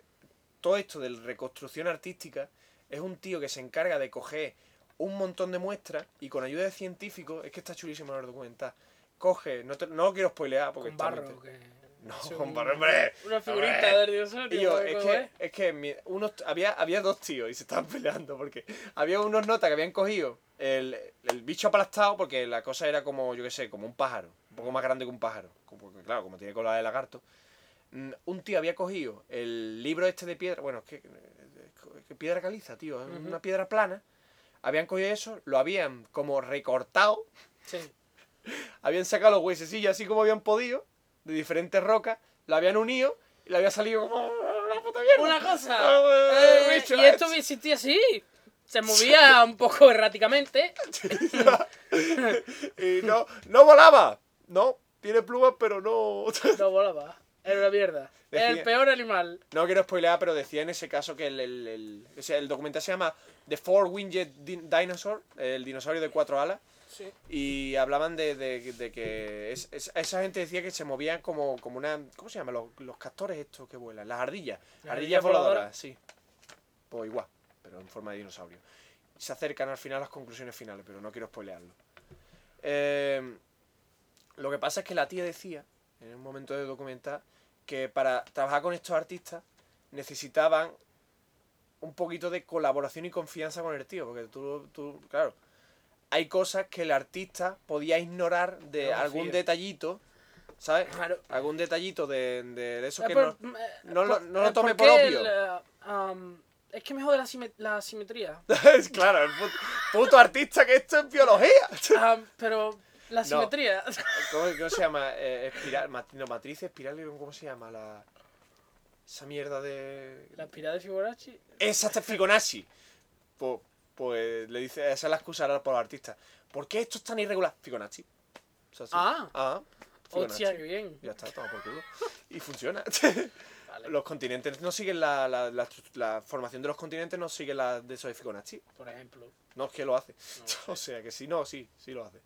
todo esto de reconstrucción artística es un tío que se encarga de coger un montón de muestras y con ayuda de científicos, es que está chulísimo el documental, coge, no, te- no lo quiero spoilear porque
con
está muy
barro.
te-
Que...
No,
es
con barro, hombre,
Una
hombre.
figurita del dinosaurio.
Y yo,
¿cómo
es que, es que mi- unos, había, había dos tíos y se estaban peleando porque había unos notas que habían cogido el, el bicho aplastado porque la cosa era como, yo qué sé, como un pájaro, un poco más grande que un pájaro, como, porque, claro, como tiene cola de lagarto. Mm, Un tío había cogido el libro este de piedra, bueno, es que, es que piedra caliza, tío, es
Ujú.
una piedra plana. Habían cogido eso, lo habían como recortado
Sí.
habían sacado los huesecillos así como habían podido, de diferentes rocas, la habían unido y le había salido como una puta mierda.
¡Una cosa!
Ah,
Eh,
bicho,
y esto
eh,
existía así. Se movía un poco erráticamente.
y no, no volaba. No, tiene plumas, pero no.
No volaba. Era una mierda.
Decía-
El peor animal.
No quiero spoilear, pero decía en ese caso que el, el, el- o sea, el documental se llama The Four Winged Din- Dinosaur, el dinosaurio de cuatro alas.
Sí.
Y hablaban de, de- de que es- es- esa gente decía que se movían como, como una... ¿Cómo se llama? Los, los castores estos que vuelan. Las ardillas.
Las
ardillas
ardillas
voladoras,
voladoras.
sí. Pues igual, pero en forma de dinosaurio. Se acercan al final las conclusiones finales, pero no quiero spoilearlo. Eh, lo que pasa es que la tía decía, en un momento de documentar, que para trabajar con estos artistas necesitaban un poquito de colaboración y confianza con el tío, porque tú, tú claro, hay cosas que el artista podía ignorar de
No,
algún
sí.
detallito, ¿sabes?
Claro.
Algún detallito de, de, de eso
Eh,
que
por-
no...
eh,
no lo- no lo
eh,
tome
qué
por obvio?
el, eh, am, es que me jode la, sime- la simetría.
Es claro, el put- puto, artista que esto es biología.
Am, Ah, pero la
No.
simetría.
¿Cómo, cómo se llama? Eh, espiral, mat- no, matriz espiral, ¿cómo se llama? La, esa mierda de...
la espiral de Fibonacci.
esa es Fibonacci. Pues, pues le dice, esa es la excusa ahora por los artistas. ¿Por qué esto es tan irregular? Fibonacci. O sea, sí.
Ah.
ah Fibonacci.
Hostia, qué bien.
Ya está, toma por culo. Y funciona.
Vale,
Los continentes no siguen la, la, la, estru- la formación de los continentes, no sigue la de esos de Fibonacci.
por ejemplo.
No es que lo hace.
No lo sé.
O sea que si no, sí, sí lo hace.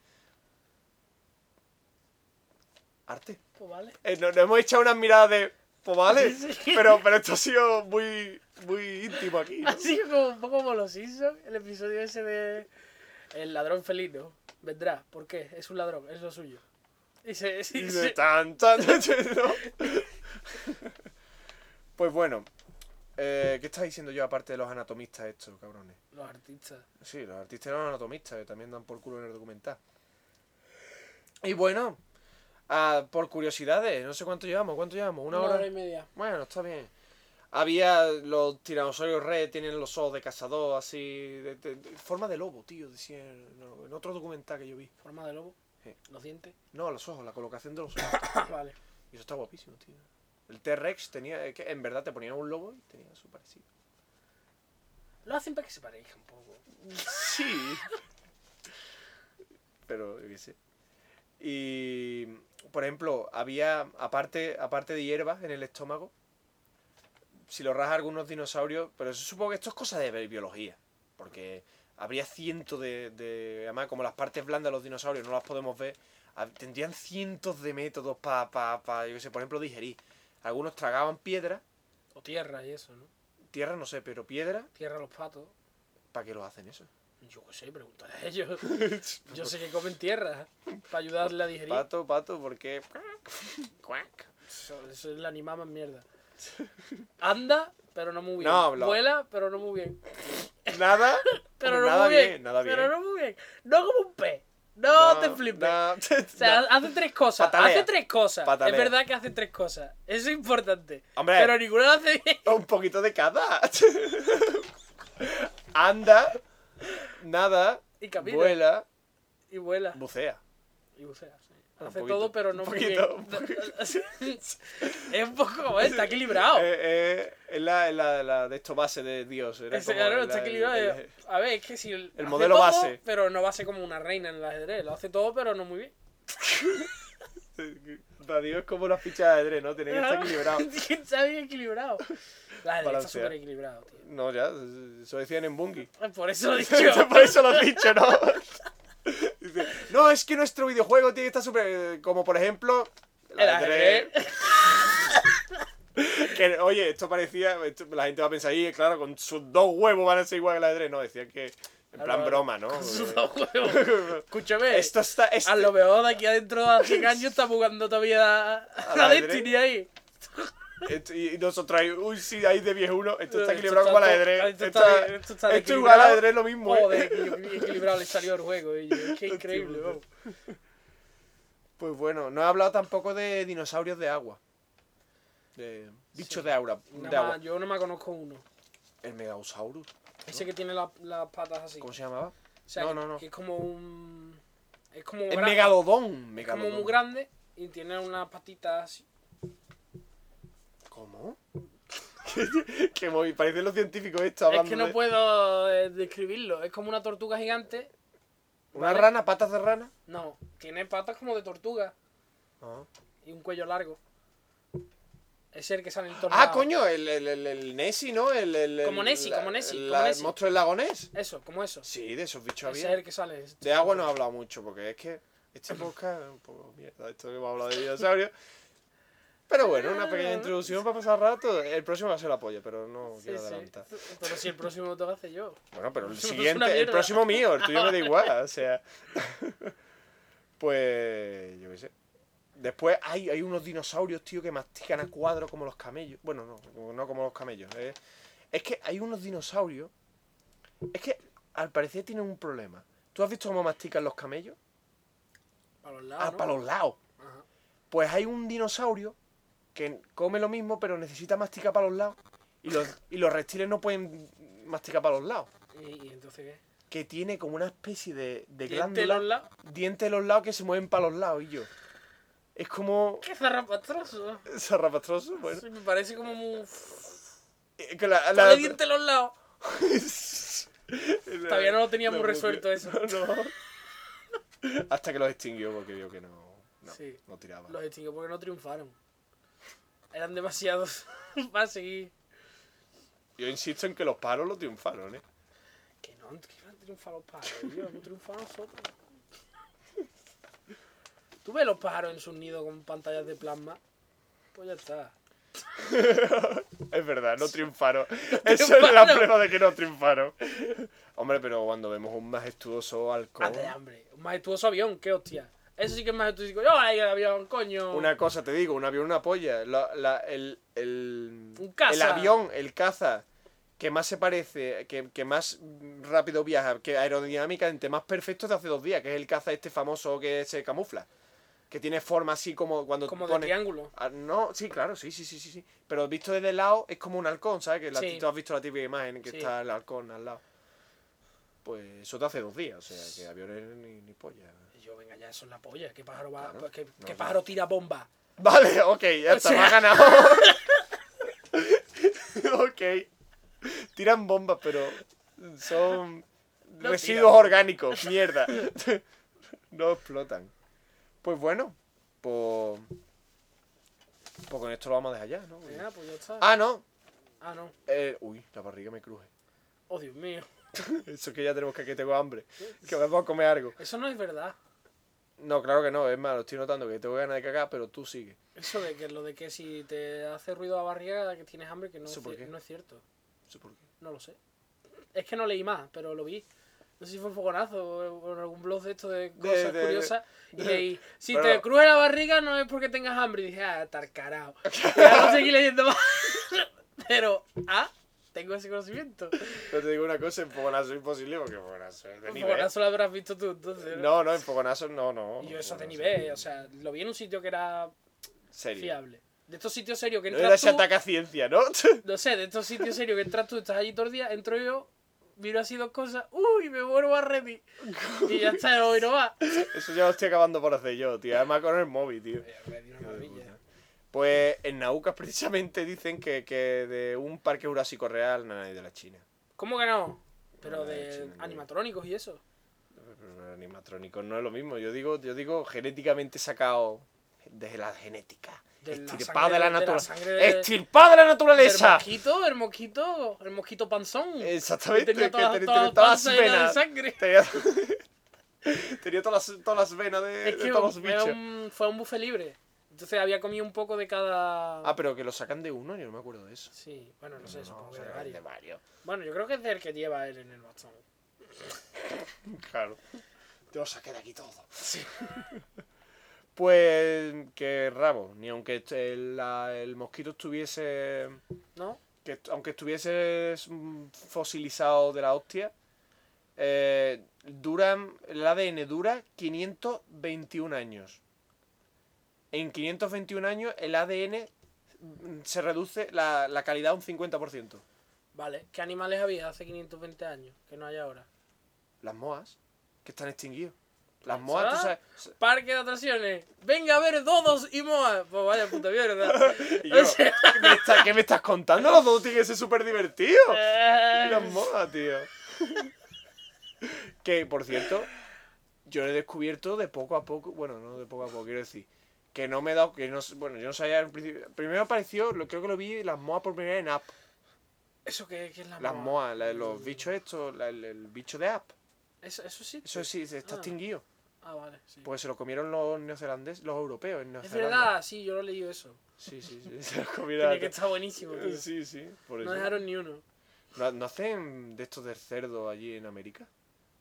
Arte.
Pues vale.
Eh, no- nos, hemos echado unas miradas de. Pues vale.
Sí.
Pero, pero esto ha sido muy, muy íntimo aquí. ¿no?
Así como un poco como los Simpsons, el episodio ese de El ladrón felino vendrá. ¿Por qué? Es un ladrón, es lo suyo. Y se,
Y
sí,
de
sí.
tan, tan, ¿no? Pues bueno, eh, ¿qué estás diciendo yo aparte de los anatomistas estos, cabrones?
Los artistas.
Sí, los artistas eran anatomistas, que también dan por culo en el documental. Y bueno, ah, por curiosidades, no sé cuánto llevamos, ¿cuánto llevamos? ¿Una, hora?
y media.
Bueno, está bien. Había los tiranosaurios re, tienen los ojos de cazador, así, de, de- de- forma de lobo, tío, decía en, en otro documental que yo vi.
Forma de lobo.
Sí.
Los dientes.
No, los ojos, la colocación de los ojos.
vale.
Y eso está guapísimo, tío. El T-Rex tenía, es que en verdad te ponían un lobo y tenía su parecido.
Lo hacen para que se parezca un poco.
Sí. Pero, yo qué sé. Y, por ejemplo, había, aparte, aparte de hierbas en el estómago, si lo rajas algunos dinosaurios, pero eso supongo que esto es cosa de biología, porque habría cientos de, de- Además, como las partes blandas de los dinosaurios no las podemos ver, hab- tendrían cientos de métodos para, pa, pa, yo qué sé, por ejemplo, digerir. Algunos tragaban piedra,
O tierra y eso, ¿no?
tierra no sé, pero piedra,
Tierra a los patos.
¿para qué los hacen eso?
Yo qué sé, pregúntale a ellos. Yo sé que comen tierra ¿eh? para ayudarle a digerir.
Pato, pato, ¿por qué? Cuac.
Eso, eso es la animal más mierda. Anda, pero no muy bien.
No, lo-
Vuela, pero no muy bien.
Nada.
Pero
hombre,
no
nada
muy
bien,
bien.
Nada bien.
Pero no muy bien. No como un pez. No, te flipes.
na-
O sea,
na-
hace tres cosas.
Patalea.
Hace tres cosas.
Patalea.
Es verdad que hace tres cosas. Eso es importante.
Hombre.
Pero ninguna lo hace bien.
Un poquito de cada. Anda. Nada.
Y camina.
Vuela.
Y vuela.
Bucea.
Y bucea. sí.
Un
Hace
poquito,
todo, pero no
un
muy
poquito,
bien.
un poquito.
es un poco como, está equilibrado.
Eh, eh, es la, es la, la de esto base de Dios. era
Ese,
como
claro,
la-
está
el-
equilibrado.
el-
a ver, es que si. El
modelo base.
Pero no va a ser como una reina en el ajedrez. Lo hace todo, pero no muy bien.
Para Dios es como las fichas de ajedrez, ¿no? Tiene que estar equilibrado.
está bien equilibrado. La ajedrez está
Balanceado.
súper equilibrado, tío.
No, ya, eso decían en Bungie.
Por eso lo he dicho.
Por eso lo he dicho, ¿no? Dice, no, es que nuestro videojuego tiene que estar súper... Como por ejemplo... el
El
ajedrez".
ajedrez.
Que, oye, esto parecía... esto- la gente va a pensar, y claro, con sus dos huevos van a ser igual que el ajedrez. No, decían que... En plan
Claro,
broma, ¿no? Eh,
con sus dos huevos. Escúchame.
Esto está... este, esto-
A lo mejor de aquí adentro de 100 años está jugando todavía a, a
Al
la
ajedrez.
Destiny ahí.
esto- y y nosotros ahí... Uy, sí, ahí de 10 uno. Esto está
Esto
equilibrado
está
como
todo-
el ajedrez.
esto
Esto,
está-
está,
esto está
esto igual al
equilibrado.
ajedrez lo mismo. ¿eh?
Joder, equili- equilibrado le salió el juego. Y qué increíble, vamos.
Pues bueno, no he hablado tampoco de dinosaurios de agua. De bichos de, aura, de
Nada
agua.
más, yo no me conozco uno.
El Megausaurus.
Ese que tiene la- las patas así.
¿Cómo se llamaba?
O sea,
No,
que,
no, no.
que es como un. Es como un.
El
gran-
Megalodón.
es como
Megalodón.
muy grande y tiene unas patitas así.
¿Cómo? que, que muy- parecen los científicos esto hablando
es que no
de-
puedo eh, describirlo. Es como una tortuga gigante.
¿Una
¿vale?
rana? ¿Patas de rana? Ah.
No, tiene patas como de tortuga y un cuello largo. Es el que sale en el tornado.
Ah, coño, el, el, el, el Nessie, ¿no? El, el- el-
Como Nessie,
la-
como Nessie,
la-
como
el
Nessie.
monstruo del lago Ness.
Eso, como eso.
Sí, de esos bichos
Ese es
había.
el que sale.
De agua no he hablado mucho, porque es que este podcast es un poco mierda, esto que hemos hablado de dinosaurios. Pero bueno, una pequeña introducción para pasar rato. El próximo va a ser la polla, pero no
Sí,
quiero
sí.
adelantar.
Pero si el próximo te lo hace yo.
Bueno, pero el
Es una
siguiente, el
mierda.
próximo mío, el tuyo me da igual, o sea. Pues. Yo qué sé. Después hay, hay unos dinosaurios, tío, que mastican a cuadro como los camellos. Bueno, no, como- no como los camellos. eh. Es que hay unos dinosaurios. Es que al parecer tienen un problema. ¿Tú has visto cómo mastican los camellos?
Para los
Ah,
lados. ¿no?
para los lados.
Ajá.
Pues hay un dinosaurio que come lo mismo, pero necesita masticar para los lados. Y los, y los reptiles no pueden masticar para los lados.
¿Y, y entonces qué?
Que tiene como una especie de,
¿Diente
de
de
glándula.
los lados?
Dientes de los lados que se mueven para los lados, y yo. Es como.
¡Qué zarrapastroso!
Zarrapastroso, bueno.
Ah, Sí, me parece como muy.
Eh, que la- la-
Ponle diente a los lados.
la-
Todavía no lo tenía
la
muy
buque-
resuelto eso.
no. Hasta que los extinguió porque vio que no. No,
Sí.
no tiraba.
Los extinguió porque no triunfaron. Eran demasiados para seguir.
Yo insisto en que los paros lo triunfaron, ¿eh?
Que no, que no han triunfado los pájaros, Dios, no triunfado nosotros. ¿Tú ves los pájaros en sus nidos con pantallas de plasma? Pues ya está.
Es verdad, no triunfaron. Eso es la
triunfaron.
prueba de que no triunfaron. Hombre, pero cuando vemos un majestuoso halcón.
Hazte de hambre. Un majestuoso avión, qué hostia. Eso sí que es majestuoso. Yo, ay, el avión, coño.
Una cosa te digo, un avión, una polla. La- la- el, el,
Un caza.
el avión, el caza, que más se parece, que, que más rápido viaja, que aerodinámicamente más perfecto es de hace dos días, que es el caza este famoso que se camufla. Que tiene forma así como cuando
Como de
pone-
triángulo.
Ah, no, sí, claro, sí, sí, sí, sí, sí. Pero visto desde el lado es como un halcón, ¿sabes? Que la-
Sí.
tú has visto la típica imagen que
Sí.
está el halcón al lado. Pues eso te hace dos días, o sea, que aviones ni, ni polla.
Y Yo, venga, ya eso es la polla. ¿Qué pájaro va? pues,
Claro.
¿Qué,
No,
qué
no.
pájaro tira bomba?
Vale, ok, ya
O
está,
sea-
me ha ganado. ok. Tiran bombas, pero son
No tiran
residuos
bombas.
orgánicos, mierda. no explotan. Pues bueno, pues... Pues con esto lo vamos a dejar ya, ¿no?
Venga, pues ya está.
Ah, no.
Ah, no.
eh, uy, la barriga me cruje.
Oh, Dios mío.
Eso que ya tenemos que, que tengo hambre. Que vamos a comer algo.
Eso no es verdad.
No, claro que no, es malo, estoy notando que tengo ganas de cagar, pero tú sigue.
Eso de que lo de que si te hace ruido la barriga que tienes hambre, que no, es,
¿Eso por
cier-
qué?
no es cierto.
Eso por qué.
No lo sé. Es que no leí más, pero lo vi. No sé si fue en Fogonazo o en algún blog de esto de cosas
de-
curiosas. Y leí, si
Pero-
te cruje la barriga no es porque tengas hambre. Y dije, ah, tarcarao. Y ahora no seguí leyendo más. Pero, ah, tengo ese conocimiento.
Pero te digo una cosa, en fogonazo es imposible porque fogonazo es de nivel.
Fogonazo lo habrás visto tú, entonces. ¿no?
No, no, en fogonazo no, no.
Y yo eso es de
Fogonazo.
nivel, o sea, lo vi en un sitio que era
Serio.
fiable. De estos sitios serios que
No era
entras
ese
tú,
ataca ciencia, ¿no?
no sé, de estos sitios serios que entras tú, estás allí todo el día, entro yo, miro así dos cosas, uy, me vuelvo a Reddit. Y ya está, hoy no va.
Eso ya lo estoy acabando por hacer yo, tío. Además con el móvil, tío.
Eh,
Hijo de puta. Pues en Naucas precisamente dicen que, que de un parque jurásico real no hay de la China.
¿Cómo que no?
No,
Pero
de
de
China, no.
animatrónicos y eso.
Pero Animatrónicos no es lo mismo. Yo digo, yo digo genéticamente sacado desde la genética.
De la
Estirpado Este
sangre- de
de la Este,
la
naturaleza.
sangre de-
Estirpado de la
El
naturaleza.
mosquito, el mosquito, el mosquito panzón.
Exactamente.
tenía
Eh, que
todas,
tenía-
todas
tenía
las
todas
panzas llenas
las
de
venas.
sangre.
Tenía, tenía todas, las, todas las venas de,
Es
de
que
todos los
era
bichos.
un- fue un buffet libre. Entonces había comido un poco de cada...
Ah, pero que lo sacan de uno, yo no me acuerdo de eso.
Sí, bueno, no sé, supongo
o
que
sea,
de
de
varios.
varios.
Bueno, yo creo que es del que lleva él en el bastón.
Claro. Te lo saqué de aquí todo. pues que rabo, ni aunque est- el, la- el mosquito estuviese.
¿No?
que est- aunque estuviese mm, fosilizado de la hostia, eh, duran, el ADN dura 521 años. En 521 años el ADN mm, se reduce la, la calidad un 50%.
Vale. ¿Qué animales había hace 520 años que no hay ahora?
Las moas, que están extinguidos. Las
¿Sabes?
moas, tú sabes...
Parque de atracciones. Venga a ver dodos y moas. Pues vaya puta mierda.
Y yo,
O sea-
¿qué, me está- qué me estás contando? Los dos tienen que ser súper divertidos.
Eh,
Las modas, tío. que, por cierto, yo lo he descubierto de poco a poco. Bueno, no de poco a poco, quiero decir. Que no me he dado. Que no, s- bueno, yo no sabía al principio. Primero apareció, lo, creo que lo vi las moas por primera vez en App.
¿Eso qué, qué es la
Las
moa?
moas, la- los bichos estos, la- el, el bicho de App.
Eso, eso sí.
Eso sí, se está
Ah.
extinguido.
Ah, vale. sí.
Pues se lo comieron los neozelandeses, los europeos. en
es
Neozelanda.
verdad, sí, yo lo he leído eso.
Sí, sí, sí. Se lo comieron.
Tiene que estar buenísimo, tío.
Sí, sí. Por eso.
No dejaron ni uno.
¿No, no hacen de estos del cerdo allí en América?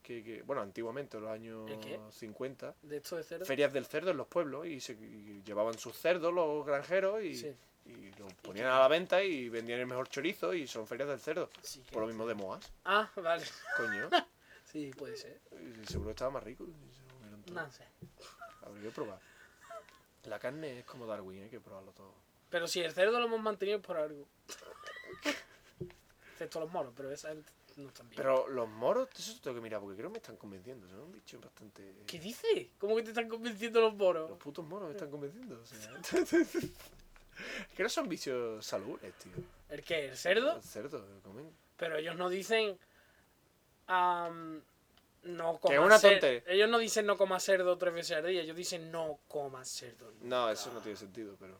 Que, que- bueno, antiguamente, en los años
¿El qué?
50,
De esto de cero.
ferias del cerdo en los pueblos y, se, y llevaban sus cerdos los granjeros y,
Sí.
y los ponían a la venta y vendían el mejor chorizo y son ferias del cerdo.
Sí, que-
Por lo mismo de Moas,
Ah, vale.
coño.
Sí, puede ser.
Y Seguro que estaba más rico. y se lo comieron todo.
No sé.
Habría que probar. La carne es como Darwin, hay que probarlo todo.
Pero si el cerdo lo hemos mantenido es por algo. Excepto los moros, pero esa gente no están bien.
Pero los moros, eso tengo que mirar porque creo que me están convenciendo. Son un bicho bastante...
¿Qué dices? ¿Cómo que te están convenciendo los moros?
Los putos moros me están convenciendo. o sea. es que no son vicios salubres, tío.
¿El qué? ¿El cerdo?
Los cerdos que comen.
Pero ellos no dicen. am, no
Que
comas
es una
cer-
tontería.
Ellos no dicen no comas cerdo tres veces al día, ellos dicen no comas cerdo.
No,
nunca.
eso no tiene sentido, pero.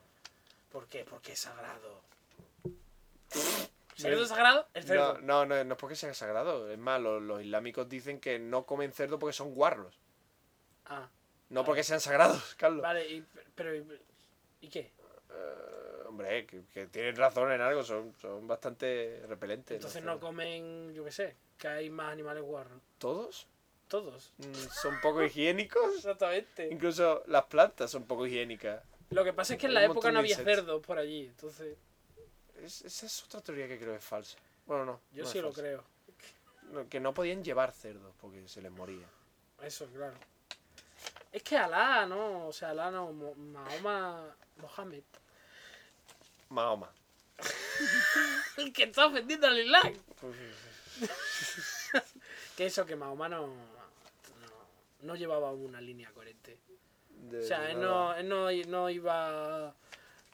¿Por qué? Porque es sagrado. ¿Cerdo es sagrado? El cerdo.
No, no, no, no es porque sea sagrado. Es más, los, los islámicos dicen que no comen cerdo porque son guarros.
Ah,
No porque sean sagrados, Carlos.
vale, y, pero. ¿Y qué?
Eh, Hombre, que, que tienen razón en algo, son, son bastante repelentes.
Entonces
los
no comen, yo qué sé, que hay más animales guarros.
¿Todos?
Todos.
Mm, Son poco higiénicos.
Exactamente.
Incluso las plantas son poco higiénicas.
Lo que pasa es que en
Un
la
montón
época no
de
había
insectos.
cerdos por allí, entonces
Es- esa es otra teoría que creo que es falsa. Bueno, no.
yo
no es
sí lo
falsa.
creo.
No, que no podían llevar cerdos porque se les moría.
Eso, claro. Es que Alá, ¿no? O sea, Alá no, Mo- Mahoma, Mohamed.
Mahoma.
El que está ofendiendo al Islam. Que eso, que Mahoma no, no, no llevaba una línea coherente.
De-
O sea,
de
él
Eh, nada.
no, él no, no iba...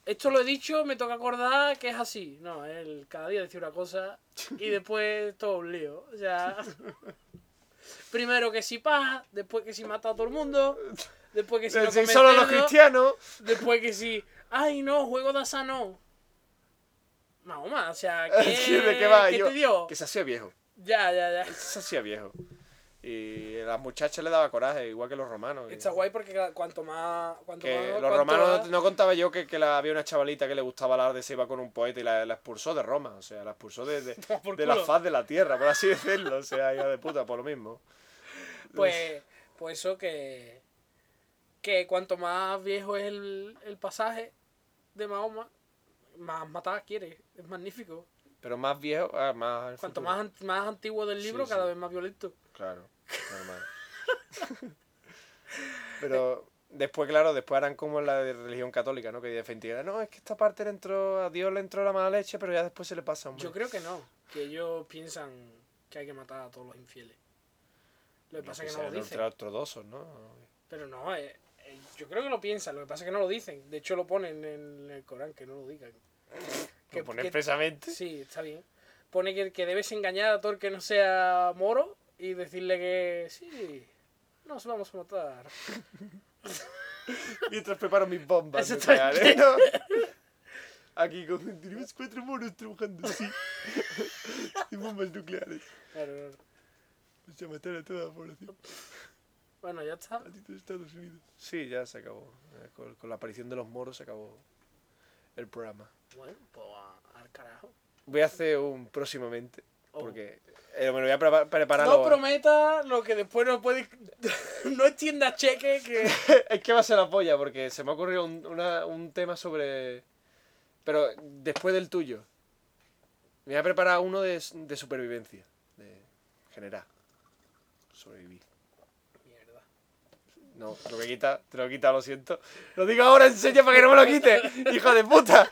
Esto lo he dicho, me toca acordar que es así. No, él cada día decía una cosa y después todo un lío. O sea, primero que si paz, después que si mata a todo el mundo, después que si no
Eh, Sí,
come
solo los
cerdo,
cristianos.
Después que sí, ay no, juego de asa no. Mahoma, o sea, ¿qué,
¿De qué va?
qué
Yo-
te dio?
Que se hacía viejo.
Ya, ya, ya.
Se hacía viejo. Y a las muchachas le daba coraje, igual que los romanos.
Está guay porque cada- cuanto más. Cuanto
Que
más
los
cuanto
romanos,
más-
no contaba yo que, que la- había una chavalita que le gustaba la de se iba con un poeta y la, la expulsó de Roma, o sea, la expulsó de, de,
Toma por
de la
culo.
faz de la tierra, por así decirlo, o sea, hija de puta, por lo mismo.
Pues, pues eso que. Que cuanto más viejo es el, el pasaje de Mahoma, más matada quiere. Es magnífico.
Pero más viejo, ah, más... al
Cuanto
futuro.
más, ant- más antiguo del
Sí,
libro,
sí.
cada vez más violento.
Claro, normal. Pero después, claro, después harán como en la de religión católica, ¿no? Que defendían, no, es que esta parte le entró, a Dios le entró la mala leche, pero ya después se le pasa, hombre.
Yo creo que no, que ellos piensan que hay que matar a todos los infieles. Lo que pasa es que no lo dicen.
ortodoxos, ¿no?
Pero no, eh, eh, yo creo que lo piensan, lo que pasa es que no lo dicen. De hecho lo ponen en el Corán, que no lo digan.
Que pone
que-
expresamente.
Sí, está bien. Pone que, que debes engañar a todo el que no sea moro y decirle que sí, nos vamos a matar.
Mientras preparo mis bombas
Exactamente.
nucleares, ¿no? Aquí con tenemos cuatro monos trabajando así. Y bombas nucleares.
Claro, claro.
Vamos a matar a toda la población.
Bueno, ya está.
A ti todos Estados Unidos. Sí, ya se acabó. Eh, Con, con la aparición de los moros se acabó el programa.
Bueno, pues a- al carajo.
Voy a hacer un próximamente.
Oh.
Porque eh, me lo voy a prepa- preparar.
No
ahora.
prometa lo que después no puedes... no extiendas cheque que...
es que va a ser la polla, porque se me ha ocurrido un, una- un tema sobre. Pero después del tuyo. Me voy a preparar uno de, de supervivencia. De generar. Sobrevivir.
Mierda.
No, te lo que quita, te lo quita, lo siento. Lo digo ahora en serio para que no me lo quite, hijo de puta.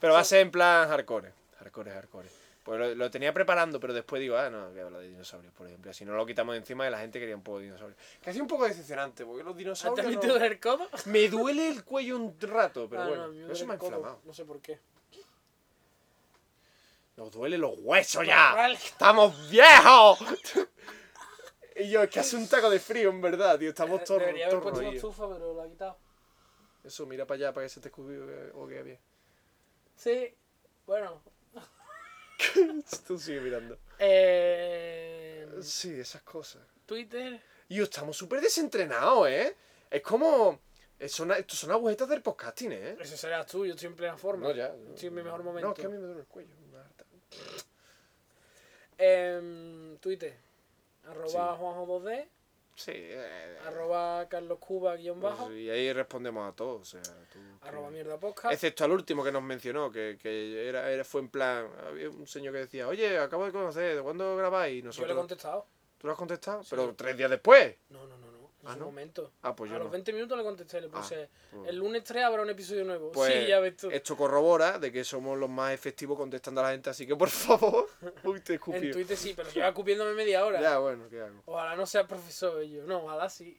Pero va a ser en plan hardcore. Hardcore, hardcore. Pues lo, lo tenía preparando, pero después digo, ah, no, voy a hablar de dinosaurios, por ejemplo. Si no lo quitamos de encima, la gente quería un poco de dinosaurios. Que ha sido un poco decepcionante, porque los
¿Ah, ¿Te has
dinosaurios. no-
metido en el codo?
Me duele el cuello un rato, pero
Ah,
bueno,
no, me
no se
duele
me ha
el codo,
inflamado.
No sé por qué.
Nos duele los huesos Pues ya.
Vale.
¡Estamos viejos! y yo, es que hace un taco de frío, en verdad, tío. Estamos todos
Eh, Debería haber puesto una
roídos.
estufa, pero la he quitado.
Eso, mira para allá para que se te escupió o que había.
Sí, bueno.
Tú sigue mirando.
Eh,
Sí, esas cosas.
Twitter.
Y estamos súper desentrenados, ¿eh? Es como. eh, Son, esto son agujetas del podcasting, ¿eh?
Eso serás tú, yo estoy en plena forma.
No, ya.
Estoy en mi mejor momento.
No, es que a mí me duele el cuello. una harta.
Em, Twitter. Arroba
Sí.
Juanjo2D.
Sí. eh,
Arroba Carlos Cuba guión
pues,
bajo.
y ahí respondemos a todos. O sea, tú,
Arroba
que-
mierda podcast.
Excepto al último que nos mencionó, que, que era, era- fue en plan. Había un señor que decía, oye, acabo de conocer, ¿de cuándo grabáis?
Yo
Y
le he
nosotros.
contestado.
¿Tú lo has contestado?
Sí.
Pero tres días después.
No, no, no, no. En
Ah,
su
¿no?
momento.
Ah, pues yo
a los
no.
20 minutos le contesté, le puse.
pues-
El lunes 3 habrá un episodio nuevo.
Pues,
sí, ya ves tú.
Esto corrobora de que somos los más efectivos contestando a la gente, así que por favor. Uy, te escupí.
En Twitter sí, pero lleva cupiéndome media hora.
Ya, bueno, ¿qué hago?
Ojalá no seas profesor y yo. No, ojalá sí.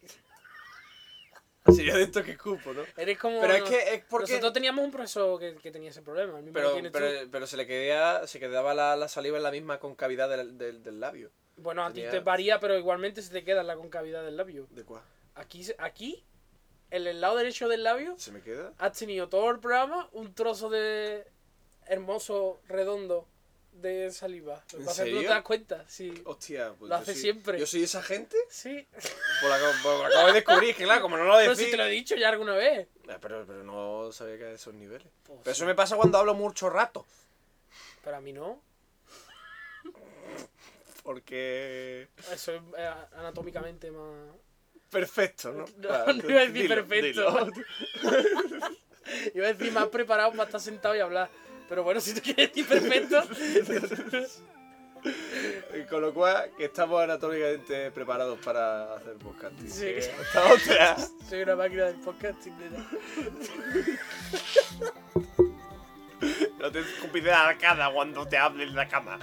Sería de esto que escupo, ¿no?
Eres como.
Pero es
no-
que es porque.
Nosotros teníamos un profesor que, que tenía ese problema. El mismo que
Pero,
tienes
pero, pero se le quedaba, se quedaba la, la saliva en la misma concavidad del, del, del labio.
tú. Bueno, a ti
tenía-
te varía, pero igualmente se te queda en la concavidad del labio.
¿De cuál?
Aquí, se- aquí en el lado derecho del labio,
¿Se me queda?
has tenido todo el programa un trozo de hermoso, redondo de saliva. Lo que
¿En
pasa es que tú no
serio?
te das cuenta. Sí.
Hostia, pues
Lo
yo
hace
soy-
siempre.
Yo soy esa gente.
Sí.
Por lo que por lo que acabo de descubrir, que claro, como no lo
Pero
decís.
si te lo he dicho ya alguna vez.
Eh, Pero, pero no sabía que era de esos niveles.
Pues
pero eso
sí.
me pasa cuando hablo mucho rato.
Pero a mí no.
Porque.
Eso es eh, anatómicamente más.
Perfecto,
No,
¿no? Claro,
no iba a decir
dilo,
perfecto.
dilo.
Iba a decir más preparado para estar sentado y hablar. Pero bueno, si tú quieres decir perfecto.
Y Con lo cual, que estamos anatómicamente preparados para hacer podcast. tío.
Sí.
Hasta otra.
Soy una máquina del podcasting. nena.
No te escupiré la arcada cuando te hable en la cama.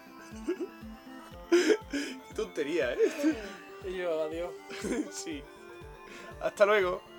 Qué tontería, ¿eh?
Y yo, adiós.
Sí. Hasta luego.